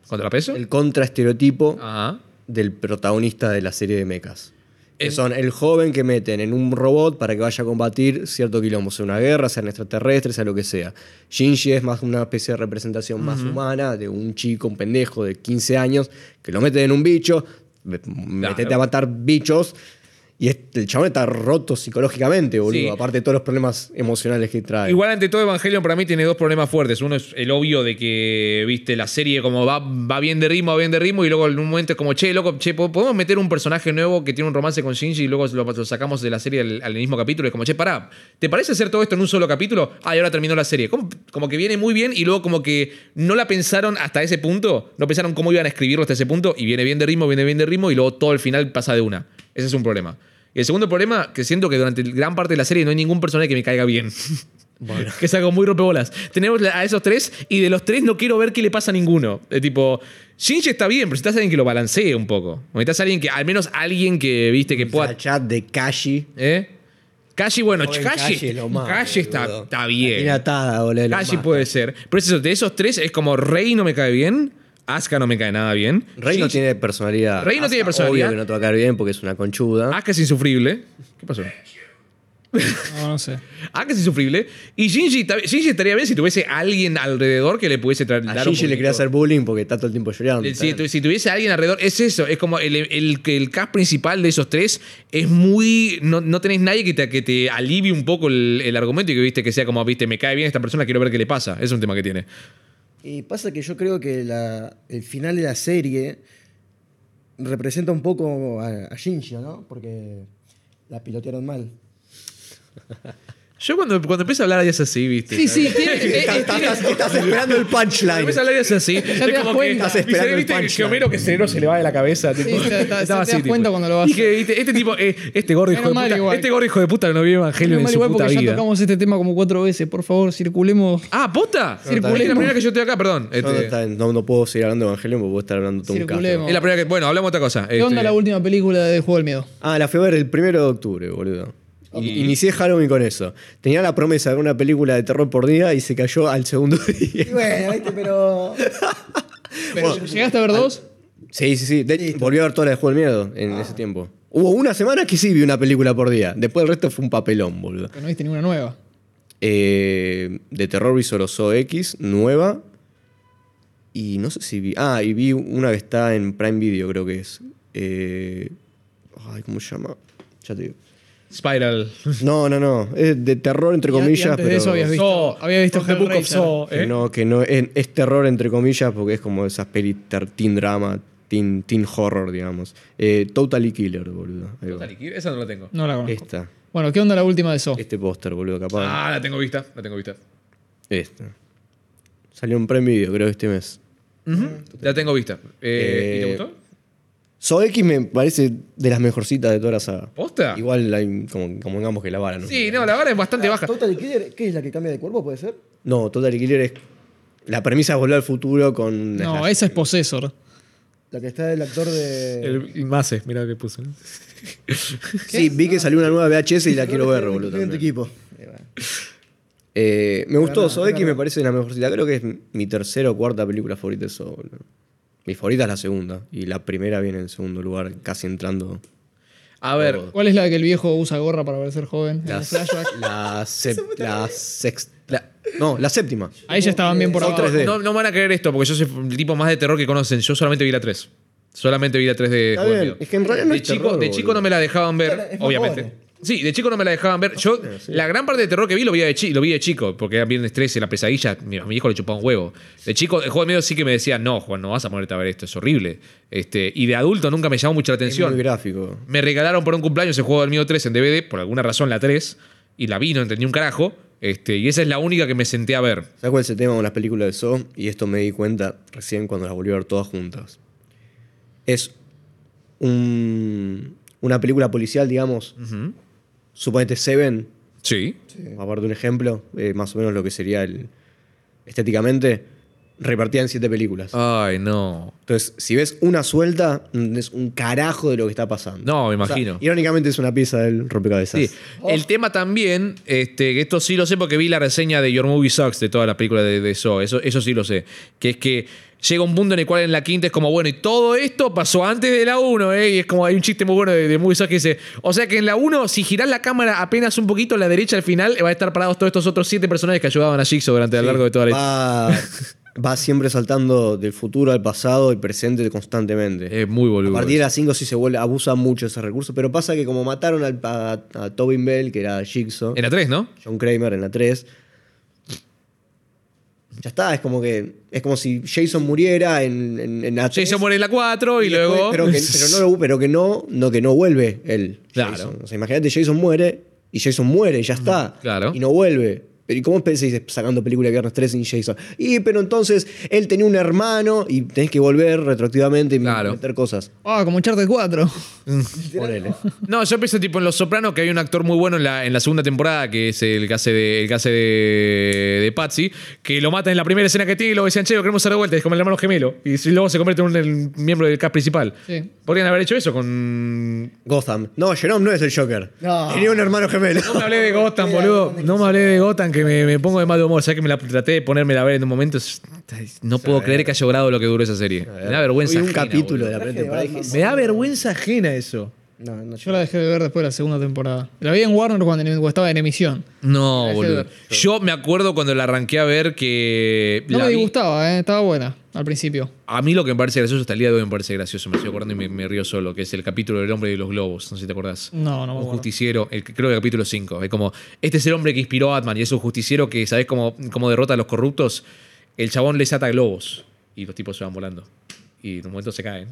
¿Contrapeso? El contra estereotipo Ajá. del protagonista de la serie de mechas. Que son el joven que meten en un robot para que vaya a combatir cierto quilombo, sea una guerra, sean extraterrestres, sea lo que sea. Shinji es más una especie de representación más humana de un chico, un pendejo de 15 años, que lo meten en un bicho, me- metete a matar bichos. Y este- el chabón está roto psicológicamente, boludo. Sí. Aparte de todos los problemas emocionales que trae. Igual ante todo Evangelion para mí tiene dos problemas fuertes. Uno es el obvio de que, viste, la serie como va, va bien de ritmo, va bien de ritmo, y luego en un momento es como, che, loco, che, ¿po- podemos meter un personaje nuevo que tiene un romance con Shinji y luego lo, lo sacamos de la serie al, al mismo capítulo. Es como, che, pará, ¿te parece hacer todo esto en un solo capítulo? Ah, y ahora terminó la serie. Como, como que viene muy bien y luego como que no la pensaron hasta ese punto, no pensaron cómo iban a escribirlo hasta ese punto, y viene bien de ritmo, viene bien de ritmo, y luego todo el final pasa de una. Ese es un problema. Y el segundo problema, que siento que durante gran parte de la serie no hay ningún personaje que me caiga bien. Que es algo muy rompebolas. Tenemos a esos tres y de los tres no quiero ver qué le pasa a ninguno. Eh, tipo, Shinji está bien, pero necesitas alguien que lo balancee un poco. Necesitas alguien que, al menos alguien que, viste, que pueda... chat de Kashi. ¿Eh? Kashi, bueno, Joven Kashi, Kashi es lo más, Kashi está, boludo. está La tiene bien. atada, boludo, lo Kashi más. puede ser. Pero es eso, de esos tres es como Rey no me cae bien, Asuka no me cae nada bien. Rey no Shinji- tiene personalidad. Rey no tiene Asuka, personalidad. Ah, Obvio que no te va a caer bien porque es una conchuda. Asuka es insufrible. ¿Qué pasó? No, no sé. Asuka es insufrible. Y Shinji, ta- Shinji estaría bien si tuviese alguien alrededor que le pudiese tra- A dar un Gigi le poquito- quería hacer bullying porque está todo el tiempo llorando. Le- Si, Está tu- si tuviese alguien alrededor, es eso, es como el, el, que el cast principal de esos tres es muy. No, no tenés nadie que te, que te alivie un poco el, el argumento y que viste que sea como, viste, me cae bien esta persona, quiero ver qué le pasa. Es un tema que tiene. Y pasa que yo creo que la- el final de la serie representa un poco a, a Shinji, ¿no? Porque la pilotearon mal. Yo cuando, cuando empiezo a hablar es así, viste. Sí, sí, tiene. eh, eh, Estás, estás- estás esperando el punchline. Cuando empiezo a hablar es así. te es das como que. cuenta. Estás esperando viste, el viste, que punchline. Homero que cerebro se le va de la cabeza. Sí, tipo. te- te- te Estaba das cuenta cuando lo vas- Dije, viste, este tipo, eh, este gordo hijo Menos de mal puta. igual. Este gordo hijo de puta que no vive Evangelio en mal su igual puta porque ya vida. tocamos este tema como cuatro veces. Por favor, circulemos. Ah, posta. Es la Circulemos. primera que yo estoy acá, perdón. Yo no, Este- está- no- no puedo seguir hablando de Evangelion porque puedo estar hablando todo un Circulemos. caso. Es la primera que. Bueno, hablamos de otra cosa. ¿Qué onda Este- la última película de Juego del Miedo? Ah, la fui a ver el primero de octubre, boludo. Y- Y, inicié Halloween con eso. Tenía la promesa de ver una película de terror por día y se cayó al segundo día. Y bueno, ¿viste? pero Pero, ¿Llegaste a ver dos? Sí, sí, sí. De- volví a ver toda la de Juego del Miedo en Ah. ese tiempo. Hubo una semana que sí vi una película por día. Después el resto fue un papelón, boludo. Pero no viste ninguna nueva. Eh, de Terror vi solo Saw X, nueva. Y no sé si vi. Ah, y vi una que está en Prime Video, creo que es. Eh, Ay, ¿cómo se llama? Ya te digo. Spiral. No, no, no. Es de terror, entre Y an- y comillas, antes de pero. eso habías visto- So, había visto The Book of Hellraiser. So, que ¿eh? No, que no. Es, es terror, entre comillas, porque es como esas pelis ter- teen drama, teen, teen horror, digamos. Eh, Totally Killer, boludo. Ahí va. Total, Esa no la tengo. No la conozco. Esta. Bueno, ¿qué onda la última de eso? Este póster, boludo, capaz. Ah, la tengo vista. La tengo vista. Esta. Salió un premio video, creo, este mes. La tengo vista. Eh, ¿Y te Eh, gustó? So X me parece de las mejorcitas de toda la saga. ¿Posta? Igual hay, como, como digamos que la vara, ¿no? Ah. Sí, no, la vara es bastante baja. Total Killer, ¿qué es la que cambia de cuerpo? ¿Puede ser? No, Total Killer es. La premisa es volver al futuro con. No, slash. esa es Possessor. La que está el actor de. El Mase, mira que puse. Sí, vi que salió una nueva VHS y la quiero ver, boludo. Tiene tu también. equipo. Eh, bueno. Eh, me gustó verdad, So es X, me verdad. parece la mejorcita. Creo que es mi tercera o cuarta película favorita de So. boludo. Mi favorita es la segunda. Y la primera viene en segundo lugar, casi entrando. A ver, ¿Cuál es la de que el viejo usa gorra para parecer joven? La, En el flashback. la, sep- la sexta. la- no, la séptima. Ahí ya estaban bien por Son abajo. tres D. no, no van a creer esto porque yo soy el tipo más de terror que conocen. Yo solamente vi la 3. Solamente vi la 3 de Está Juego bien, de Miedo. es que en realidad no de es chico, terror, De boludo. chico no me la dejaban ver, Es más obviamente. pobre. Sí, de chico no me la dejaban ver. Yo, la gran parte de terror que vi lo vi de, chi- lo vi de chico, porque era viernes 13, la pesadilla, mi- a mi hijo le chupaba un huevo. De chico, el juego de miedo sí que me decía, no, Juan, no vas a ponerte a ver esto, es horrible. Este, y de adulto nunca me llamó mucha la Es muy atención. gráfico. Me regalaron por un cumpleaños el juego del miedo 3 en DVD, por alguna razón la 3, y la vi, no entendí un carajo. Este, y esa es la única que me senté a ver. ¿Sabes cuál es el tema con las películas de So? Y esto me di cuenta recién cuando las volví a ver todas juntas. Es un- una película policial, digamos. Suponete Seven, Sí. aparte un ejemplo, eh, más o menos lo que sería el estéticamente, repartida en siete películas. Ay, no. Entonces, si ves una suelta, mm, es un carajo de lo que está pasando. No, me O sea, imagino. irónicamente es una pieza del rompecabezas. Sí. El tema también, este, que esto sí lo sé porque vi la reseña de Your Movie Sucks de toda la película de, de Saw, eso, eso sí lo sé, que es que llega un punto en el cual en la quinta es como, bueno, y todo esto pasó antes de la 1, ¿eh? y es como hay un chiste muy bueno de, de Movie Sucks que dice, o sea que en la 1, si girás la cámara apenas un poquito a la derecha al final, va a estar parados todos estos otros siete personajes que ayudaban a Jigsaw durante a lo largo de toda la va, va siempre saltando del futuro al pasado y presente constantemente. Es muy A boludo. partir de las 5 sí se vuelve, abusa mucho ese recurso, pero pasa que como mataron al, a, a Tobin Bell, que era Jigsaw, En la 3, ¿no? John Kramer en la 3, ya está, es como que es como si Jason muriera en, en, en la 3, Jason muere en la 4 y, después- luego... pero, que, pero no, pero que no, no que no vuelve él. Claro. Jason. O sea, imagínate, Jason muere y Jason muere, ya está. claro. Y no vuelve. Pero ¿y cómo pensás sacando película de Viernes 3 sin Jason? Y pero entonces él tenía un hermano y tenés que volver retroactivamente y Claro. meter cosas. Ah, como Uncharted 4. Ponele. No, yo pienso tipo en Los Sopranos que hay un actor muy bueno en la, en la segunda temporada, que es el que hace de, el que hace de, de Patsy, que lo matan en la primera escena que tiene y luego decían, che, lo queremos hacer de vuelta, es como el hermano gemelo. Y si- luego se convierte en un el miembro del cast principal. Sí. Podrían haber hecho eso con. Gotham. No, Jerome no es el Joker. No. Tenía un hermano gemelo. No me hablé de Gotham, boludo. No me hablé de Gotham, que me, me pongo de mal de humor. O sea que me la traté de ponerme a ver en un momento. es- No puedo creer que haya logrado lo que duró esa serie. Me da vergüenza. Vi un ajena, capítulo boludo. de la Traje primera de temporada y Batman. dije, Me da vergüenza ajena eso. No, no, Yo la dejé de ver después de la segunda temporada. La vi en Warner cuando en- cuando estaba en emisión. No, Dejé de boludo. ver. Yo me acuerdo cuando la arranqué a ver que. No la me vi- disgustaba, eh, estaba buena al principio. A mí lo que me parece gracioso hasta el día de hoy me parece gracioso, me estoy acordando y me, me río solo, que es el capítulo del hombre de los globos, no sé si te acordás. No, no me Un acuerdo. justiciero, el, creo que el capítulo 5. Es como, este es el hombre que inspiró a Batman y es un justiciero que, ¿sabés cómo, cómo derrota a los corruptos? El chabón les ata globos y los tipos se van volando. Y en un momento se caen.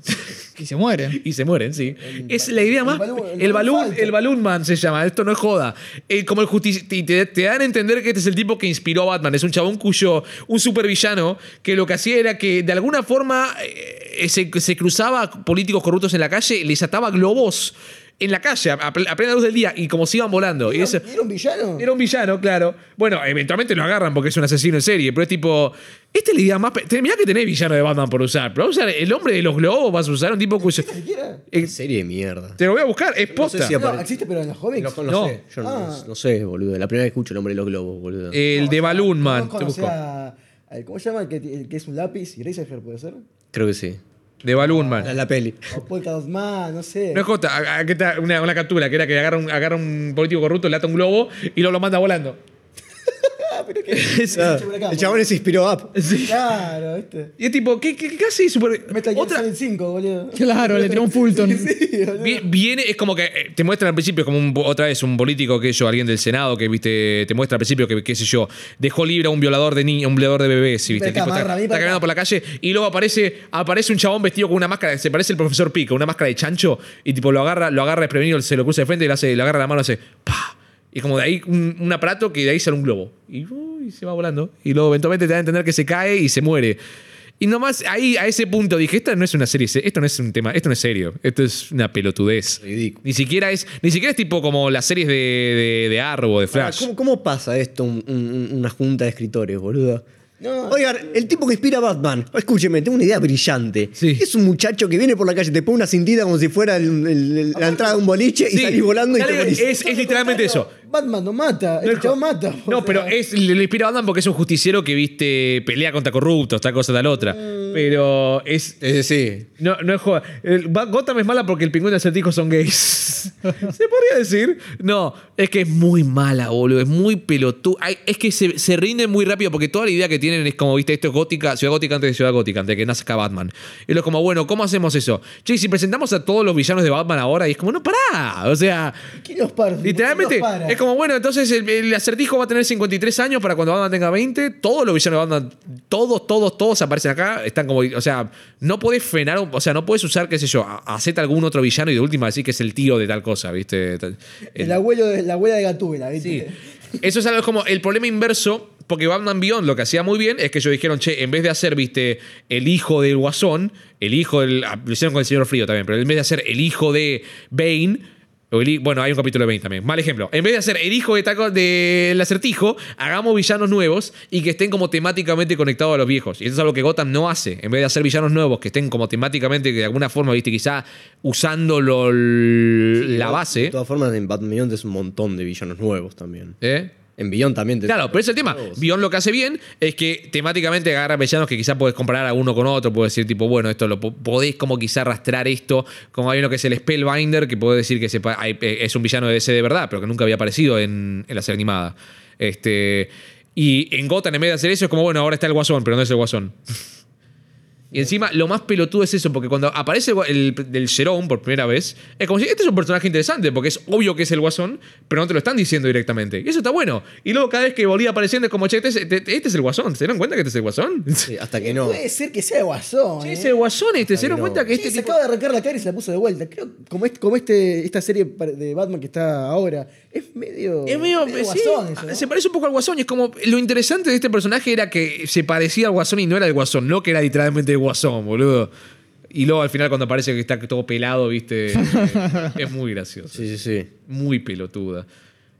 Y se mueren. y se mueren, sí. es la idea más. balloon- el El balloon, balloon el balloon man se llama, esto no es joda. Eh, como el justici- y te, te dan a entender que este es el tipo que inspiró a Batman. Es un chabón cuyo. Un supervillano que lo que hacía era que de alguna forma eh, se, se cruzaba políticos corruptos en la calle, les ataba globos en la calle, a, a plena luz del día, y como se iban volando. Y eso- ¿Era, era un villano? era un villano, claro. Bueno, eventualmente lo agarran porque es un asesino en serie, pero es tipo. Esta es la idea más. pe- Mirá que tenés villano de Batman por usar. Pero vas a usar el hombre de los globos, vas a usar un tipo cuyo. siquiera? Eh, Serie de mierda. Te lo voy a buscar, es No sé posta. si No, aparece. existe, pero en los cómics. No, no No. sé. Yo no, Ah. no sé, boludo. La primera vez que escucho el nombre de los globos, boludo. el de Balloon Man, No te conocía busco. a- al- ¿Cómo se llama? El que, el que es un lápiz y Razorhair, ¿puede ser? Creo que sí. De Balloon Man. La, la peli. O Polka Dot Man, no sé. No es Jota, a- aquí está una, una captura que era que agarra un, agarra un político corrupto, le ata un globo y luego lo manda volando. Ah, pero que. Claro. El chabón se inspiró up. Claro, ¿viste? Y es tipo, ¿qué, qué, qué haces? Super... Metal Gear Otra, Solid 5, boludo. Claro, le tiró un Fulton. Sí, boludo. Vi- Viene, es como que eh, te muestran al principio, es como un- otra vez un político que yo, alguien del Senado, que viste, te muestra al principio que, qué sé yo, dejó libre a un violador de niña, un violador de bebés, y, viste, Ven acá, el tipo está, amarra, vení está para caminando acá. por la calle y luego aparece, aparece un chabón vestido con una máscara, se parece el profesor Pica, una máscara de chancho, y tipo lo agarra, lo agarra desprevenido, se lo cruza de frente y le hace, le agarra la mano y hace ¡pa! Y como de ahí un, un aparato que de ahí sale un globo. Y, uy, se va volando. Y luego eventualmente te da a entender que se cae y se muere. Y nomás ahí, a ese punto, dije, esta no es una serie, se- esto no es un tema, esto no es serio, esto es una pelotudez. Ridículo. Ni siquiera es, ni siquiera es tipo como las series de, de, de Arrow, de Ahora, Flash. ¿Cómo, cómo pasa esto un- un- un- una junta de escritores, boludo? No. Oigan, el tipo que inspira a Batman, escúcheme, tengo una idea brillante. Sí. Es un muchacho que viene por la calle, te pone una cintita como si fuera el- el- el- la entrada de un boliche y Sí. salís volando y te Dale, morís. es, es literalmente eso. Batman no mata. El chabón mata. No, o pero sea. es, le, le inspira a Batman porque es un justiciero que, viste, pelea contra corruptos, tal cosa, tal otra. Mm. Pero es... Eh, sí. No, no es joda. El- Ba- Gotham es mala porque el pingüino y el acertijo son gays. ¿Se podría decir? No, es que es muy mala, boludo. Es muy pelotudo. Es que se, se rinden muy rápido porque toda la idea que tienen es como, viste, esto es gótica, ciudad gótica antes de ciudad gótica, antes de que nazca Batman. Y lo es como, bueno, ¿cómo hacemos eso? Che, y si presentamos a todos los villanos de Batman ahora y es como, no, pará. O sea, ¿Quién los para? Literalmente, ¿Quién los para? es como, bueno, entonces el, el acertijo va a tener 53 años para cuando Batman tenga 20. Todos los villanos de Batman, todos, todos, todos aparecen acá. Están como, o sea, no puedes frenar, un- o sea, no puedes usar, qué sé yo, a- hacete algún otro villano y de última decir que es el tío de tal cosa, ¿viste? Tal- El el- abuelo de la abuela de Gatúbela, Sí. ¿viste? Eso es algo como el problema inverso, porque Batman Beyond lo que hacía muy bien es que ellos dijeron, che, en vez de hacer, viste, el hijo del Guasón, el hijo del... ah, Lo hicieron con el Señor Frío también, pero en vez de hacer el hijo de Bane... o el hi- Bueno, hay un capítulo de Bane también. Mal ejemplo. En vez de hacer el hijo de taco del acertijo, hagamos villanos nuevos y que estén como temáticamente conectados a los viejos. Y eso es algo que Gotham no hace. En vez de hacer villanos nuevos que estén como temáticamente, que de alguna forma, viste, quizá usando lo- la De base. todas formas, en Batman Beyond es un montón de villanos nuevos también. ¿eh? En Beyond también. te- Claro, pero ese es el tema. Bion lo que hace bien es que temáticamente agarra villanos que quizás podés comparar a uno con otro. Podés decir, tipo, bueno, esto lo po- podés como quizá arrastrar esto. Como hay uno que es el Spellbinder, que podés decir que se pa- hay- eh, es un villano de ese de verdad, pero que nunca había aparecido en, en la serie animada. Este, y en Gotham, en vez de hacer eso, es como, bueno, ahora está el Guasón, pero no es el Guasón. Y encima, lo más pelotudo es eso, porque cuando aparece el, del Jerome por primera vez, es como si este es un personaje interesante, porque es obvio que es el guasón, pero no te lo están diciendo directamente. Y eso está bueno. Y luego, cada vez que volvía apareciendo, es como, che, este es, este- este es el guasón. ¿Se dieron cuenta que este es el guasón? Sí, hasta que no. Puede ser que sea guasón. Che, ¿eh? es el guasón este. ¿Se dieron no. cuenta que Sí, este se tipo- acaba de arrancar la cara y se la puso de vuelta. Creo como, este, como este, esta serie par- de Batman que está ahora. Es medio. Es medio, sí, ah, guasón eso, ¿no? se parece un poco al Guasón y es como lo interesante de este personaje era que se parecía al Guasón y no era el Guasón, no que era literalmente el Guasón, boludo. Y luego al final cuando aparece que está todo pelado, ¿viste? es muy gracioso. Sí, sí, sí. muy pelotuda.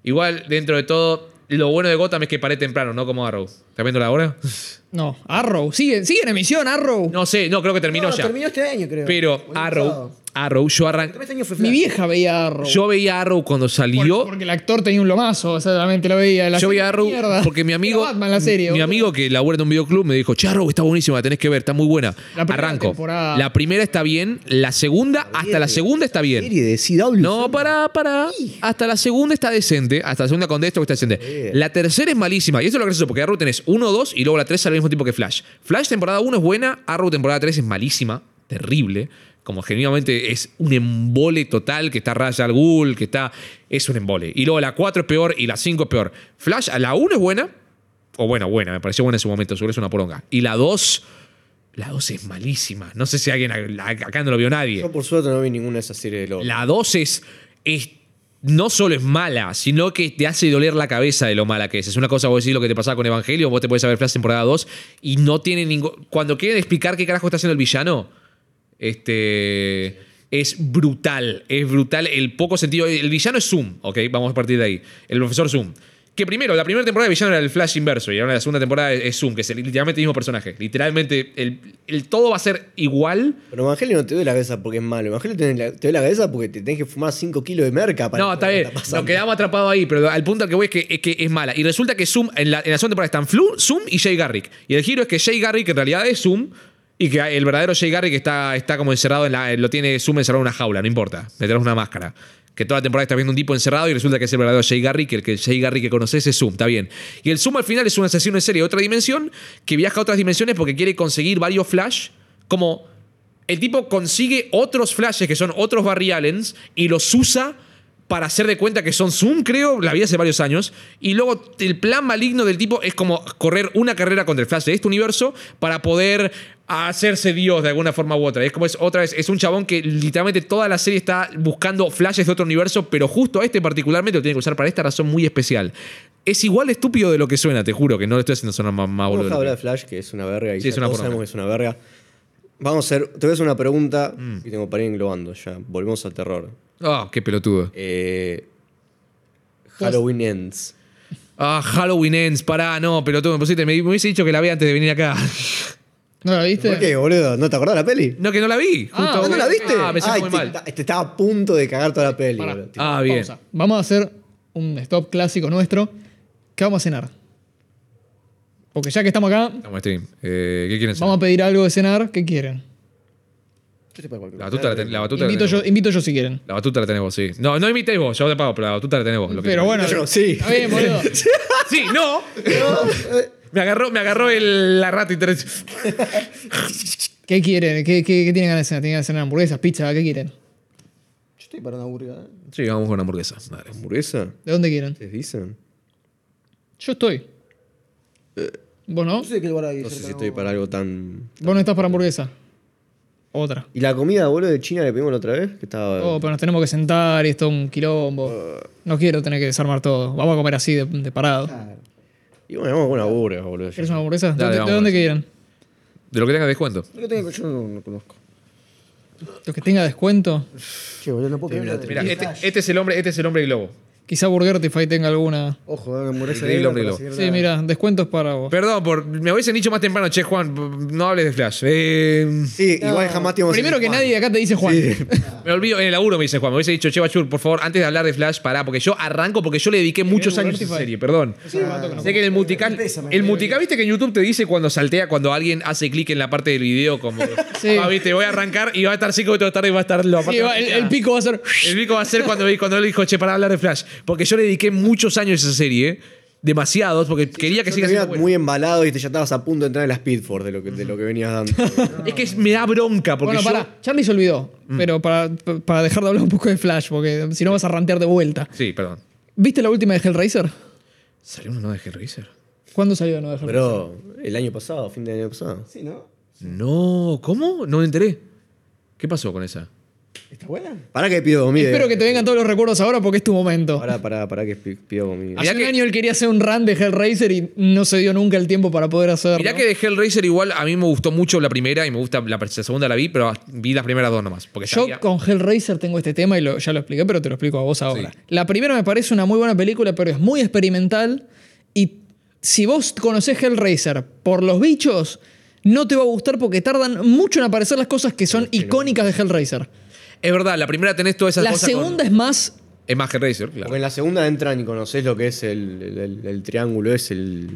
Igual, dentro de todo, lo bueno de Gotham es que paré temprano, no como Arrow. ¿Estás viendo la hora? No, Arrow. Sigue, sigue en emisión, Arrow. No sé, no, creo que terminó No, ya. Terminó este año, creo. Pero O el Arrow, pasado. Arrow, yo arranqué. Este año fue Mi Flash. vieja veía Arrow. Yo veía Arrow cuando Por- salió. Porque el actor tenía un lomazo, o sea, solamente lo veía. La yo serie veía Arrow mierda. porque mi amigo. Era Batman, la serie. mi boludo. amigo que labura en un videoclub me dijo, che, Arrow está buenísima, la tenés que ver, está muy buena. La primera Arranco. temporada. La primera está bien, la segunda, hasta la segunda está bien. Serie de CW. No, pará, pará. Hasta la segunda está decente. Hasta la segunda con Destro está decente. La tercera es malísima. Y eso es lo gracioso, porque Arrow tenés 1, 2 y luego la 3 al mismo tiempo que Flash. Flash temporada 1 es buena, Arrow temporada 3 es malísima, terrible. Como genuinamente es un embole total, que está Raya al Ghul, que está... Es un embole. Y luego la 4 es peor y la 5 es peor. Flash, a la 1 es buena, o bueno, buena, me pareció buena en su momento, seguro es una poronga. Y la 2... La 2 es malísima. No sé si alguien... Acá no lo vio nadie. Yo por suerte no vi ninguna de esas series de los. La 2 es, es- No solo es mala, sino que te hace doler la cabeza de lo mala que es. Es una cosa, vos decís lo que te pasaba con Evangelio, vos te puedes saber Flash temporada 2 y no tiene ningún. Cuando quieren explicar qué carajo está haciendo el villano, este. Es brutal, es brutal el poco sentido. El villano es Zoom, ok, vamos a partir de ahí. El profesor Zoom. Que primero, la primera temporada de villano era el Flash inverso y ahora la segunda temporada es Zoom, que es literalmente el mismo personaje. Literalmente, el, el todo va a ser igual, Pero Evangelio no te doy la cabeza porque es malo. Evangelio te, la- te doy la cabeza porque te tenés que fumar 5 kilos de merca para No, está bien. Nos quedamos atrapados ahí, pero al punto al que voy es que es, que es mala. Y resulta que Zoom, en la, en la segunda temporada están Flu, Zoom y Jay Garrick. Y el giro es que Jay Garrick en realidad es Zoom y que eh, el verdadero Jay Garrick está, está como encerrado en la. Lo tiene Zoom encerrado en una jaula, no importa. Le traes una máscara. que toda la temporada está viendo un tipo encerrado y resulta que es el verdadero Jay Garrick, el que el Jay Garrick que conoces es Zoom, está bien. Y el Zoom al final es un asesino en serie de otra dimensión que viaja a otras dimensiones porque quiere conseguir varios Flash, como el tipo consigue otros flashes que son otros Barry Allens y los usa para hacer de cuenta que son Zoom, creo, la vi hace varios años. Y luego el plan maligno del tipo es como correr una carrera contra el Flash de este universo para poder hacerse Dios de alguna forma u otra. Es como es otra vez, es un chabón que literalmente toda la serie está buscando flashes de otro universo, pero justo a este particularmente lo tiene que usar para esta razón muy especial. Es igual de estúpido de lo que suena, te juro, que no lo estoy haciendo sonar más, más Vamos boludo. a hablar de Flash, que es una verga. Y Sí, ya es una todos poronga. sabemos que es una verga. Vamos a hacer. Te voy a hacer una pregunta Mm. que tengo para ir englobando ya. Volvemos al terror. Ah, qué pelotudo. Eh, Halloween Ends. Ah, Halloween Ends, pará, no, pelotudo, me pusiste, me, me hubiese dicho que la vea antes de venir acá. ¿No la viste? ¿Por qué, boludo? ¿No te acordás de la peli? No, que no la vi. Ah, justo. ¿No, no la viste? Ah, me siento Ay, muy te, mal. ta- te estaba a punto de cagar toda la peli, Pará. boludo. Ah, bien. Pausa. Vamos a hacer un stop clásico nuestro. ¿Qué vamos a cenar? Porque ya que estamos acá, Estamos stream. Eh, ¿Qué quieren vamos a hacer? pedir algo de cenar. ¿Qué quieren? Yo te pago cualquier La batuta la, ten- la batuta la Invito tenés yo, vos. invito yo si quieren. La batuta la tenés vos, sí. No, no imitéis vos, yo te pago, pero la batuta la tenés vos. lo que Pero te- bueno, Yo, sí. Está bien, boludo. Sí, no. me agarró, me agarró el, la rata y tres. ¿Qué quieren? ¿Qué, qué, qué tienen ganas de cenar? ¿Tienen ganas de cenar hamburguesas, pizza? ¿Qué quieren? Yo estoy para una burga. ¿eh? Sí, vamos con una hamburguesa. Dale. ¿Hamburguesa? ¿De dónde quieren? ¿Ustedes dicen? Yo estoy. Eh. ¿Vos no? No sé qué lugar hay. No sé cerca, si estoy para algo tan. ¿Vos no estás para hamburguesa? Otra. ¿Y la comida, boludo, de China que pedimos la otra vez? Que estaba. Oh, pero nos tenemos que sentar y esto es un Eh. quilombo. No quiero tener que desarmar todo. Vamos a comer así de, de parado. Ah. Claro. Y bueno, vamos con una burger, boludo. ¿Quieres una hamburguesa? ¿De Dale, dónde- vamos. ¿De dónde quieren? De lo que tenga descuento. Lo que tengo, yo no, no conozco. Lo que tenga descuento. Che, boludo, no puedo creer. la de- Mira, de este, Flash. este es el hombre, este es el hombre globo. Quizá Burgertify tenga alguna. Ojo, eh, hamburguesa El grilo, negra, grilo. para la señora- Sí, mira, descuentos para vos. Perdón, por, me hubiesen dicho más temprano, che, Juan, no hables de Flash. Eh, Sí, igual jamás te íbamos a Primero decir, que Juan. nadie acá te dice Juan. Me olvido, en el laburo me dice Juan, me hubiese dicho, Che Bachur, por favor, antes de hablar de Flash, pará, porque yo arranco porque yo le dediqué muchos años a esa serie, perdón. sé que en el multicam, el multicam, viste que en YouTube te dice cuando saltea, cuando alguien hace clic en la parte del video, como, Sí. ah, viste, voy a arrancar y va a estar 5 minutos tarde y va a estar la Sí, parte- va- el, el pico va a ser. el bico va a ser cuando, cuando él dijo, che, para hablar de Flash, porque yo le dediqué muchos años a esa serie, ¿eh? demasiados, porque quería que Yo te siga veía siendo buena. muy embalado y te, ya estabas a punto de entrar en la Speedford de lo que, de lo que venías dando. Es que me da bronca, porque Bueno, yo- Mm. pará. Charlie se olvidó. Pero para, para dejar de hablar un poco de Flash, porque si no vas a rantear de vuelta. Sí, perdón. ¿Viste la última de Hellraiser? ¿Salió uno no de Hellraiser? ¿Cuándo salió la nueva de Hellraiser? Pero el año pasado, fin del año pasado. Sí, ¿no? No, ¿cómo? No me enteré. ¿Qué pasó con esa? ¿Está buena? Pará que pido eh, comida. eh. Espero que te vengan todos los recuerdos ahora porque es tu momento. Pará, pará, pará que pi- pido comida. Hace Mirá un que- año él quería hacer un run de Hellraiser y no se dio nunca el tiempo para poder hacerlo. Mirá que de Hellraiser igual a mí me gustó mucho la primera y me gusta la, la segunda la vi, pero vi las primeras dos nomás. Porque Yo sabía- con Hellraiser tengo este tema y lo- ya lo expliqué, pero te lo explico a vos ahora. La primera me parece una muy buena película, pero es muy experimental. Y si vos conocés Hellraiser por los bichos, no te va a gustar porque tardan mucho en aparecer las cosas que son icónicas de Hellraiser. Es verdad, la primera tenés todas esas La cosas. con- segunda es más. es más Hellraiser, claro. Porque en la segunda entran y conocés lo que es el, el- el- el triángulo, es el,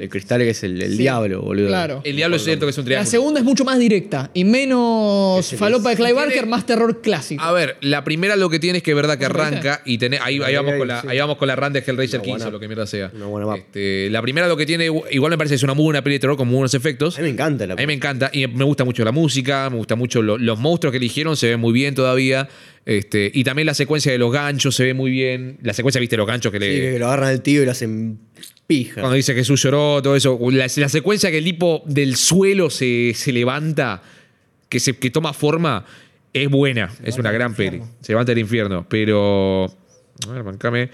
el cristal que es el, el diablo, boludo. Claro. El diablo es cierto que es un La triángulo. segunda es mucho más directa y menos falopa de Clive Barker, más terror clásico. A ver, la primera lo que tiene es que es verdad que arranca y tenés, ahí, ahí vamos con la, Sí. ahí vamos con la run de Hellraiser Una 15 o buena- lo que mierda sea. una buena map. Este, la primera lo que tiene, igual me parece que es una muy buena peli de terror con muy buenos efectos. A mí me encanta la A mí me encanta y me gusta mucho la música, me gusta mucho lo- los monstruos que eligieron, se ven muy bien todavía. Este, y también la secuencia de los ganchos se ve muy bien. La secuencia, viste, los ganchos que le. Sí, que lo agarran al tío y lo hacen pija. Cuando dice Jesús lloró, todo eso. La, la secuencia que el tipo del suelo se, se levanta, que, se, que toma forma, es buena. es una gran peli. Se levanta del infierno. Pero. A ver, bancame.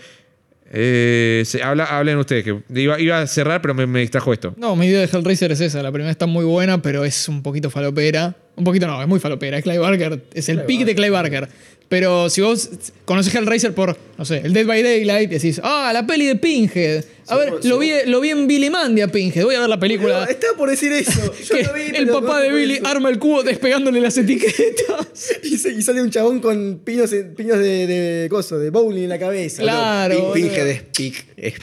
Eh, se- habla, hablen ustedes. Que iba, iba a cerrar, pero me, me distrajo esto. No, mi idea de Hellraiser es esa. La primera está muy buena, pero es un poquito falopera. Un poquito no, es muy falopera. Es Clive Barker. Es el pick de Clive Barker. Pero si vos conoces Hellraiser por, no sé, el Dead by Daylight, decís, ah, la peli de Pinhead. A ver, lo vi, lo vi en Billy Mandy a Pinhead. Voy a ver la película. Estaba por decir eso. que el papá de Billy arma el cubo despegándole las etiquetas. Y, se- y sale un chabón con pinos, en- pinos de, de coso, de bowling en la cabeza. claro. Pinge boludo. de Speak.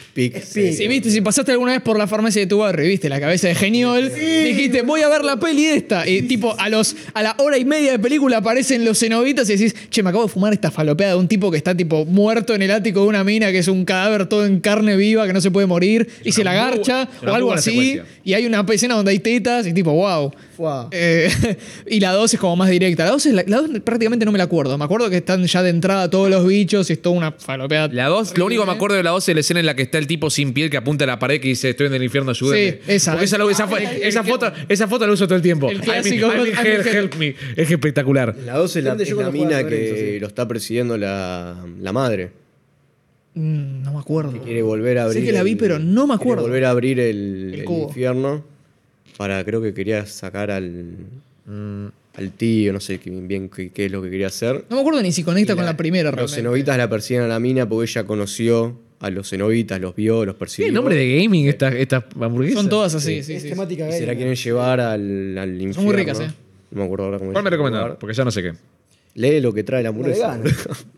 Speak. Speak. Si, viste, si pasaste alguna vez por la farmacia de tu barrio, y viste la cabeza de Geniol, dijiste, voy a ver la peli esta. Y tipo, a, los, a la hora y media de película aparecen los cenobitas y decís, che, me acabo de fumar esta falopeada de un tipo que está tipo muerto en el ático de una mina que es un cadáver todo en carne viva que no se puede morir y se la muy bu- garcha es una o muy algo buena así secuencia. y hay una escena donde hay tetas y tipo wow. Fua. Eh, y la 2 es como más directa. La 2 es la, la 2 prácticamente no me la acuerdo. Me acuerdo que están ya de entrada todos los bichos y es toda una falopeada. La 2, lo único que me acuerdo de la 2 es la escena en la que está el tipo sin piel que apunta a la pared que dice estoy en el infierno, ayúdame. Sí, esa. Porque esa, la- esa fo- El- el- esa foto, esa foto la uso todo el tiempo. El I mean- clásico- I mean, I mean, help, help. help me. Es espectacular. La 12 es la, ¿Dónde es yo la cuando jugaba mina a Lorenzo, que sí? lo está persiguiendo la, la madre. Mm, no me acuerdo. Quiere volver a Sé abrir. que la vi, pero no me quiere acuerdo. volver a abrir el, El el cubo. infierno. Para, creo que quería sacar al. Mm. Al tío, no sé qué- bien qué, qué es lo que quería hacer. No me acuerdo ni si conecta con la primera Los realmente. cenobitas la persiguen a la mina porque ella conoció a los cenobitas, los vio, los persiguió. Tiene nombre de gaming estas estas hamburguesas. Son todas así, sí, es sí. sí. temática Y gay. se la quieren llevar al, al infierno. Son muy ricas, eh. No me acuerdo ahora cómo ¿Cuál se llama me el recomendás? lugar. Porque ya no sé qué. Lee lo que trae la hamburguesa. vegana.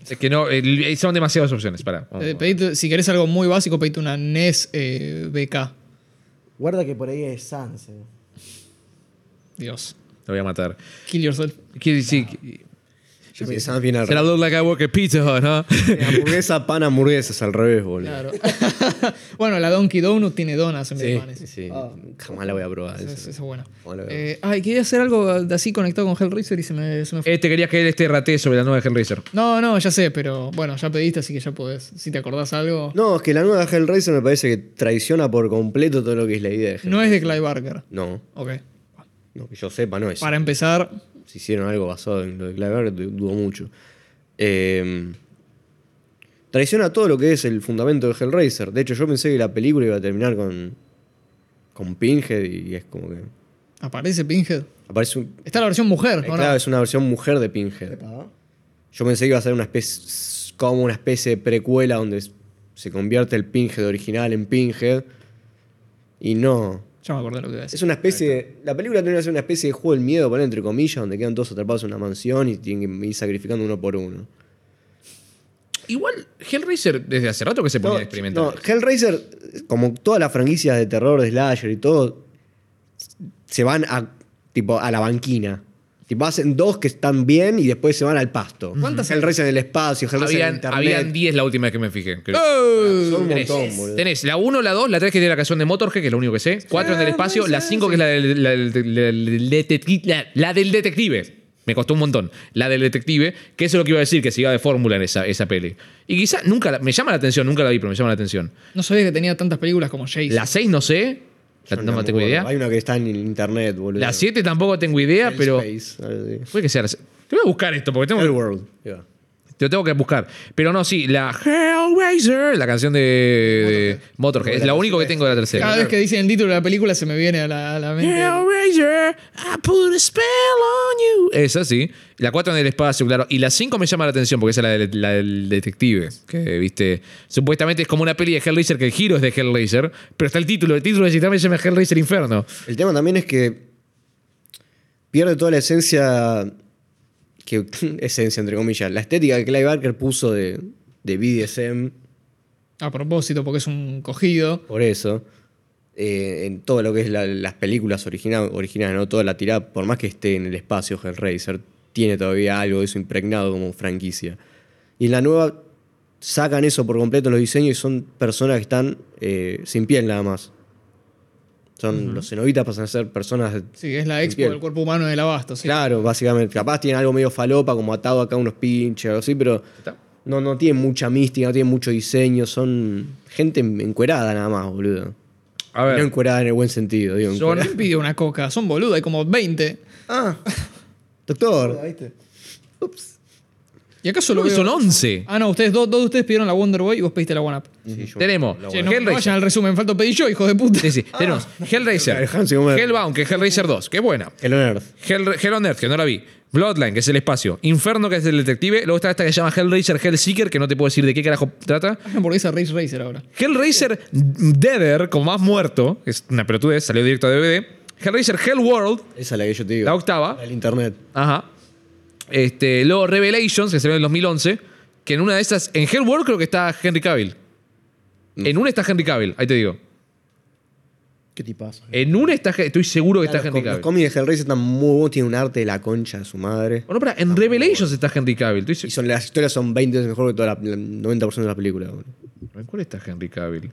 Es que no, eh, son demasiadas opciones. Para. Eh, pedite- si querés algo muy básico, pedite una NES eh, BK. Guarda que por ahí es Sans. eh. Dios. Lo voy a matar. Kill yourself. Quiere decir. que- Yo pensaba bien al Said I revés. look like I work at Pizza Hut, huh? Hamburguesa, pan, hamburguesas al revés, boludo. Claro. bueno, la Donkey Donut tiene donas en vez de Sí, panes. sí. Ah. Jamás la voy a probar. Esa esa. es, esa es buena. Hola. Eh, ay, quería hacer algo así conectado con Hellraiser y se me, se me fue. Eh, te querías que él esté ratee sobre la nueva Hellraiser. No, no, ya sé, pero bueno, ya pediste, así que ya podés. Si te acordás algo. No, No, es que la nueva Hellraiser me parece que traiciona por completo todo lo que es la idea de Hellraiser. es de Clive Barker. No, Ok. no, que yo sepa, no es. Para empezar, Si hicieron algo basado en lo de Clive Barker, du- dudo mucho. Eh, traiciona todo lo que es el fundamento de Hellraiser. De hecho, yo pensé que la película iba a terminar con, con Pinhead y es como que. aparece Pinhead. Aparece un. Está la versión mujer, eh, ¿o claro, no? es una versión mujer de Pinhead. Epa. Yo pensé que iba a ser una especie, como una especie de precuela donde s- se convierte el Pinhead original en Pinhead. Y no. Ya me acordé lo que iba a decir. Es una especie de- La película tendría que ser una especie de juego del miedo, poner entre comillas, donde quedan todos atrapados en una mansión y tienen que ir sacrificando uno por uno. Igual, Hellraiser desde hace rato que se ponía a experimentar. no, Hellraiser, como todas las franquicias de terror, de slasher y todo, se van a, tipo, a la banquina. Tipo, hacen dos que están bien y después se van al pasto. ¿Cuántas- Hellraiser en el espacio, Hellraiser en habían, internet. ¡Oh! habían 10 la última vez que me fijé. creo. Ah, Son un Tenés, montón, boludo. tenés la 1, la 2, la 3 que tiene la canción de Motorhead, que es lo único que sé. 4 Ah, en el espacio, la 5 que es la del, la del- la del detecti- la- la del detective. Me costó un montón. La del detective, que eso es lo que iba a decir, que se iba de fórmula en esa, esa peli. Y quizá nunca, la- me llama la atención, nunca la vi, pero me llama la atención. No sabía que tenía tantas películas como Jason. La 6 no sé, la- Yo no, me tengo acuerdo. idea. Hay una que está en el internet, boludo. La 7 tampoco tengo idea, Hell pero... Space, algo así. Puede que sea la se- Te voy a buscar esto, porque tengo que Hellworld. Yeah. Te lo tengo que buscar. Pero no, sí, la Hellraiser, la canción de, de Motorhead. Es la única que tengo de la tercera. Cada vez que dicen el título de la película se me viene a la, a la mente. Hellraiser, I put a spell on you. Esa sí. La 4 en el espacio, claro. Y la 5 me llama la atención porque esa es la del, la del detective. Que, viste, supuestamente es como una peli de Hellraiser que el giro es de Hellraiser. Pero está el título. El título de ese también se llama Hellraiser Inferno. El tema también es que pierde toda la esencia, que, esencia entre comillas, la estética que Clive Barker puso de, de BDSM, A propósito, porque es un cogido. por eso, eh, en todo lo que es la- las películas origina- originales, ¿no? toda la tirada, por más que esté en el espacio Hellraiser, tiene todavía algo de eso impregnado como franquicia. Y en la nueva sacan eso por completo en los diseños y son personas que están eh, sin piel nada más. Son los cenobitas pasan a ser personas Sí, es la expo Piel. del cuerpo humano del abasto. Sí. Claro, básicamente. Capaz tienen algo medio falopa, como atado acá unos pinches o algo así, pero ¿Está? no, no tienen mucha mística, no tienen mucho diseño. Son gente encuerada nada más, boludo. A No ver. encuerada en el buen sentido, digo. Son- encuerada. ¿Quién pide una coca? Son boludos, hay como 20. Ah, Joda, doctor. ¿Viste? Y acaso Creo lo que veo. son 11. Ah, no, ustedes, dos, dos de ustedes pidieron la Wonder Boy y vos pediste la One Up. Sí, yo- Tenemos Che, no, no Hellraiser. vayan al Ah. resumen, falto pedí yo, hijo de puta. Sí, sí. Tenemos Hellraiser, Hans Zimmer. Hellbound, que es Hellraiser 2, que es buena. El nerd. Hell, Hell on Earth, que no la vi. Bloodline, que es el espacio. Inferno, que es el detective. Luego está esta que se llama Hellraiser Hellseeker, que no te puedo decir de qué carajo trata. Hagan porque dice Race Racer ahora. Hellraiser Deader, como más muerto, que es una pelotudez, salió directo a DVD. Hellraiser Hellworld, Esa es la que yo te digo. la octava. El internet. Ajá. Este, luego Revelations, que salió en el 2011. Que en una de esas, en Mm. Hellworld creo que está Henry Cavill. En una está Henry Cavill, ahí te digo. Qué tipazo. En una está, estoy seguro que está Los, Henry com- los Cavill. cómics de Hellraiser están muy buenos, tiene un arte de la concha de su madre. Bueno, pará, en Revelations está Henry Cavill. Estoy se- Y son, las historias son 20 veces mejor que toda la, la- 90% de la película. boludo. ¿En cuál está Henry Cavill?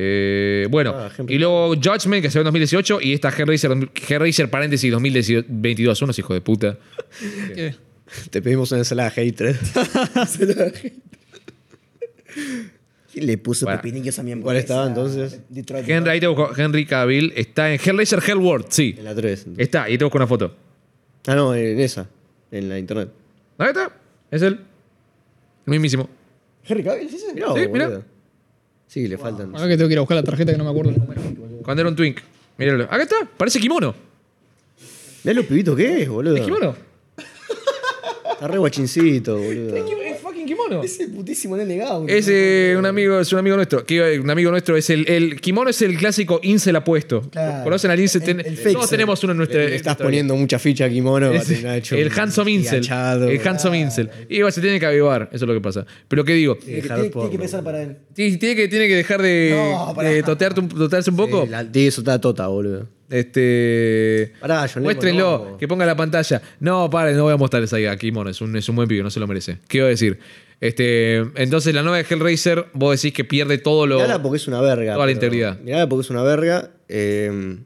Eh, bueno, Ah, Henry y luego Judgment, que se ve en 2018, y esta Hellraiser, Hellraiser paréntesis 2022. Unos hijos de puta. ¿Qué? Te pedimos una ensalada hater. ¿Quién le puso Bueno. pepinillos a mi ¿Cuál estaba, hamburguesa? entonces? Detroit. Henry, ahí te busco, Henry Cavill está en Hellraiser Hellworld, sí. En la 3. Está, ahí te busco una foto. Ah, no, en esa. En la internet. Ahí está, es él. El mismísimo. ¿Henry Cavill? ¿sí? Mirá, Sí, boludo. mirá. Sí, le faltan. Ahora que tengo que ir a buscar la tarjeta que no me acuerdo el número. Cuando era un twink. Míralo. Acá está, parece kimono. Mirá lo pibito que es, boludo. ¿Es kimono? Está re guachincito, boludo. Es fucking kimono. Ese putísimo nene Gao. Es eh, un amigo, es un amigo nuestro. Que, iba- un amigo nuestro es el, el kimono es el clásico incel apuesto. Claro. Conocen al incel. El- Ten- el todos fixer. tenemos uno en nuestra. Le estás poniendo mucha ficha a Kimono. Es- Mati Nacho. el handsome incel. Agachado. el handsome incel. Y va, se tiene que avivar, eso es lo que pasa. Pero ¿qué digo? Tiene que, Dejar tiene- por- tiene que pensar para él. Ti- Tiene que, tiene que dejar de, No, pará. de totearte un- totearse un poco. Sí, Eh, la- Tiene eso está tota, boludo. Este. Pará, John Lennon, muéstrenlo, no. que ponga la pantalla. No, paren, no voy a mostrar esa idea aquí, mono. Es un, es un buen pibe, no se lo merece. ¿Qué iba a decir? Este, entonces, la nueva de Hellraiser, vos decís que pierde todo lo. Mirala porque es una verga. Toda la pero- integridad. Mirala porque es una verga. eh,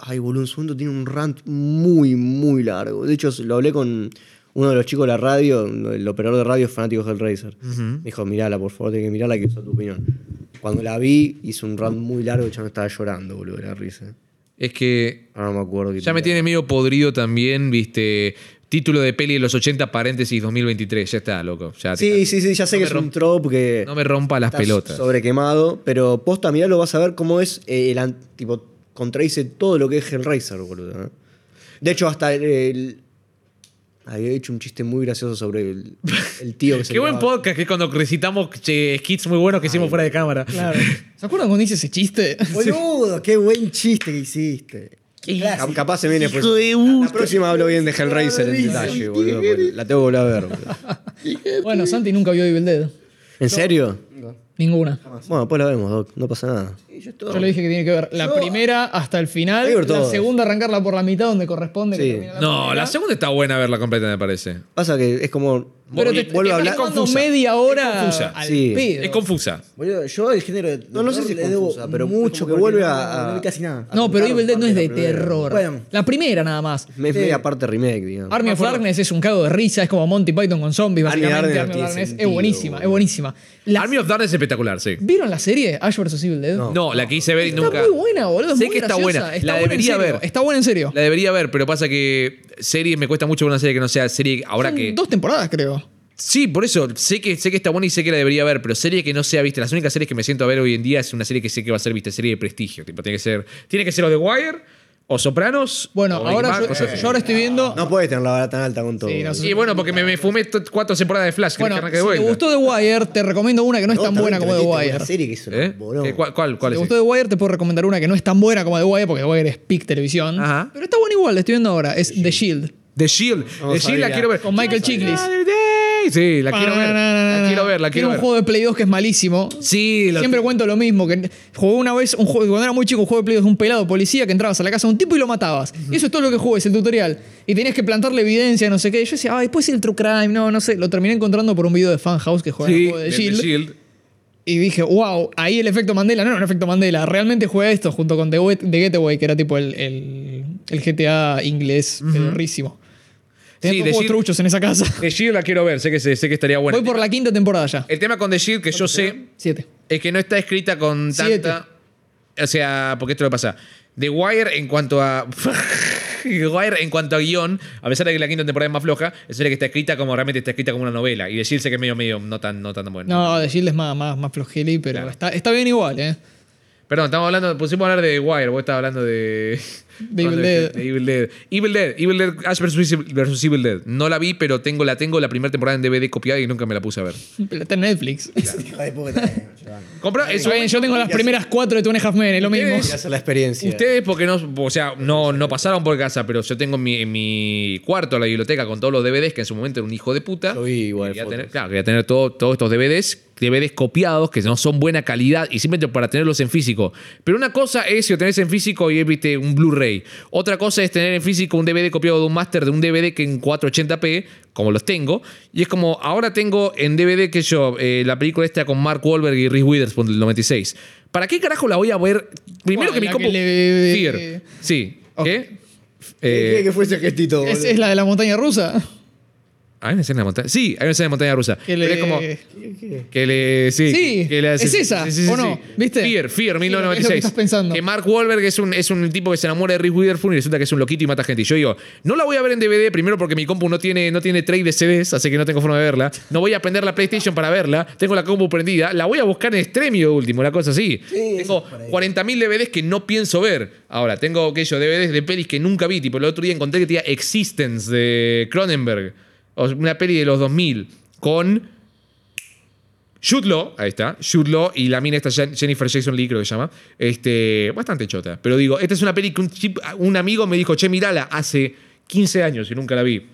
ay, boludo, un segundo tiene un rant muy, muy largo. De hecho, lo hablé con uno de los chicos de la radio, uno- el operador de radio fanático de Hellraiser. Me dijo, mirala, por favor, tenés que mirala que usa tu opinión. Cuando la vi, hizo un rant muy largo y yo no estaba llorando, boludo, de la risa. Es que Ahora no me acuerdo. qué Ya me tenía. tiene medio podrido también, viste. Título de peli de los 80, paréntesis 2023. Ya está, loco. Ya Sí, sí, sí, ya sé No que me es rom- un trope que... No me rompa las está pelotas. Sobrequemado, pero posta, mirá, lo vas a ver cómo es eh, el an- tipo contradice todo lo que es Hellraiser, boludo. ¿eh? De hecho, hasta el, el- había hecho un chiste muy gracioso sobre el, el tío que se Qué buen quedaba- podcast que es cuando recitamos che, skits muy buenos que hicimos fuera de cámara. ¿Se acuerdan cuando hice ese chiste? Boludo, qué buen chiste que hiciste. Cap- Capaz se viene por La próxima hablo bien de Hellraiser en detalle, boludo. porque La tengo que volver a ver. boludo. Bueno, Santi nunca vio Evil Dead. ¿En serio? Ninguna. Bueno, pues la vemos, Doc. No pasa nada. Yo le dije que tiene que ver la primera hasta el final, Hay que ver la todas. segunda arrancarla por la mitad donde corresponde. que Sí. termina la No, primera. la segunda está buena verla completa, me parece. Pasa que es como. Pero te, vuelvo a hablar. Con confusa. media Es hora confusa. al Sí. pedo. Es confusa. Boludo, yo el género de No, no sé terror si es le debo confusa, pero mucho como que porque vuelve no- a- no vi casi nada. No, pero Arrancaron Evil Dead no es de parte de la primera. terror. Bueno. La primera nada más. Es media parte remake, digamos. Army of Darkness es un cago de risa, es como Monty Python con zombies, Army básicamente. Darkness no Army of tiene Darkness sentido, es buenísima, boludo. es buenísima. La- Army of Darkness es espectacular, sí. ¿Vieron la serie Ash vs Evil Dead? No, la que hice ver y Está nunca. muy buena, boludo. es Sé muy que está graciosa, buena. Está la buena en debería serio, ver. Está buena en serio. La debería ver, pero pasa que series me cuesta mucho ver una serie que no sea serie ahora Son que. Dos temporadas, creo. Sí, por eso. Sé que, sé que está buena y sé que la debería ver, pero serie que no sea, viste. Las únicas series que me siento a ver hoy en día es una serie que sé que va a ser, viste, serie de prestigio. Tipo, tiene que ser. Tiene que ser o The Wire, o Sopranos. Bueno, o Big ahora Bang, yo, cosas así. yo ahora estoy viendo. No puedes tener la vara tan alta con todo. Sí, no sé. Y bueno, porque me, me fumé to- cuatro temporadas de Flash. bueno, que arranque si de te vuelta. gustó The Wire, te recomiendo una que no es tan buena como The Wire. Una Si serie que hizo ¿Eh? ¿Qué- ¿Cuál, cuál, cuál te es? gustó The Wire, te puedo recomendar una que no es tan buena como The Wire, porque The Wire es Pic Televisión. Ajá. Pero está buena igual, la estoy viendo ahora. Es The Shield. The Shield. No The Shield la sabía. quiero ver. Con Michael Chiklis. Chiklis. Sí, la quiero ver. La quiero ver, la Tiene quiero un ver. juego de Play 2 que es malísimo. Sí, lo- Siempre cuento lo mismo, que jugué una vez, un juego, cuando era muy chico, un juego de Play 2 de un pelado policía que entrabas a la casa de un tipo y lo matabas. Y eso es todo lo que jugué, es el tutorial. Y tenías que plantarle evidencia, no sé qué. Yo decía, ay, puede ser el True Crime, no, no sé. Lo terminé encontrando por un video de Funhouse que jugaba al Sí, juego de The Shield. Shield. Y dije, wow, ahí el efecto Mandela. No, no, el efecto Mandela. Realmente jugué esto junto con The, Wet- The Getaway, que era tipo el, el, el GTA inglés, pedorrísimo. Tenía Sí, todos The juegos Shield- truchos en esa casa. The Shield la quiero ver, sé que, sé, sé que estaría buena. Voy por la quinta temporada ya. El tema con The Shield que yo sé Siete. es que no está escrita con Siete. tanta. O sea, porque esto lo que pasa. The Wire en cuanto a. The Wire en cuanto a guión, a pesar de que la quinta temporada es más floja, es serie que está escrita como realmente está escrita como una novela. Y The Shield sé que es medio, medio, no tan, no tan bueno. No, The Shield es más, más, más flojeli, pero Claro. está, está bien igual, ¿eh? Perdón, estamos hablando, pusimos a hablar de The Wire, vos estabas hablando de. De Evil de- Dead. de Evil Dead. Evil Dead, Evil Dead, Ash vs. Evil- versus Evil Dead. No la vi, pero tengo, la tengo la primera temporada en DVD copiada y nunca me la puse a ver. Pero está en Netflix. Hijo de puta. Compra, Está bien, yo tengo las primeras cuatro de Two and a Half Men, es lo mismo. Ustedes- Y hacer la experiencia. Ustedes, porque no, o sea, no, no pasaron por casa, pero yo tengo en mi, en mi cuarto la biblioteca con todos los DVDs, que en su momento era un hijo de puta. Yo vi igual Quería fotos. tener- claro, quería tener todo- todos estos DVDs DVDs copiados que no son buena calidad y simplemente para tenerlos en físico. Pero una cosa es si lo tenés en físico y es viste, un Blu-ray. Otra cosa es tener en físico un DVD copiado de un máster de un DVD que en 480p, como los tengo. Y es como, ahora tengo en DVD que yo, eh, la película esta con Mark Wahlberg y Reese Witherspoon del 96. ¿Para qué carajo la voy a ver? Primero Bueno, que mi la compu... que le- Fear. Sí. Ok. ¿Qué? ¿Qué, Eh, qué fue ese gestito? Es, boludo? es la de la montaña rusa. ¿Hay una escena de montaña? Sí, hay una escena de montaña rusa. Que le- Pero es como... Eh, Que le. Sí, Sí, que le hace- es esa, ¿o no? ¿Viste? Fear, Sí, lo Fear, que- es lo 1996. que estás pensando. Que Mark Wahlberg es un, es un tipo que se enamora de Reese Witherspoon y resulta que es un loquito y mata gente. Y yo digo, no la voy a ver en DVD primero porque mi compu no tiene, no tiene trade de CDs, así que no tengo forma de verla. No voy a prender la PlayStation para verla. Tengo la compu prendida. La voy a buscar en extremio último, una cosa así. tengo 40.000 DVDs que no pienso ver. Ahora, tengo que yo DVDs de pelis que nunca vi. Tipo, el otro día encontré que tenía Existence de Cronenberg. O Una peli de los 2000 con Shutlo, ahí está, Shutlo y la mina esta Jen- Jennifer Jason Lee, creo que se llama, este, bastante chota. Pero digo, esta es una peli que un, chip- un amigo me dijo, che, mirala, hace 15 años y nunca la vi.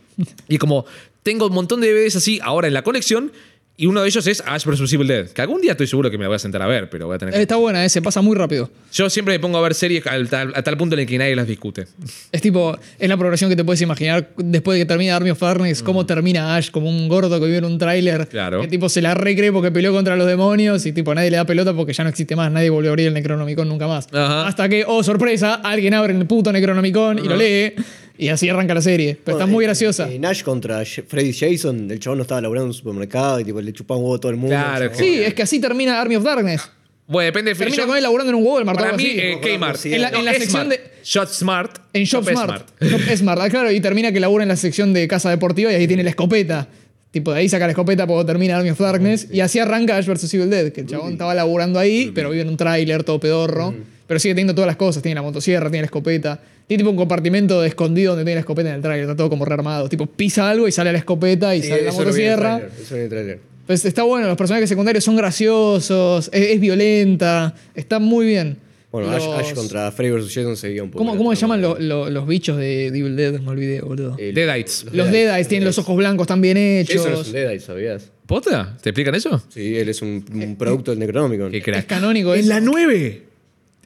Y como, tengo un montón de DVDs así ahora en la colección y uno de ellos es Ash vs. Evil Dead, que algún día estoy seguro que me la voy a sentar a ver, pero voy a tener que... Está buena, ese pasa muy rápido. Yo siempre me pongo a ver series al tal- a tal punto en el que nadie las discute. Es tipo, es la progresión que te puedes imaginar después de que termina Army of Darkness, cómo termina Ash como un gordo que vive en un tráiler. Mm. Claro. Que tipo se la recree porque peleó contra los demonios y tipo nadie le da pelota porque ya no existe más, nadie volvió a abrir el Necronomicon nunca más. Ajá. Hasta que, oh sorpresa, alguien abre el puto Necronomicon y lo lee y así arranca la serie. Pero está Bueno, muy en- graciosa. En Ash Eh, contra Sh- Freddy Jason, el chabón no estaba laburando en un supermercado y tipo, le chupaba un huevo a todo el mundo. Claro, el chabón. Sí, es que así termina Army of Darkness. Bueno, depende de Termina yo- con él laburando en un Walmart. Para algo mí, así. eh, Kmart. En la- en la No, sección Smart. de- Shop Smart. En Shop Smart. Shop Smart, ah, claro, y termina que labura en la sección de casa deportiva y ahí tiene la escopeta. Tipo, de ahí saca la escopeta porque termina Army of Darkness. Y así arranca Ash vs. Evil Dead, que el chabón estaba laburando ahí, pero vive en un tráiler todo pedorro. Pero sigue teniendo todas las cosas. Tiene la motosierra, tiene la escopeta. Tiene tipo un compartimento de escondido donde tiene la escopeta en el tráiler. Está todo como rearmado. Tipo, pisa algo y sale la escopeta y Sí, sale la eso lo vi en el motosierra. tráiler, Eso en el trailer. Pues está bueno, los personajes secundarios son graciosos, es, es violenta, está muy bien. Bueno, Los- Ash, Ash contra Freddy vs. Jason seguía un poco. ¿Cómo, la cómo se trama. llaman lo- lo- los bichos de de Evil Dead? Me olvidé, boludo. El- Deadites. Los Deadites tienen los ojos blancos tan bien Jason es hechos. un Deadite, ¿sabías? ¿Posta? ¿Te explican eso? Sí, él es un, Eh, un producto del Necronomicon. Qué Es crack. canónico. En eso. la 9.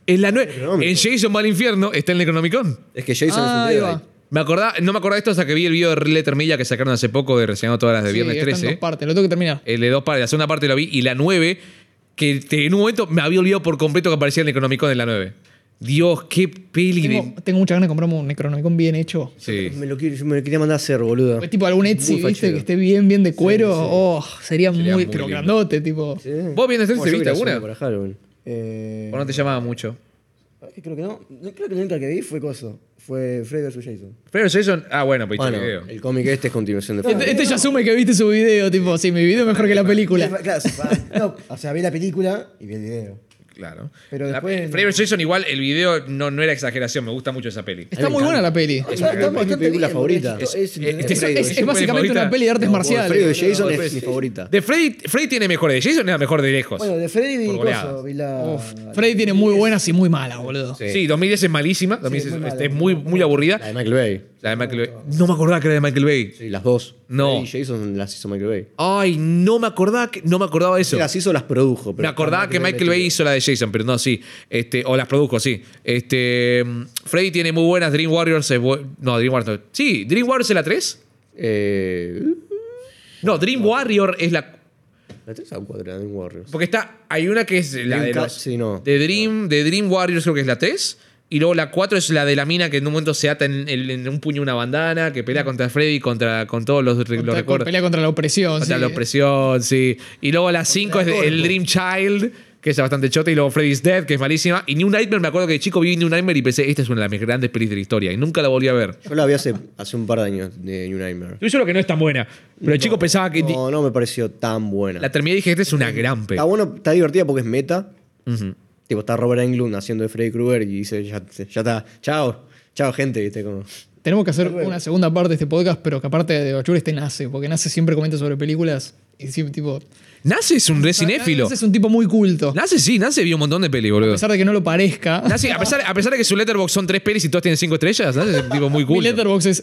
En la 9. Necronomicon. En Jason va al infierno está el Necronomicon. Es que Jason Ah, ahí es un va. Deadite. Me acordaba, no me acordaba esto hasta que vi el video de Letter Media que sacaron hace poco de reseñando todas las de Sí, Viernes está en 13. dos partes, lo tengo que terminar. El de dos partes, la segunda parte la vi y la 9, que te- en un momento me había olvidado por completo que aparecía el Necronomicon en la 9. Dios, qué peli de... Tengo, tengo mucha ganas de comprarme un Necronomicon bien hecho. Sí. Me lo, quiero- yo me lo quería mandar a hacer, boludo. Pues, tipo algún Etsy, Muy ¿viste? fachero. Que esté bien, bien de cuero. Oh, sería, Sería muy, muy pero lindo. grandote, tipo. Sí. ¿Vos vienes a hacer Bueno, yo quería hacer entrevista alguna? uno para Halloween. Eh, ¿O no te llamaba mucho? eh, creo que no. no, Creo que la única que vi fue Coso. Fue Freddy vs. Jason. Pero Jason... Ah, bueno, pues Bueno, el video. el cómic este es continuación de Este, Freddy. este ya asume que viste su video, tipo, sí, mi video es mejor que la Sí, película. claro, sí, va. No, o sea, vi la película y vi el video. Claro. Pero La- después- Freddy vs. Jason igual, el video no, no era exageración, me gusta mucho esa peli. Está muy buena la peli. Es una gran- mi película favorita. Es, Es- interesante. Este Es, Freddy es- vs. es básicamente Jason. una peli de eh, artes No, marciales. Freddy vs. Jason Pero- es mi favorita. De Freddy, Freddy tiene mejores. De Jason era mejor de lejos. Bueno, de Freddy vi Por goleadas. Coso. Vi la. Uf, Freddy tiene muy buenas y muy malas, boludo. sí. 2010 es malísima. 2010 muy es, mala. es muy, muy aburrida. La de Michael Bay. La de Michael Bay. No me acordaba que era de Michael Bay. Sí, las dos. No. Freddy y Jason las hizo Michael Bay. Ay, no me acordaba que, no me acordaba de eso. Las hizo, las produjo. pero- Me acordaba que Michael Bay hizo la de Jason, pero no, sí. Este, o las produjo, sí. Este, mm, Freddy tiene muy buenas. Dream Warriors es bu- No, Dream Warriors. no. Sí, Dream Warriors es la 3. Eh, No, Dream Warrior es la. ¿La 3 o 4 de Warriors? Porque está. Hay una que es la Dream de Ca- los- sí, no. De Dream, de Dream Warriors creo que es la 3. Y luego la 4 es la de la mina que en un momento se ata en, en- en un puño una bandana, que Mm. pelea contra Freddy, contra, con todos los, los Contra- recuerdos. pelea contra la opresión. Contra sí. la opresión, sí. Y luego la 5 es el Dream Child, que es bastante chota. Y luego Freddy's Dead, que es malísima. Y New Nightmare, me acuerdo que de chico vi New Nightmare y pensé, esta es una de las grandes pelis de la historia. Y nunca la volví a ver. Yo la vi hace, hace un par de años de New Nightmare. Yo lo que no es tan buena. Pero el chico pensaba que. No, no me pareció tan buena. La terminé y dije, esta es una gran peli. Está bueno, está divertida porque es meta. Tipo, está Robert Englund haciendo de Freddy Krueger y dice, ya, ya está, chao, chao gente, viste como... Tenemos que hacer una segunda parte de este podcast, pero que aparte de Bachur este nace, porque nace siempre comenta sobre películas y siempre tipo. Nace es un re cinéfilo. Nace es un tipo muy culto. Nace sí, Nace vio un montón de pelis, boludo. A pesar de que no lo parezca. Nace, a pesar, a pesar de que su letterbox son tres pelis y todas tienen cinco estrellas, Nace es un tipo muy Mi cool. letterbox es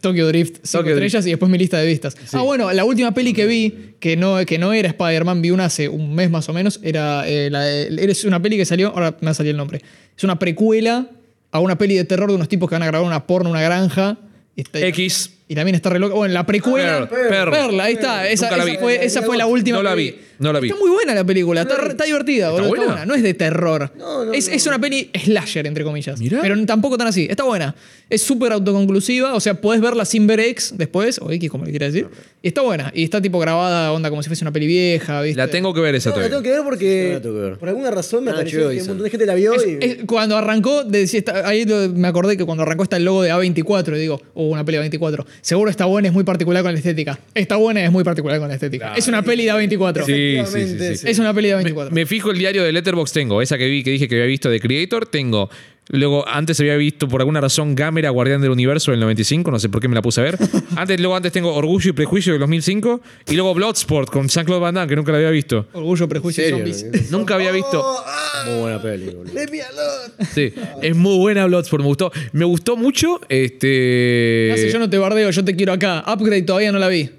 Tokyo Drift 5 Tokyo Drift. estrellas y después mi lista de vistas. Ah, bueno, la última peli que vi, que no, que no era Spider-Man, vi una hace un mes más o menos, era eh, la de- es una peli que salió, ahora me salió el nombre, es una precuela a una peli de terror de unos tipos que van a grabar una porno en una granja. Y está- X. Y también está re loca. Bueno, la precuela. Perla, Perla. Perla, ahí está. Esa, Nunca la esa vi. fue, esa fue la última. No la que vi, no la vi. Está muy buena la película. Está, re- está divertida, boludo. Está buena? buena. No es de terror. No, no, es, es una peli slasher, entre comillas. Mirá. Pero tampoco tan así. Está buena. Es súper autoconclusiva. O sea, podés verla sin ver X después, o X, como le quieras decir. Y está buena. Y está tipo grabada, onda, como si fuese una peli vieja, ¿viste? La tengo que ver esa No, la todavía. tengo que ver porque la tengo que ver. por alguna razón me Ah, pareció chivo, que un dicen. montón de gente la vio Es- y es- cuando arrancó, decía, está- ahí lo- me acordé que cuando arrancó está el logo de A24, y digo, oh, una peli de A24. Seguro está buena, es muy particular con la estética. Está buena, es muy particular con la estética. es una peli de A24. Sí, sí, sí, efectivamente, sí. Es una peli de A24. Me fijo el diario de Letterbox tengo, esa que vi que dije que había visto de Creator, tengo. Luego antes había visto por alguna razón Gamera Guardián del Universo del 95, no sé por qué me la puse a ver. Antes luego antes tengo Orgullo y Prejuicio del 2005 y luego Bloodsport con Jean-Claude Van Damme que nunca la había visto. Orgullo, prejuicio y ¿En zombies. serio? Nunca había Oh. visto. ¡Ah! Muy buena peli, boludo. ¡Let me alone! Sí, es muy buena Bloodsport, me gustó. Me gustó mucho este Nace, yo no te bardeo, yo te quiero acá. Upgrade todavía no la vi.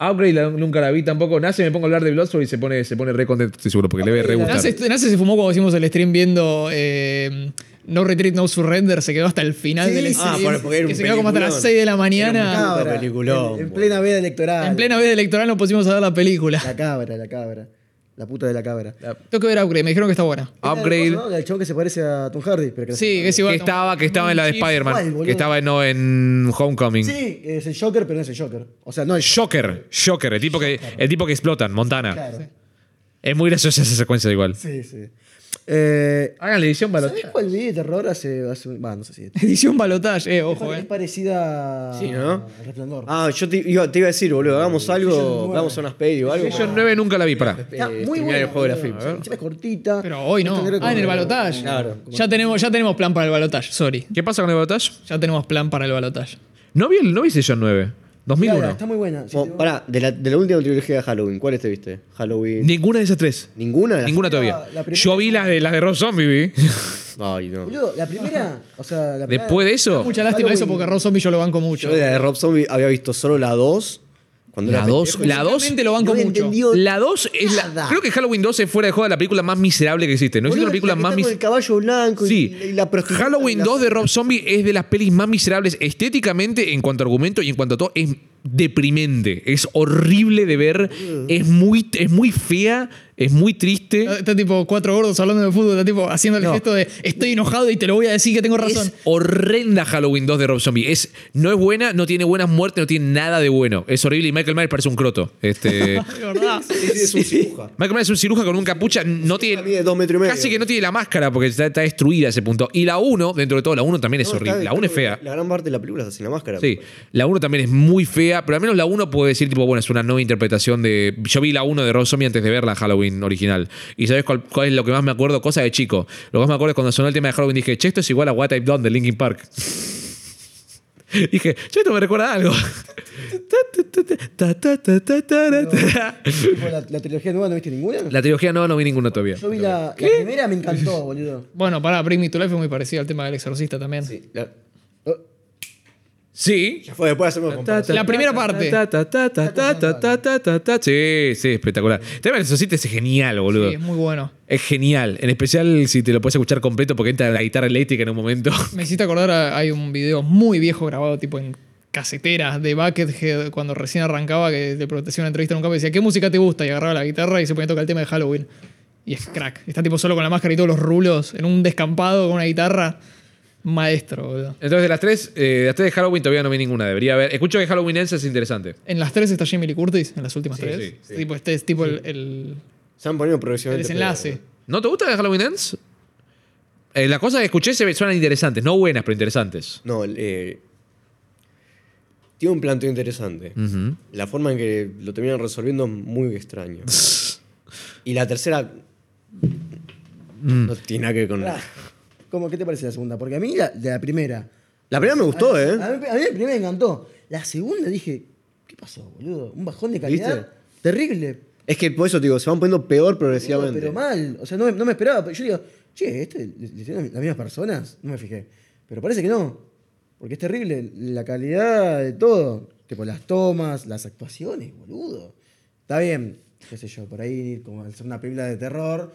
Upgrade la- nunca la vi tampoco. Nace me pongo a hablar de Bloodsport y se pone se pone re contento, estoy seguro porque le debe re gustar. Nace, Nace se fumó cuando hicimos el stream viendo eh, No Retreat, No Surrender. Se quedó hasta el final Sí, del sí, stream. sí. Ah, porque era que un se quedó como hasta las peliculón. 6 de la La mañana. cabra. peliculón, En, en boludo. plena veda electoral. En plena vida electoral nos pusimos a ver la película. La cabra, la cabra. La puta de la cabra. Tengo que ver Upgrade, me dijeron que está buena. Upgrade ¿no? El chabón que se parece a Tom Hardy. Pero que no Sí, se- que es igual. que estaba, que estaba en la de Ay, Spider-Man. boludo. Que estaba no, en Homecoming. Sí, es el Joker, pero no es el Joker. O sea, no el Shocker, Shocker, el tipo que, el tipo que explotan, Montana. Claro. Es muy graciosa esa secuencia igual. Sí, sí. Eh, Hagan la edición para ¿Sabés cuál vi de terror hace. hace un- bah, no sé si. Edición Balotage, eh, ojo, Es eh. parecida Sí, ¿no? a Resplandor. Ah, yo te iba, te iba a decir, boludo, hagamos algo, hagamos unas pelis o algo. Yo 9 nunca la vi, pará. Está eh, muy terminar buena. el juego de la boludo. film. A ver. Encima es cortita. Pero hoy no. Tendré que- Ah, en el Balotage. Claro. Ya tenemos, ya tenemos plan para el Balotage, sorry. ¿Qué pasa con el batalla? Ya tenemos plan para el Balotage. No vi, el- no vi Session 9. Claro, 2001. Está muy buena. Sí, Bueno, te- Oh, pará, de la, de la última trilogía de Halloween, ¿cuáles te viste? Halloween. Ninguna de esas tres. ¿Ninguna? de las- Ninguna primera- todavía. la primera- Yo vi las de, las de Rob Zombie, vi. Ay, no. Boludo, la primera. O sea, la primera. Después de eso, Mucha lástima Halloween. eso porque Rob Zombie yo lo banco mucho. Yo de la de Rob Zombie había visto solo la 2. Cuando la era 2, la 2, Realmente lo banco no mucho. entendí Dios, la 2 es la. nada. Creo que Halloween 2 es fuera de joda la película más miserable que existe. No existe Boludo, una película la que más está con miserable. el caballo blanco y- Sí. y la prostituta. y Halloween la- 2 de Rob Zombie es de las pelis más miserables estéticamente en cuanto a argumento y en cuanto a todo. Es deprimente. Es horrible de ver. Es muy, es muy fea. Es muy Eh, triste. Está, está tipo cuatro gordos hablando de fútbol, está tipo haciendo el gesto de estoy enojado y te lo voy a decir que tengo razón. Es horrenda Halloween 2 de Rob Zombie. Es, no es buena, no tiene buenas muertes, no tiene nada de bueno. Es horrible y Michael Myers parece un croto. Este, Es verdad. Sí, es un ciruja. Michael Myers es un ciruja con un capucha. No tiene, mide dos metros y medio. Casi que no tiene la máscara porque está, está destruida a ese punto. Y la 1, dentro de todo, la 1 también es No, horrible. está- la 1 es está- fea. La gran parte de la película está sin la máscara. Sí, la 1 también es muy fea, pero al menos la 1 puede decir, tipo, bueno, es una nueva interpretación de. Yo vi la 1 de Rob Zombie antes de ver la Halloween original. ¿Y sabes cuál, cuál es lo que más me acuerdo? Cosa de chico. Lo que más me acuerdo es cuando sonó el tema de Halloween dije, che, esto es igual a What I've Done de Linkin Park. dije, che, esto me recuerda a algo. Tipo, La, la trilogía nueva no viste ninguna. la trilogía no, no vi ninguna todavía. Yo vi la, la primera, me encantó, boludo. Bueno, pará, Bring Me to Life es muy parecido al tema del exorcista también. Sí, la- Sí. ya fue, después hacemos comparación. La primera parte. Ta, ta, ta, ta, ta, ta, ta, ta, ta, ta. Sí, sí, espectacular. El tema del exorcista es genial, boludo. Sí, es muy bueno. Es genial, en especial si te lo puedes escuchar completo porque entra la guitarra eléctrica en un momento. Me hiciste acordar, a- hay un video muy viejo grabado tipo en caseteras de Buckethead cuando recién arrancaba que le hacía una entrevista en un campo y decía, ¿qué música te gusta? Y agarraba la guitarra y se ponía a tocar el tema de Halloween. Y es crack. Está tipo solo con la máscara y todos los rulos, en un descampado con una guitarra. Maestro, boludo. Entonces, de las tres, eh, de las tres de Halloween todavía no vi ninguna, debería haber. Escucho que Halloween Ends es interesante. En las tres está Jamie Lee Curtis, en las últimas tres. sí, sí. Tipo, este es tipo el, el- Se han ponido el progresivamente. desenlace. ¿No te gusta de Halloween Ends? Eh, las cosas que escuché se ve- suenan interesantes, no buenas, pero interesantes. peor. No, el, eh, tiene un planteo interesante. Ujú. La forma en que lo terminan resolviendo es muy extraño. y la tercera. Mm. No tiene nada que ver con Pará, nada. ¿Cómo, ¿Qué te parece la segunda? Porque a mí la, de la primera. La primera me gustó, ¿eh? A mí, a mí la primera me encantó. La segunda dije, ¿qué pasó, boludo? Un bajón de calidad. ¿Viste? Terrible. Es que por eso te digo, se van poniendo peor boludo, progresivamente. Pero mal. O sea, no, me- no me esperaba. Pero Yo digo, che, ¿este le, le hicieron las mismas personas? No me fijé. Pero parece que no. Porque es terrible la calidad de todo. Tipo, las tomas, las actuaciones, boludo. Está bien, qué sé yo, por ahí, como al ser una película de terror.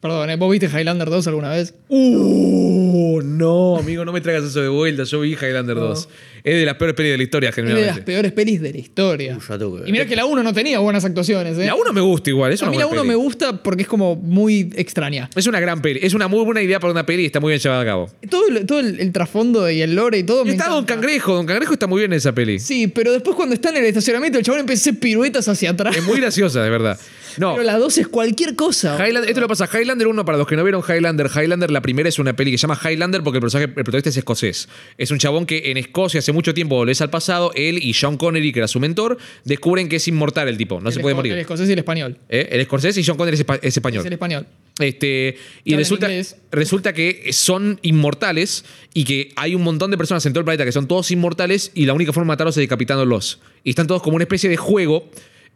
Perdón, ¿eh? ¿vos viste Highlander 2 alguna vez? Uh, no, amigo, no me traigas eso de vuelta. Yo vi Highlander 2. Es de las peores pelis de la historia, Es de las generalmente. peores pelis de la historia. Uf, ya tengo que ver. Y mira que la 1 no tenía buenas actuaciones, ¿eh? La 1 me gusta igual. Es a una mí la 1 buena peli. me gusta porque es como muy extraña. Es una gran peli. Es una muy buena idea para una peli y está muy bien llevada a cabo. Todo el, todo el, el trasfondo y el lore y todo. Y me está Don encanta. Cangrejo. Don Cangrejo está muy bien en esa peli. Sí, pero después cuando está en el estacionamiento, el chabón empieza a hacer piruetas hacia atrás. Es muy graciosa, de verdad. Eh, No. Pero la 2 es cualquier cosa. Highlander- esto lo pasa a Highlander 1, para los que no vieron Highlander, Highlander la primera es una peli que se llama Highlander porque el personaje, el protagonista es escocés. Es un chabón que en Escocia hace mucho tiempo volvés al pasado, él y Sean Connery, que era su mentor, descubren que es inmortal el tipo, no El se puede esco- El morir. escocés y el español. ¿Eh? El escocés y Sean Connery es, espa- es español. Es el español. Este, Que y hablan resulta, inglés. resulta que son inmortales y que hay un montón de personas en todo el planeta que son todos inmortales y la única forma de matarlos es decapitándolos. Y están todos como una especie de juego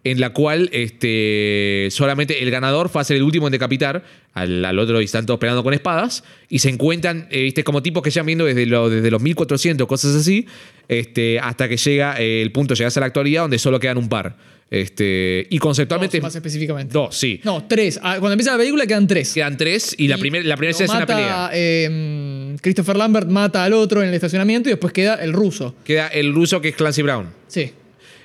en la cual este, solamente el ganador va a ser el último en decapitar al, al otro y están todos peleando con espadas y se encuentran eh, viste, como tipos que llevan viendo desde, lo- desde los 1400, cosas así, este, hasta que llega eh, el punto, llegas a la actualidad donde solo quedan un par. Este, y conceptualmente... Dos, más específicamente. Dos, sí. No, tres. Ah, Cuando empieza la película quedan tres. Quedan tres y la, primer- la primera lo escena es una mata, pelea. eh, Christopher Lambert mata al otro en el estacionamiento y después queda el ruso. Queda el ruso que es Clancy Brown. Sí.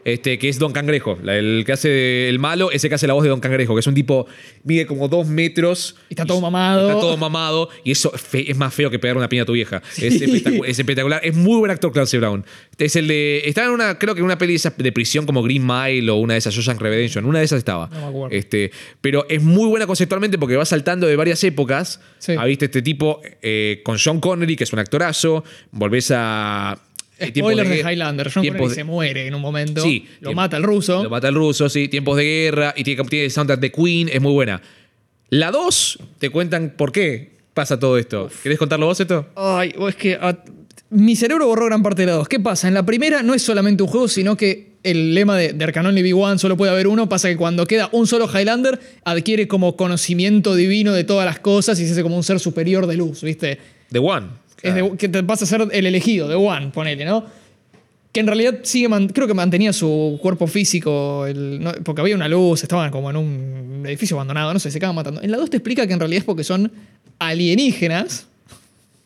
Este, que es Don Cangrejo, la- el que hace de- el malo, ese que hace la voz de Don Cangrejo, que es un tipo, mide como dos metros. Y está todo mamado. Está todo mamado. Y eso es, fe- es más feo que pegar una piña a tu vieja. Es, espectacu- es espectacular. Es muy buen actor Clancy Brown. Es el de. Estaba en una, creo que en una peli de, esas de prisión como Green Mile o una de esas Shawshank Redemption. Una de esas estaba. No me acuerdo. Este, pero es muy buena conceptualmente porque va saltando de varias épocas. Sí. Ah, viste este tipo eh, con Sean Connery, que es un actorazo. Volvés a. eh, tiempos Spoiler de, guerra- Highlander. John tiempos Connery de- se muere en un momento. Sí. Lo Tiemp- mata el ruso. Lo mata el ruso, sí. Tiempos de guerra. Y tiene, tiene soundtrack de Queen. Es muy buena. La 2, te cuentan por qué pasa todo esto. ¿Querés contarlo vos esto? Ay, o es que ah, mi cerebro borró gran parte de la dos. ¿Qué pasa? En la primera no es solamente un juego, sino que el lema de, de Arcanón y Big One solo puede haber uno. Pasa que cuando queda un solo Highlander, adquiere como conocimiento divino de todas las cosas y se hace como un ser superior de luz, ¿viste? The One. Ah, Es de- que te vas a ser el elegido, de One, ponele, ¿no? Que en realidad sigue, man- creo que mantenía su cuerpo físico, el- no- porque había una luz, estaban como en un edificio abandonado, no sé, se acaban matando. En la 2 te explica que en realidad es porque son alienígenas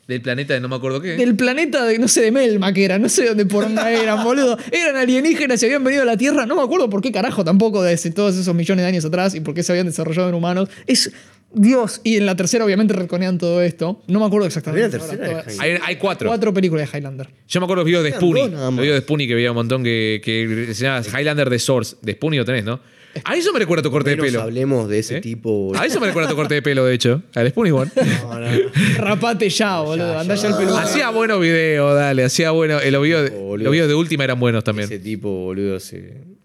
Del planeta de no me acuerdo qué. del planeta de, no sé, de Melma que era, no sé dónde por onda eran, boludo. Eran alienígenas y habían venido a la Tierra, no me acuerdo por qué carajo tampoco, desde todos esos millones de años atrás y por qué se habían desarrollado en humanos. Es Dios. Y en la tercera, obviamente, reconean todo esto. No me acuerdo exactamente. ¿Había una tercera ahora de todas- Hay, hay cuatro. Cuatro películas de Highlander. Yo me acuerdo los videos de Eran Spoonie. dos nada Los más. videos de Spoonie que veía un montón que, que se llama Highlander de Source. De Spoonie lo tenés, ¿no? A eso me recuerda tu corte Menos de pelo. hablemos de ese ¿Eh? tipo. A eso me recuerda tu corte de pelo, de hecho. Al Spoonie One. No, no, no. Rapate ya, boludo. Andá ya al peludo. hacía buenos videos, dale. Hacía bueno. eh, Los videos, Oh, boludo. los videos de última eran buenos Ese también. tipo, boludo, se-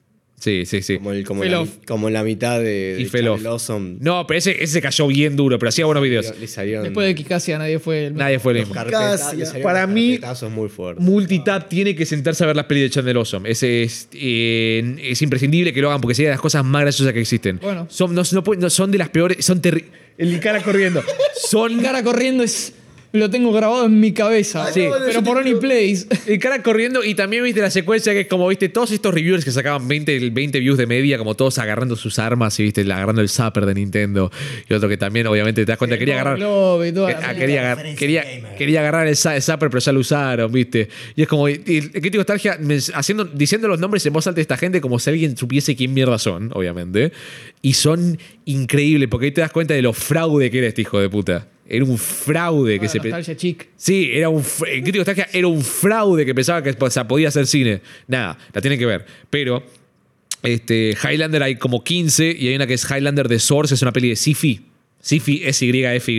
Sí, sí, sí. como, el, como, Fell la, off. como en la mitad de, y de fell off. Charlie Lawson. No, pero ese, ese cayó bien duro, pero hacía buenos videos. Le salieron Después de Kikasia nadie fue el Nadie fue el mismo. carpeta- Casi, le salieron para unos mí- carpetazos muy fuertes. Multitap tiene que sentarse a ver las pelis de Chandler Awesome. Ese es, eh, es imprescindible que lo hagan porque sería de las cosas más graciosas que existen. Bueno. Son, no, no pueden- no, son de las peores. Son terribles. El Licara corriendo. Mi Son. cara corriendo es. Lo tengo grabado en mi cabeza. Sí. Pero por Only Place. El cara corriendo y también viste la secuencia que es como, viste, todos estos reviewers que sacaban 20, el 20 views de media, como todos agarrando sus armas y, viste, agarrando el zapper de Nintendo. Y otro que también, obviamente, te das cuenta, quería agarrar... Globo y toda que- la ah, mierda. quería, agar- quería, quería agarrar el, za- el zapper, pero ya lo usaron, viste. Y es como, y- y el crítico Stargia men- haciendo, diciendo los nombres en voz alta de esta gente como si alguien supiese quién mierda son, obviamente. Y son increíbles, porque ahí te das cuenta de lo fraude que era este hijo de puta. Era un fraude Toda que se... la pe- nostalgia chic. Sí, era un, fr- el crítico Starkia era un fraude que pensaba que o sea, podía hacer cine. Nada, la tienen que ver. Pero este, Highlander hay como 15 y hay una que es Highlander de Source, es una peli de Sifi. Sifi, S-Y-F-Y.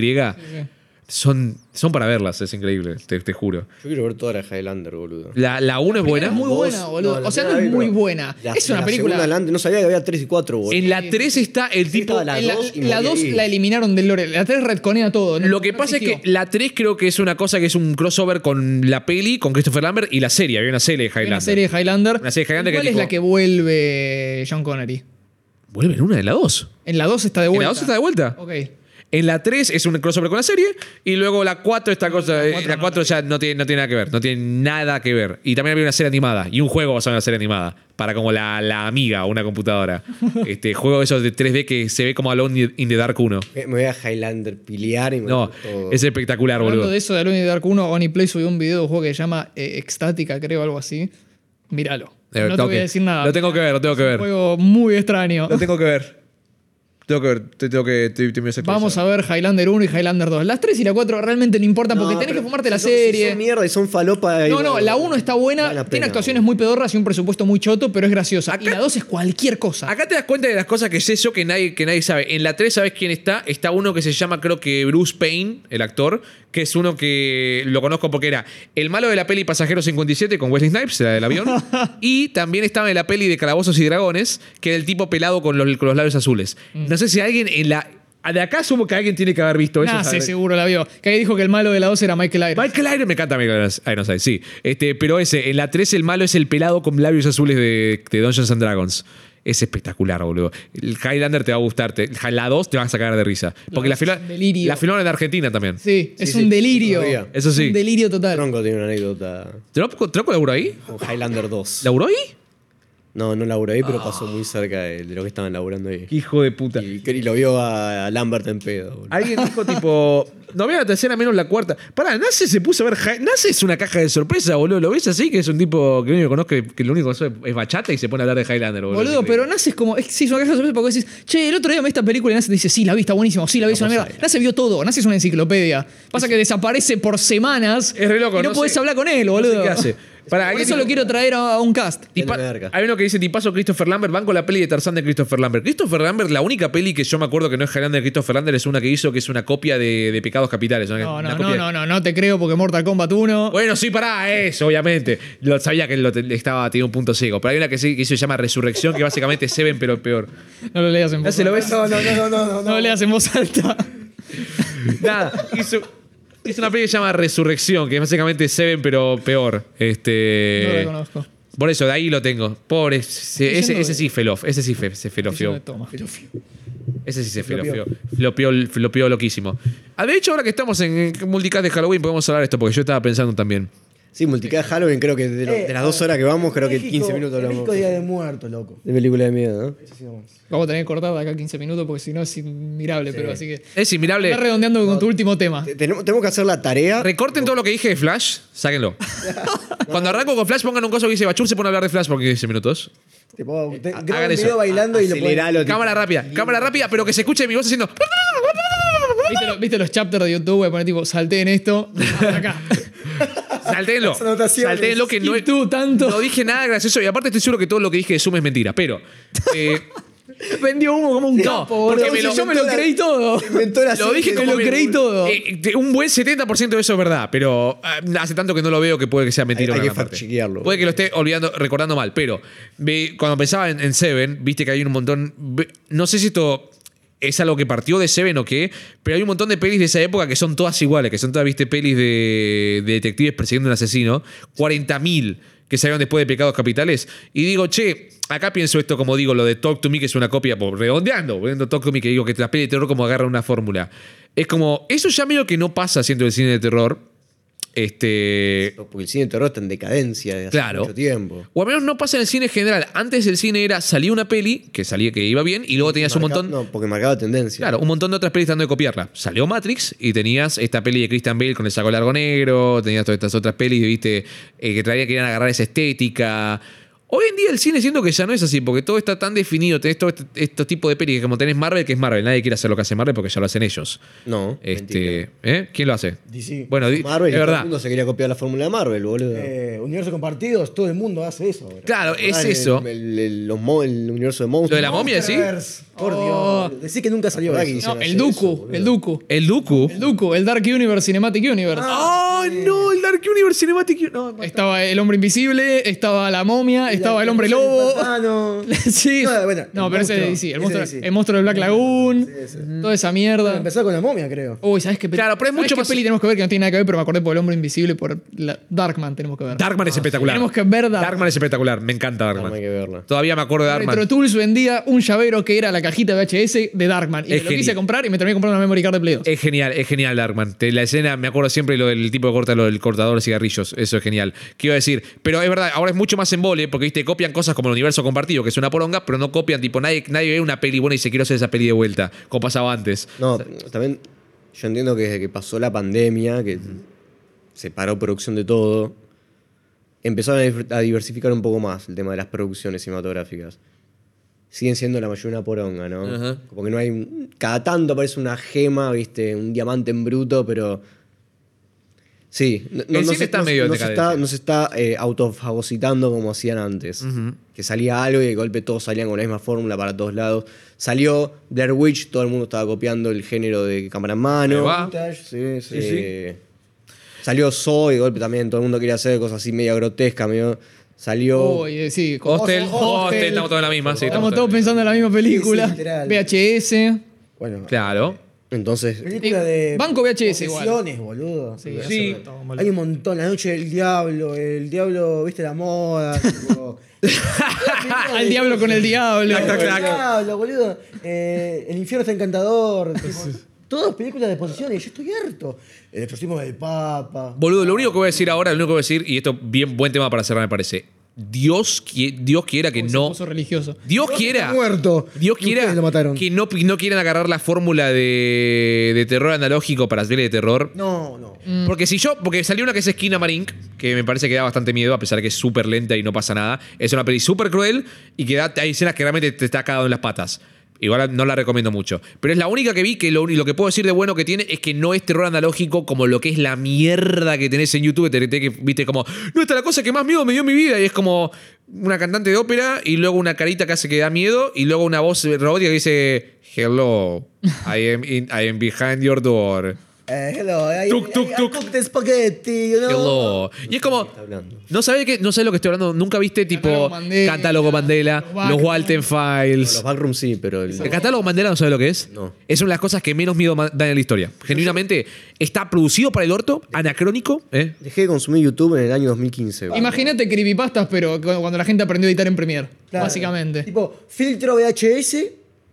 Son, son para verlas, es increíble, te, te juro. Yo quiero ver toda la Highlander, boludo. La, la 1 es buena. Es muy Vos- buena, boludo. no, la o sea, no primera es vez, muy pero buena. la- es una la película. segunda Highlander- no sabía que había 3 y 4, boludo. En la 3 está el tipo... estaba la En la- dos y la morí 2 ahí. la eliminaron del lore. La 3 retconea todo. ¿no? Lo que No pasa es que existió. la 3 creo que es una cosa que es un crossover con la peli, con Christopher Lambert y la serie. Había una serie de Hay Highlander. una serie de Highlander. Una serie de Highlander que ¿Cuál es tipo- la que vuelve John Connery? Vuelven una de la 2. En la 2 está de En vuelta. la 2 está de vuelta. Ok. En la 3 es un crossover con la serie. Y luego la 4, esta cosa. eh, La 4 ya no tiene, no tiene nada que ver. No tiene nada que ver. Y también había una serie animada. Y un juego basado en la serie animada. Para como la, la amiga o una computadora. este juego de esos de 3D que se ve como Alone in the Dark 1. Me me voy a Highlander piliar y me No, todo. es espectacular, Hablando boludo. de eso de Alone in the Dark 1, OniPlay subió un video de un juego que se llama eh, Extática, creo, algo así. Míralo. Eh, No te voy toque. a decir nada. Lo tengo que ver, lo tengo que Un ver. juego muy extraño. Lo tengo que ver. Tengo que ver. te- Tengo que. te- te- me voy Vamos a ver Highlander 1 y Highlander 2. Las 3 y la 4 realmente no importan porque No, tenés pero que fumarte si la son- serie. si son mierda y son falopa. No, no, la 1 está buena, Vale la tiene pena, actuaciones muy pedorras y un presupuesto muy choto, pero es graciosa. y Acá- la 2 es cualquier cosa. Acá te das cuenta de las cosas que sé yo que nadie, que nadie sabe. En la 3 sabes quién está. Está uno que se llama, creo que Bruce Payne, el actor, que es uno que lo conozco porque era el malo de la peli Pasajero 57 con Wesley Snipes, la del avión. y también estaba en la peli de Calabozos y Dragones, que era el tipo pelado con los, con los labios azules. Mm. No sé si alguien en la. De acá asumo que alguien tiene que haber visto Pues eso. Nah, sí, ¿sabes? seguro la vio. Que ahí dijo que el malo de la 2 era Michael Irons. Michael Irons, me encanta Michael Irons, Irons, ahí, sí. Este, pero ese, en la 3 el malo es el pelado con labios azules de, de Dungeons and Dragons. Es espectacular, boludo. El Highlander te va a gustar. te- la 2 te vas a sacar de risa. Porque la, dos fila- es un delirio. la filmaron en Argentina también. sí, es sí, un sí, delirio. todavía. Eso sí. Un delirio total. Tronco tiene una anécdota ¿Troco, ¿Troco laburó ahí? con Highlander 2. ¿Laburó ahí? No, no laburó ahí, pero Ah. pasó muy cerca de, de lo que estaban laburando ahí. Qué Hijo de puta. Y, y lo vio a, a Lambert en pedo. boludo. Alguien dijo tipo, no veo la tercera menos la cuarta. Pará, Nace se puso a ver... Hi- Nace es una caja de sorpresa, boludo. ¿Lo ves así? Que es un tipo que no conozco, que lo único que sabe es bachata y se pone a hablar de Highlander, boludo. Boludo, pero Nas es como. Es, sí, es una caja de sorpresa porque decís, che, el otro día me vi esta película y Nas te dice, sí, la vi, está buenísimo, sí, la vi, es una mierda. Nas vio todo, Nas es una enciclopedia. Pasa que desaparece por semanas. Es re loco, Y no, no podés sé- hablar con él, sé boludo. qué hace. Pará, por alguien eso dijo- lo quiero traer a, a un cast. Tipa- Tiene verga. hay uno que dice tipazo Christopher Lambert, van con la peli de Tarzán de Christopher Lambert. Christopher Lambert, la única peli que yo me acuerdo que no es Highlander de Christopher Lambert es una que hizo que es una copia de, de Pecados Capitales. una- No, una no, copia no, de- no, no, no te creo porque Mortal Kombat 1. Bueno, sí, pará, eso, obviamente. Lo, sabía que lo, te- estaba teniendo un punto ciego. Pero hay una que sí que hizo, se llama Resurrección, que básicamente es Seven, pero peor. No lo leas en voz se lo ves. No, no, no, no, no. no, No le en voz alta. Nada, hizo, hizo una peli que se llama Resurrección, que es básicamente Seven, pero peor. Este, No la conozco. Por eso, de ahí lo tengo. Pobre, ese, ese, yendo ese de- sí, Felof, ese sí fe- se felofió. Yo me tomo. Ese sí se flopeó. Flopeó, flopeó loquísimo. Ah, de hecho, ahora que estamos en en multicast de Halloween, podemos hablar de esto, porque yo estaba pensando también. Sí, multicast Halloween, creo que de, lo- Eh, de las dos horas que vamos, creo que México, 15 minutos el hablamos. México Día de Muerto, loco. De película de miedo, ¿no? Así vamos. Vamos a tener que cortar de acá 15 minutos porque si no es inmirable, pero así que. Es inmirable. Está redondeando con tu último tema. Te- Tenemos, tenemos que hacer la tarea. Recorten todo lo que dije de Flash, sáquenlo. Cuando arranco con Flash, pongan un coso que dice Bachur se pone a hablar de Flash por 15 minutos. Te pongo, te, grabo hagan un Eh, eso. video bailando y lo Aceleralo, tipo. Cámara rápida, cámara rápida, pero que se escuche mi voz haciendo. ¿Viste, lo- viste los chapters de YouTube? Voy a poner tipo, salté en esto. hasta acá. Saltéenlo. Las anotaciones. Saltéenlo que no, Y tú tanto. no dije nada gracioso. Y aparte, estoy seguro que todo lo que dije de Zoom es mentira, pero. eh, Vendió humo como un no, Capo, boludo. porque me Si lo, yo me lo la- creí todo. Inventó la Lo serie dije de- me como lo que- creí todo. Eh, de un buen 70% de eso es verdad, pero ah, hace tanto que no lo veo que puede que sea mentira. Hay- hay en que alguna parte. fact-chequearlo. Puede que lo esté olvidando, recordando mal, pero ve- cuando pensaba en, en Seven, viste que hay un montón. ve- No sé si esto es algo que partió de Seven o qué, pero hay un montón de pelis de esa época que son todas iguales, que son todas, viste, pelis de, de detectives persiguiendo un asesino. 40.000 que salieron después de Pecados Capitales. Y digo, che, acá pienso esto como digo, lo de Talk to Me, que es una copia, por redondeando, volviendo a Talk to Me, que digo que las pelis de terror como agarran una fórmula. Es como, eso ya medio que no pasa siendo el cine de terror. Este. Porque el cine de terror está en decadencia desde hace Claro. mucho tiempo. O al menos no pasa en el cine en general. Antes el cine era, salía una peli, que salía, que iba bien, y luego tenías un Marca- montón. No, porque marcaba tendencia. Claro, un montón de otras pelis tratando de copiarla. Salió Matrix y tenías esta peli de Christian Bale con el saco largo negro, tenías todas estas otras pelis, viste, eh, que traía que querían agarrar esa estética. Hoy en día el cine siento que ya no es así, porque todo está tan definido, tenés todo este, este tipo de pelis, que como tenés Marvel, que es Marvel, nadie quiere hacer lo que hace Marvel porque ya lo hacen ellos. No. mentira. Este, ¿eh? ¿Quién lo hace? DC. Bueno, di- Marvel, es todo el verdad. mundo se quería copiar la fórmula de Marvel, boludo. Eh, universos compartidos, todo el mundo hace eso. bro. Claro, es Ah, el- eso. El, el- los mo- el universo de monstruos. Lo de la momia, ¿sí? Monsterverse, Por Oh. Dios. Decí que nunca salió ¿Verdad eso. que No, hicieron el hacer eso, Dooku, boludo? el Dooku. El Dooku. El Dooku, el Dark Universe, Cinematic Universe. ¡Oh, ¡Ah, no! El Dark Universe Cinematic. Uni- No, basta. Estaba el hombre invisible, estaba la momia, estaba el hombre lobo. no. sí. No, bueno, no, el pero ese, monstruo. sí, el Ese monstruo, sí. el monstruo del Black Lagoon. ese. Toda esa mierda. Empezó con la momia, creo. Uy, ¿sabes qué peli? Claro, pero es ¿Sabés mucho qué más- peli tenemos que ver que no tiene nada que ver, pero me acordé por el hombre invisible, por la- Darkman tenemos que ver. Darkman es espectacular. Tenemos que ver Darkman. Darkman es espectacular. Me encanta Darkman. No, hay que verla. Todavía me acuerdo de Darkman. Retro Tools vendía un llavero que era la cajita VHS de Darkman. Y me Es lo quise genial. Eh, comprar y me terminé comprando una memory card de Play 2. Es genial, es genial Darkman. Te- la escena, me acuerdo siempre lo del tipo que corta lo del cortador de cigarrillos. Eso es genial. ¿Qué iba a decir? Pero es verdad, ahora es mucho más embole porque, viste, copian cosas como el universo compartido, que es una poronga, pero no copian, tipo, nadie, nadie ve una peli buena y se quiere hacer esa peli de vuelta, como pasaba antes. No, también yo entiendo que desde que pasó la pandemia, que se paró producción de todo, empezaron a dif- a diversificar un poco más el tema de las producciones cinematográficas. Siguen siendo la mayoría una poronga, ¿no? Ajá. Como que no hay... un- Cada tanto aparece una gema, ¿viste? Un diamante en bruto, pero... Sí, no, no- El no cine se, está no- medio en no se está, decadencia. no se está eh, autofagocitando como hacían antes. Que salía algo y de golpe todos salían con la misma fórmula para todos lados. Salió Blair Witch, todo el mundo estaba copiando el género de cámara en mano. Ahí va. Sí, sí, Eh, Salió Saw y de golpe también todo el mundo quería hacer cosas así media grotescas. Medio. Salió... Uy, eh, sí, con- oh. Hostel, Hostel. Hostel, estamos todos en la misma. sí, Estamos todos en la misma. pensando en la misma Sí, película. sí, literal. VHS. Bueno, Claro. Entonces, película de. Banco VHS igual. obsesiones, boludo. Sí. Hay un montón. La noche del diablo, el diablo, viste la moda. tipo. Al diablo con el diablo. Clac, clac, clac. El diablo, boludo. Eh, el infierno está encantador. tipo, Todas películas de posiciones. Yo estoy harto. El exorcismo del Papa. Boludo, lo único que voy a decir ahora, lo único que voy a decir, y esto bien buen tema para cerrar, me parece. Dios, qui- Dios quiera que Uy, se no. puso religioso. Dios quiera. está muerto. Dios Y quiera ustedes lo mataron. que no, no quieran agarrar la fórmula de, de terror analógico para las pelis de terror. No, no. Porque si yo, porque salió una que es Esquina Marink, que me parece que da bastante miedo, a pesar que es súper lenta y no pasa nada. Es una peli súper cruel y que da, hay escenas que realmente te está cagado en las patas. Igual no la recomiendo mucho. Pero es la única que vi que lo, lo que puedo decir de bueno que tiene es que no es terror analógico como lo que es la mierda que tenés en YouTube. Te, te- que, viste como, no, esta es la cosa que más miedo me dio en mi vida. Y es como una cantante de ópera y luego una carita que hace que da miedo y luego una voz robótica que dice, hello, I am, in- I am behind your door. Eh, hello. I, Tuk, I- tuk, I tuk. cooked spaghetti, you know. Hello. Y es como. No sabes que, no sabés lo que estoy hablando. Nunca viste tipo Catálogo Mandela, Catálogo Mandela, los los Backroom. Walton los Files. Backroom sí, pero... el- El catálogo Mandela no sabes lo que es. No. Es una de las cosas que menos miedo ma- da en la historia. Genuinamente, está producido para el orto, anacrónico. ¿eh? Dejé de consumir YouTube en el año 2015. boludo. Imagínate creepypastas, pero cu- cuando la gente aprendió a editar en Premiere, Claro. básicamente. Tipo, filtro VHS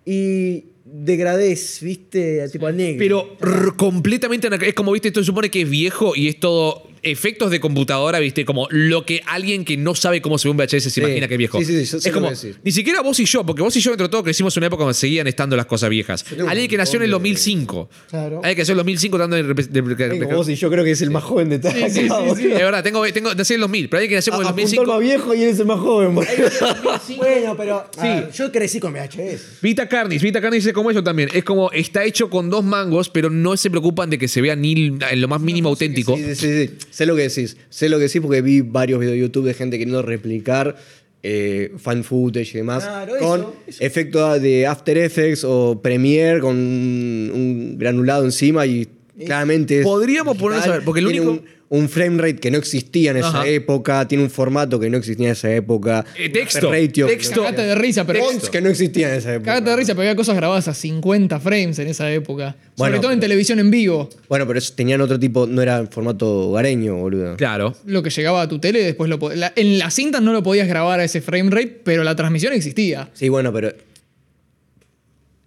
y degradés, ¿viste? Tipo a negro. Pero rrr, completamente anac- es como, viste, esto se supone que es viejo y es todo efectos de computadora, viste, como lo que alguien que no sabe cómo se ve un VHS se Sí. imagina que es viejo. Sí, sí, sí, yo sé es lo como, que decís. ni siquiera vos y yo, porque vos y yo, entre todos, crecimos en una época donde seguían estando las cosas viejas. Alguien que nació en el 2005. Claro. Alguien que nació en el 2005 tratando de... repre- de- de- Como vos y yo creo que es el más joven de todos. Sí, sí, sí, sí. Es verdad, tengo, tengo, nací en el 2000, pero alguien que nació en el Ah, Apuntó al 2005... más viejo y él es el más joven. boludo. Bueno, pero a Sí. ver, yo crecí con VHS. Vita Carnis, Vita Carnis es como eso también. Es como, está hecho con dos mangos, pero no se preocupan de que se vea ni en lo más mínimo auténtico. Sí, sí, sí, sí. Sé lo que decís. Sé lo que decís porque vi varios videos de YouTube de gente queriendo replicar eh, fan footage y demás. Claro, eso, con eso. efecto de After Effects o Premiere con un, un granulado encima y claramente. es Podríamos ponernos a ver, porque el Tiene único- Un, un frame rate que no existía en esa Ajá. época, tiene un formato que no existía en esa época. Eh, un texto, aspect ratio que no texto. Cagate de risa, pero. fonts que no existían en esa época. Cagate de risa, pero había cosas grabadas a 50 frames en esa época. Sobre Bueno, todo en pero- televisión en vivo. Bueno, pero eso tenían otro tipo, no era en formato hogareño, boludo. Claro. Lo que llegaba a tu tele, después lo po- la- En las cintas no lo podías grabar a ese frame rate, pero la transmisión existía. Sí, bueno, pero.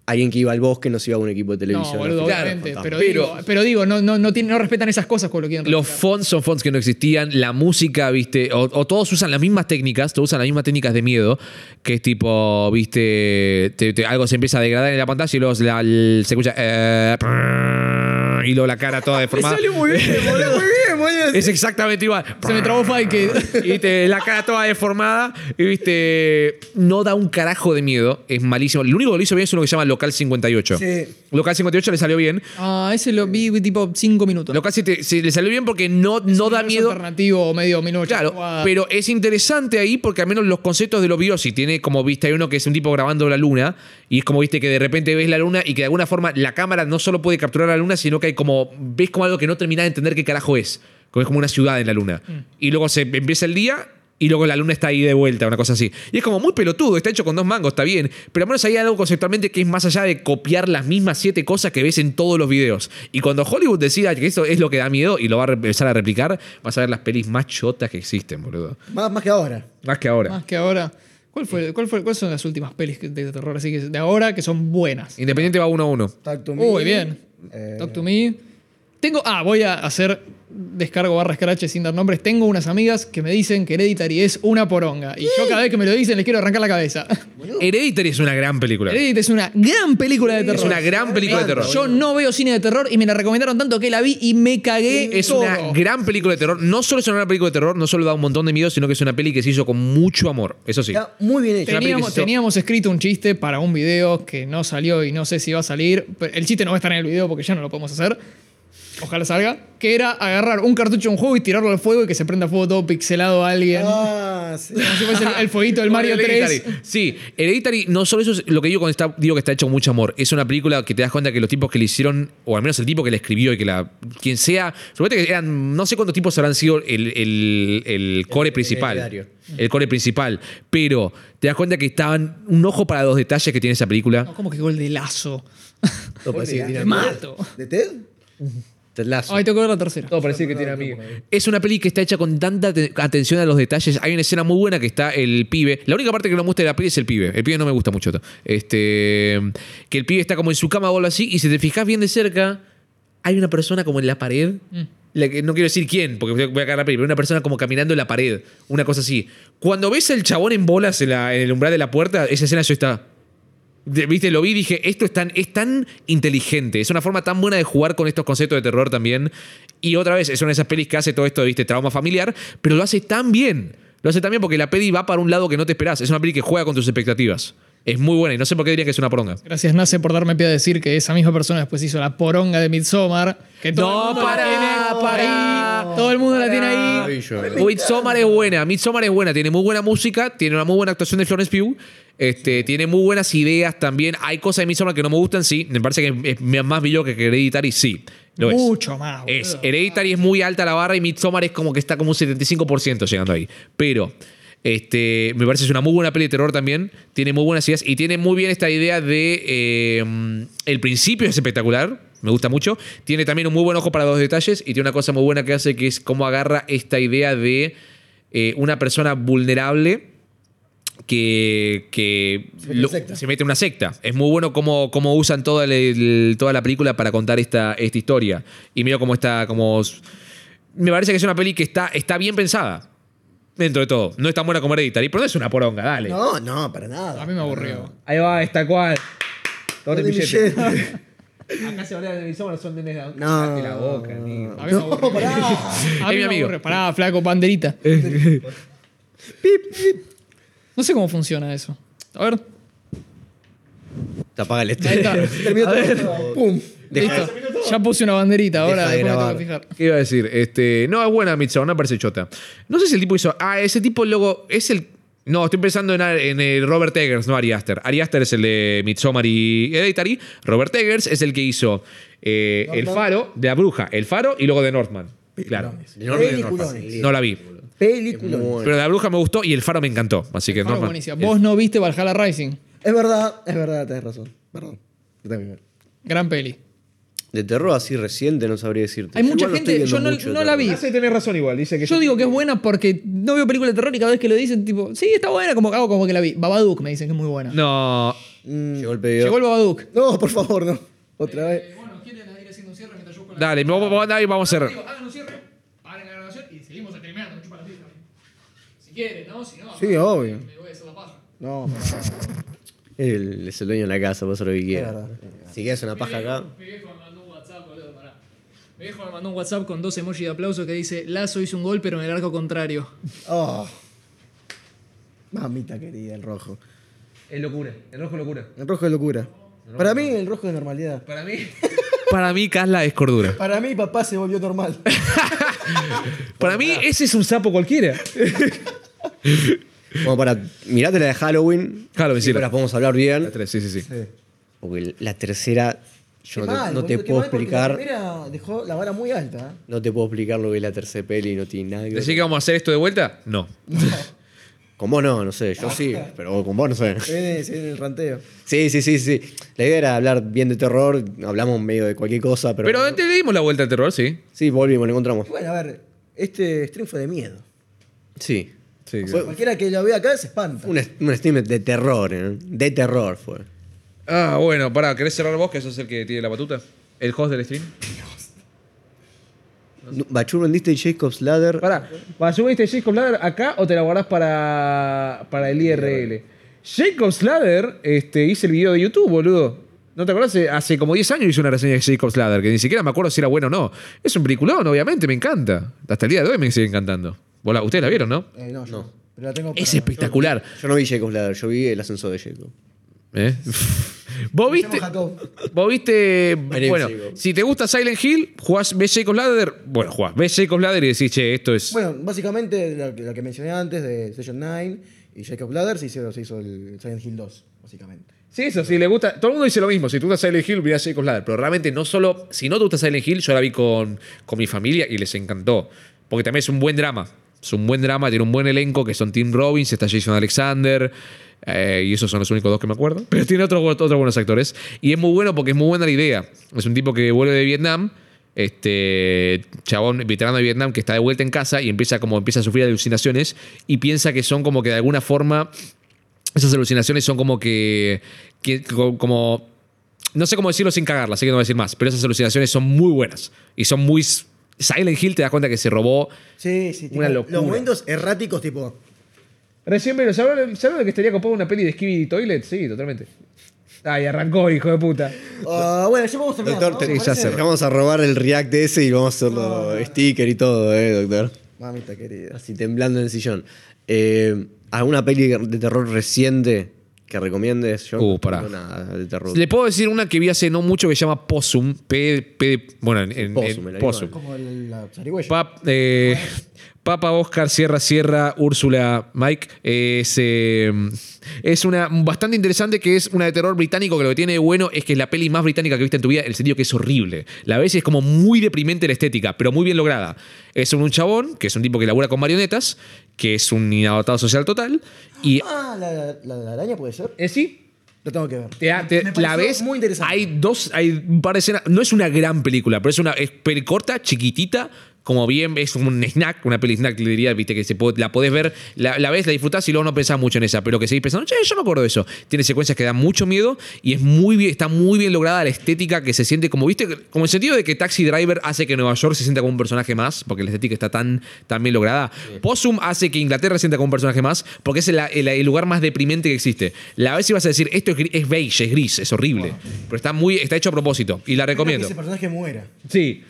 Alguien que iba al bosque no se iba a un equipo de televisión. No, boludo, Claro, obviamente. fantasma. Pero, Pero- digo, pero digo, no, no, no, tiene- no respetan esas cosas cuando lo quieren Los respetar. fonts son fonts que no existían, la música, viste, o, o todos usan las mismas técnicas, todos usan las mismas técnicas de miedo, que es tipo, viste, te- te- algo se empieza a degradar en la pantalla y luego se la- el- se escucha... eh, prrr, y luego la cara toda deformada. muy bien, boludo. Es exactamente igual. Se me trabó Fai que. Y viste, la cara toda deformada. Y viste, no da un carajo de miedo. Es malísimo. Lo único que lo hizo bien es uno que se llama Local 58. Sí. Local 58 le salió bien. Ah, ese lo vi tipo 5 minutos. Local 7 se- le salió bien porque no, no da Es miedo. alternativo o medio 1984. Claro, pero es interesante ahí porque al menos los conceptos de los videos, si tiene como viste, hay uno que es un tipo grabando la luna y es como viste que de repente ves la luna y que de alguna forma la cámara no solo puede capturar la luna, sino que hay como ves como algo que no terminás de entender qué carajo es. como es como una ciudad en la luna. Y luego se empieza el día y luego la luna está ahí de vuelta, una cosa así. Y es como muy pelotudo, está hecho con dos mangos, está bien. Pero al menos hay algo conceptualmente que es más allá de copiar las mismas siete cosas que ves en todos los videos. Y cuando Hollywood decida que eso es lo que da miedo y lo va a re- empezar a replicar, vas a ver las pelis más chotas que existen, boludo. Más, más que ahora. Más que ahora. Más que ahora. ¿Cuál fue, cuál fue, ¿Cuáles son las últimas pelis que- de terror así que de ahora que son buenas? Independiente va uno a uno. Talk to me. Uy, bien. Eh, Talk to me. Tengo. Ah, voy a hacer descargo barra scratch sin dar nombres. Tengo unas amigas que me dicen que Hereditary es una poronga. Y yo cada vez que me lo dicen les quiero arrancar la cabeza. Hereditary es una gran película. Hereditary es una gran película de terror. Es una gran película de terror. Yo no veo cine de terror y me la recomendaron tanto que la vi y me cagué. es todo. una gran película de terror. No solo es una gran película de terror, no solo da un montón de miedo, sino que es una peli que se hizo con mucho amor. Eso sí. Está muy bien hecho. una película que se Teníamos, hizo- teníamos escrito un chiste para un video que no salió y no sé si va a salir. Pero el chiste no va a estar en el video porque ya no lo podemos hacer. Ojalá salga. Que era agarrar un cartucho de un juego y tirarlo al fuego y que se prenda fuego todo pixelado a alguien. Ah, sí. Como si fuese el, el fueguito del Mario Hereditary. 3. Sí, Hereditary, no solo eso es lo que digo con está, digo que está hecho con mucho amor. Es una película que te das cuenta que los tipos que le hicieron, o al menos el tipo que la escribió y que la. quien sea. Seguramente que eran. No sé cuántos tipos habrán sido el, el- el core principal. heredario. el core principal. Pero te das cuenta que estaban un ojo para los detalles que tiene esa película. No, como que gol de lazo. Todo parece que tiene Te amigos. mato. ¿De Ted? Ted Lasso. Ay, tengo que ver la tercera. Todo parecía que tiene amigo. Es una peli que está hecha con tanta te- atención a los detalles. Hay una escena muy buena que está el pibe. La única parte que no me gusta de la peli es el pibe. El pibe no me gusta mucho. Este, que el pibe está como en su cama o algo así. Y si te fijas bien de cerca, hay una persona como en la pared. La que- no quiero decir quién, porque voy a- voy a cagar la peli, pero una persona como caminando en la pared. Una cosa así. Cuando ves al chabón en bolas en, la- en el umbral de la puerta, esa escena yo está. De- Viste, lo vi y dije, esto es tan, es tan inteligente, es una forma tan buena de jugar con estos conceptos de terror también. Y otra vez, es una de esas pelis que hace todo esto, viste, trauma familiar, pero lo hace tan bien. Lo hace tan bien porque la peli va para un lado que no te esperás. Es una peli que juega con tus expectativas. Es muy buena y no sé por qué dirían que es una poronga. Gracias, Nace, por darme pie a decir que esa misma persona después hizo la poronga de Midsommar. Que todo No, el mundo la pará, tiene pará. ahí, todo el mundo la tiene ahí. Maravilloso. Midsommar es buena, Midsommar es buena, tiene muy buena música, tiene una muy buena actuación de Florence Pugh, este, tiene muy buenas ideas también. Hay cosas de Midsommar que no me gustan, sí, me parece que es más bello que Hereditary, sí. Lo es. Mucho más. boludo. Es, Hereditary es muy alta la barra y Midsommar es como que está como un 75% llegando ahí. Pero este, me parece que es una muy buena peli de terror también. Tiene muy buenas ideas y tiene muy bien esta idea de. eh, el principio es espectacular. Me gusta mucho. Tiene también un muy buen ojo para los detalles y tiene una cosa muy buena que hace que es cómo agarra esta idea de eh, una persona vulnerable que, que lo- se, mete en en una secta. una secta. Es muy bueno cómo, cómo usan toda, la- el- toda la película para contar esta, esta historia. Y mira cómo está, como... Me parece que es una peli que está, está bien pensada. Dentro de todo. No es tan buena como Hereditary, pero no es una poronga, dale. No, no, para nada. A mí me aburrió. Ahí va, está cual. Todo Torre de billete. billete. Acá se habla de mis hombres, son nenes de No. Cállate la boca, amigo. A mí me aburrió. A mí Es mi me amigo. aburre. Pará, flaco, banderita. Pip, pip. No sé cómo funciona eso. A ver. Te apaga el Ahí este. está. Terminó todo. Pum. Listo. Ya puse una banderita, ahora Deja de después me tengo grabar. que fijar. ¿Qué iba a decir? Este, no, es buena Midsommar, no me parece chota. No sé si el tipo hizo. Ah, ese tipo luego. Es el. No, estoy pensando en, en el Robert Eggers, no Ari Aster. Ari Aster es el de Midsommar y Hereditary. Robert Eggers es el que hizo eh, El Northman. Faro, de La Bruja, El Faro y luego de Northman. Claro. Peliculones. No la vi. Peliculones. Pero La Bruja me gustó y El Faro me encantó. Así que Ahora Northman. buenísima. Vos no viste Valhalla Rising. Es verdad, es verdad, tenés razón. Perdón. Yo también. Gran peli. De terror así reciente, no sabría decirte. Hay Yo mucha igual no estoy gente, yo viendo no, mucho de no la vi. terror. tenés razón igual. Dice que Yo digo que es buena porque no veo películas de terror y cada vez que lo dicen, tipo, sí, está buena, como hago como que la vi. Babadook me dicen que es muy buena. No. Mm, Llegó el pedido. Llegó el Babadook. No, por favor, no. Otra vez. Bueno, ¿quieren ir haciendo un cierre mientras yo con Dale, vamos, vamos a andar y vamos a hacer. hagan un cierre, paren la grabación y seguimos streameando, me chupa la pija. Si quieren, ¿no? Si no, Sí, obvio. voy a hacer la paja. No, por favor, Él es el dueño de la casa, puede hacer lo que es quiera. verdad. Si quieres una paja acá. Mi viejo me mandó un WhatsApp, boludo, pará. Mi viejo me mandó un WhatsApp con dos emojis de aplauso que dice, Lazo hizo un gol pero en el arco contrario. Oh. Mamita querida, el rojo. Es locura. El rojo locura. El rojo es locura. Para mí, el rojo es normalidad. Para mí. Para mí, Casla es cordura. Para mí, papá se volvió normal. Para mí, ese es un sapo cualquiera. Como para. Mirate la de Halloween. Halloween, sí. Ahora podemos hablar bien. Sí, sí, sí. Porque la tercera Yo Qué no te- mal, no te boludo, qué puedo mal, porque explicar. La primera dejó la vara muy alta. ¿eh? No te puedo explicar lo que es la tercera peli, no tiene nada que ver. ¿Decir que vamos a hacer esto de vuelta? No. Con vos no, no sé, yo sí, pero con vos no sé. Se viene, se viene el ranteo. Sí, sí, sí, sí. La idea era hablar bien de terror, hablamos medio de cualquier cosa, pero. Pero antes le dimos la vuelta al terror, sí. Sí, volvimos, lo encontramos. Y bueno, a ver, este stream fue de miedo. Sí. Sí, Fue- Cualquiera que lo vea acá se espanta. Un, est- un stream de terror, ¿eh? De terror fue. Ah, bueno, pará, ¿querés cerrar vos que sos el que tiene la batuta? ¿El host del stream? No, Bachur vendiste Jacob's Ladder. Pará, ¿para subir este Jacob Ladder acá o te la guardás para, para el IRL? Jacob Ladder, este, hice el video de YouTube, boludo. ¿No te acordás? Hace como 10 años hice una reseña de Jacob Ladder, que ni siquiera me acuerdo si era bueno o no. Es un peliculón, obviamente, me encanta. Hasta el día de hoy me sigue encantando. Vos la- ustedes la vieron, ¿no? Eh, no, yo no. Pero la tengo Es para- espectacular. Yo no vi Jacob's Ladder, yo vi el ascenso de Jacob. ¿Eh? ¿Vos Llamo viste? Jacob. Vos viste. Mario Bueno, Jacob. si te gusta Silent Hill, jugás, ves Jacob Ladder. Bueno, jugás, ves Jacob Ladder y decís, che, esto es. Bueno, básicamente lo que, lo que mencioné antes de Session 9 y Jacob Ladder se hizo, se hizo el Silent Hill 2, básicamente. Sí, eso, sí, le gusta. Todo el mundo dice lo mismo. Si te gusta Silent Hill, mirás Jacob Ladder. Pero realmente no solo. Si no te gusta Silent Hill, yo la vi con, con mi familia y les encantó. Porque también es un buen drama. Es un buen drama, tiene un buen elenco que son Tim Robbins, está Jason Alexander. eh, y esos son los únicos dos que me acuerdo. Pero tiene otros otros buenos actores. Y es muy bueno porque es muy buena la idea. Es un tipo que vuelve de Vietnam. Este chabón veterano de Vietnam que está de vuelta en casa y empieza como empieza a sufrir alucinaciones y piensa que son como que de alguna forma esas alucinaciones son como que, que- co- como no sé cómo decirlo sin cagarla, así que no voy a decir más, pero esas alucinaciones son muy buenas y son muy s- Silent Hill te das cuenta que se robó. Sí, sí. tipo, Una locura. Los momentos erráticos, tipo. Recién pero ¿sabes que estaría copado una peli de Skibidi Toilet? Sí, totalmente. Ay, arrancó, hijo de puta. ah, bueno, ya vamos a terminar. Doctor, ¿no? te- ¿Te parece? te vamos a robar el react de ese y vamos a hacerlo sticker y todo, ¿eh, doctor? Mamita querida. Así temblando en el sillón. Eh, ¿Alguna peli de terror reciente que recomiendes? Yo Uh, no pará. tengo nada de terror. Le puedo decir una que vi hace no mucho que se llama Possum. P, P- bueno, en, en- Possum, el en, animal. Possum. Como el- la zarigüeya. Pap- eh, Papa Oscar Sierra Sierra Úrsula Mike eh, es, eh, es una bastante interesante que es una de terror británico que lo que tiene de bueno es que es la peli más británica que viste en tu vida en el sentido que es horrible la ves y es como muy deprimente la estética pero muy bien lograda es un chabón que es un tipo que labura con marionetas que es un inadaptado social total y Ah, la, la, la, la araña puede ser. eh, sí Lo tengo que ver. te- te- Me pareció la ves Muy interesante. hay dos hay un par de escenas no es una gran película pero es una es peli corta chiquitita como bien es como un snack una peli snack le diría viste que se puede- la podés ver la, la ves la disfrutás y luego no pensás mucho en esa pero que seguís pensando che yo me acuerdo de eso tiene secuencias que dan mucho miedo y es muy bien está muy bien lograda la estética que se siente como viste como el sentido de que Taxi Driver hace que Nueva York se sienta como un personaje más porque la estética está tan, tan bien lograda Possum hace que Inglaterra se sienta como un personaje más porque es la- el, el lugar más deprimente que existe la vez si vas a decir esto es, gri- es beige es gris es horrible pero está muy está hecho a propósito y la recomiendo Que ese personaje muera. sí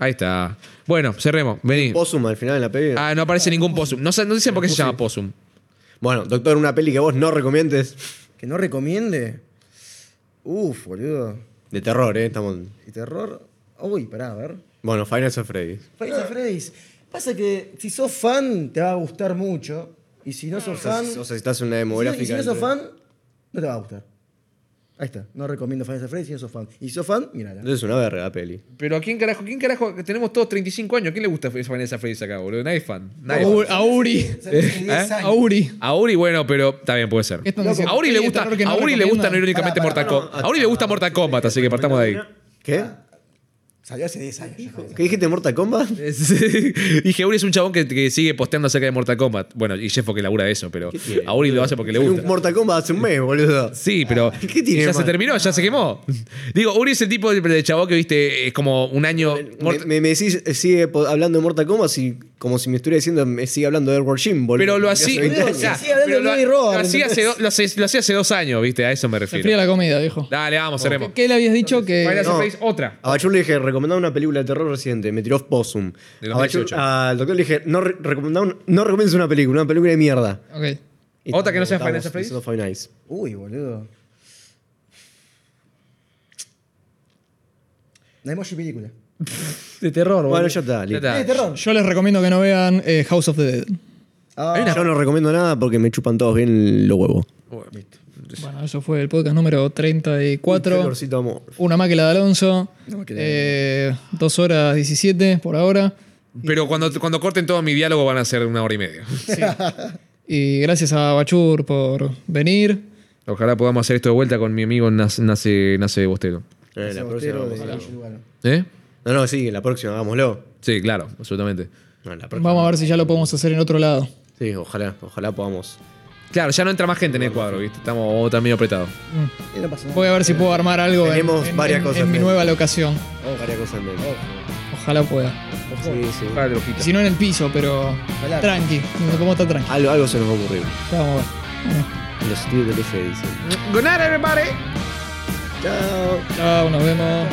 ahí está bueno cerremos vení Possum al final en la peli. ah no aparece ningún Possum no, sa- no dicen por qué se llama Possum Bueno, doctor, una peli que vos no recomiendes Que no recomiende. Uf, boludo. de terror, ¿eh? Estamos... Y terror. Uy, pará, a ver. Bueno, Final of Freddy. Five Nights at Freddy's. Pasa que si sos fan, te va a gustar mucho. Y si no sos fan. O sea, si estás en una si no- demográfica. y si no sos entre- fan, no te va a gustar. Ahí está. No recomiendo Five Nights at Freddy's si no sos fan. Y si sos fan, mírala. Entonces es una verga la peli. pero a quién carajo quién carajo que tenemos todos 35 años quién le gusta esa Freddy's acá boludo nadie es fan nadie es fan. Auri. Auri. Auri. A Uri, ¿Eh? bueno, pero también puede ser. ¿Qué están diciendo? A Uri le Peli de gusta, terror este que no a Uri le gusta no recomiendan. irónicamente Pará, Mortal pará, Kombat. A Uri le gusta Mortal Kombat, así que partamos de ahí. ¿Qué? Salió hace 10 años. ya, joder. ¿Qué dijiste Mortal Kombat? Dije, Uri es un chabón que, que sigue posteando acerca de Mortal Kombat. Bueno, y Jeff que labura de eso, pero a Uri lo hace porque le Un gusta. Mortal Kombat hace un mes, boludo. Sí, pero ¿Qué tiene ya de se malo? terminó, ya se quemó. Digo, Uri es el tipo de, de chabón que viste, es como un año. Me, me- me decís, eh, sigue po- hablando de Mortal Kombat y como si me estuviera diciendo, me sigue hablando de Edward Jim, boludo. Pero lo Hace hacía. 20 años. o sea, Sigue hablando pero de lo- Bloody Roar, lo hacía hace do- lo hace- lo hacía hace dos años, viste, a eso me Se fría refiero. la comida, viejo. Dale, vamos, cerremos. ¿Qué le habías dicho Final que.? No. Fantasy otra. A Bachur le dije, recomendaba una película de terror reciente. Me tiró Possum. De A Bachur- 2018. al doctor le dije, no, re- recomendá un- no recomiendas una película, una película de mierda. Ok. Y ¿Otra que no sea estamos Final Fantasy? diciendo Five Nights. Uy, boludo. La emoji película. De terror, Bueno, ya está, listo. Ah. Eh, terror. Yo les recomiendo que no vean eh, House of the Dead. Ah, Yo no recomiendo nada porque me chupan todos bien los huevos. Bueno, eso fue el podcast número 34. Calorcito amor. Eh, Una más que la de Alonso. Una más que la Eh, dos horas 17 por ahora. Pero cuando, cuando corten todo mi diálogo van a ser una hora y media. Y gracias a Bachur por venir. Ojalá podamos hacer esto de vuelta con mi amigo Nas- Nace, nace Bostero. Eh, la Ese próxima botero vamos a de hacerlo. Luis Lugano. ¿Eh? No, no, sí, la próxima, hagámoslo. Sí, claro, absolutamente. No, la próxima. Vamos a ver si ya lo podemos hacer en otro lado. Sí, ojalá, ojalá podamos. Claro, ya no entra más gente en el cuadro, ¿viste? Estamos oh, está medio apretados. Y no pasa nada. Voy a ver si puedo armar algo en- Tenemos en, varias en- cosas en mi pendientes. nueva locación. Varias cosas en mente. Ojalá pueda. Sí, sí. Ojalá te lo quita. Si no en el piso, pero Ojalá. tranqui. ¿Cómo está tranqui? Algo, algo se nos va a ocurrir. Vamos a ver. Bueno, Los estudios del F dicen. Good night, everybody. Chao. chao, nos vemos.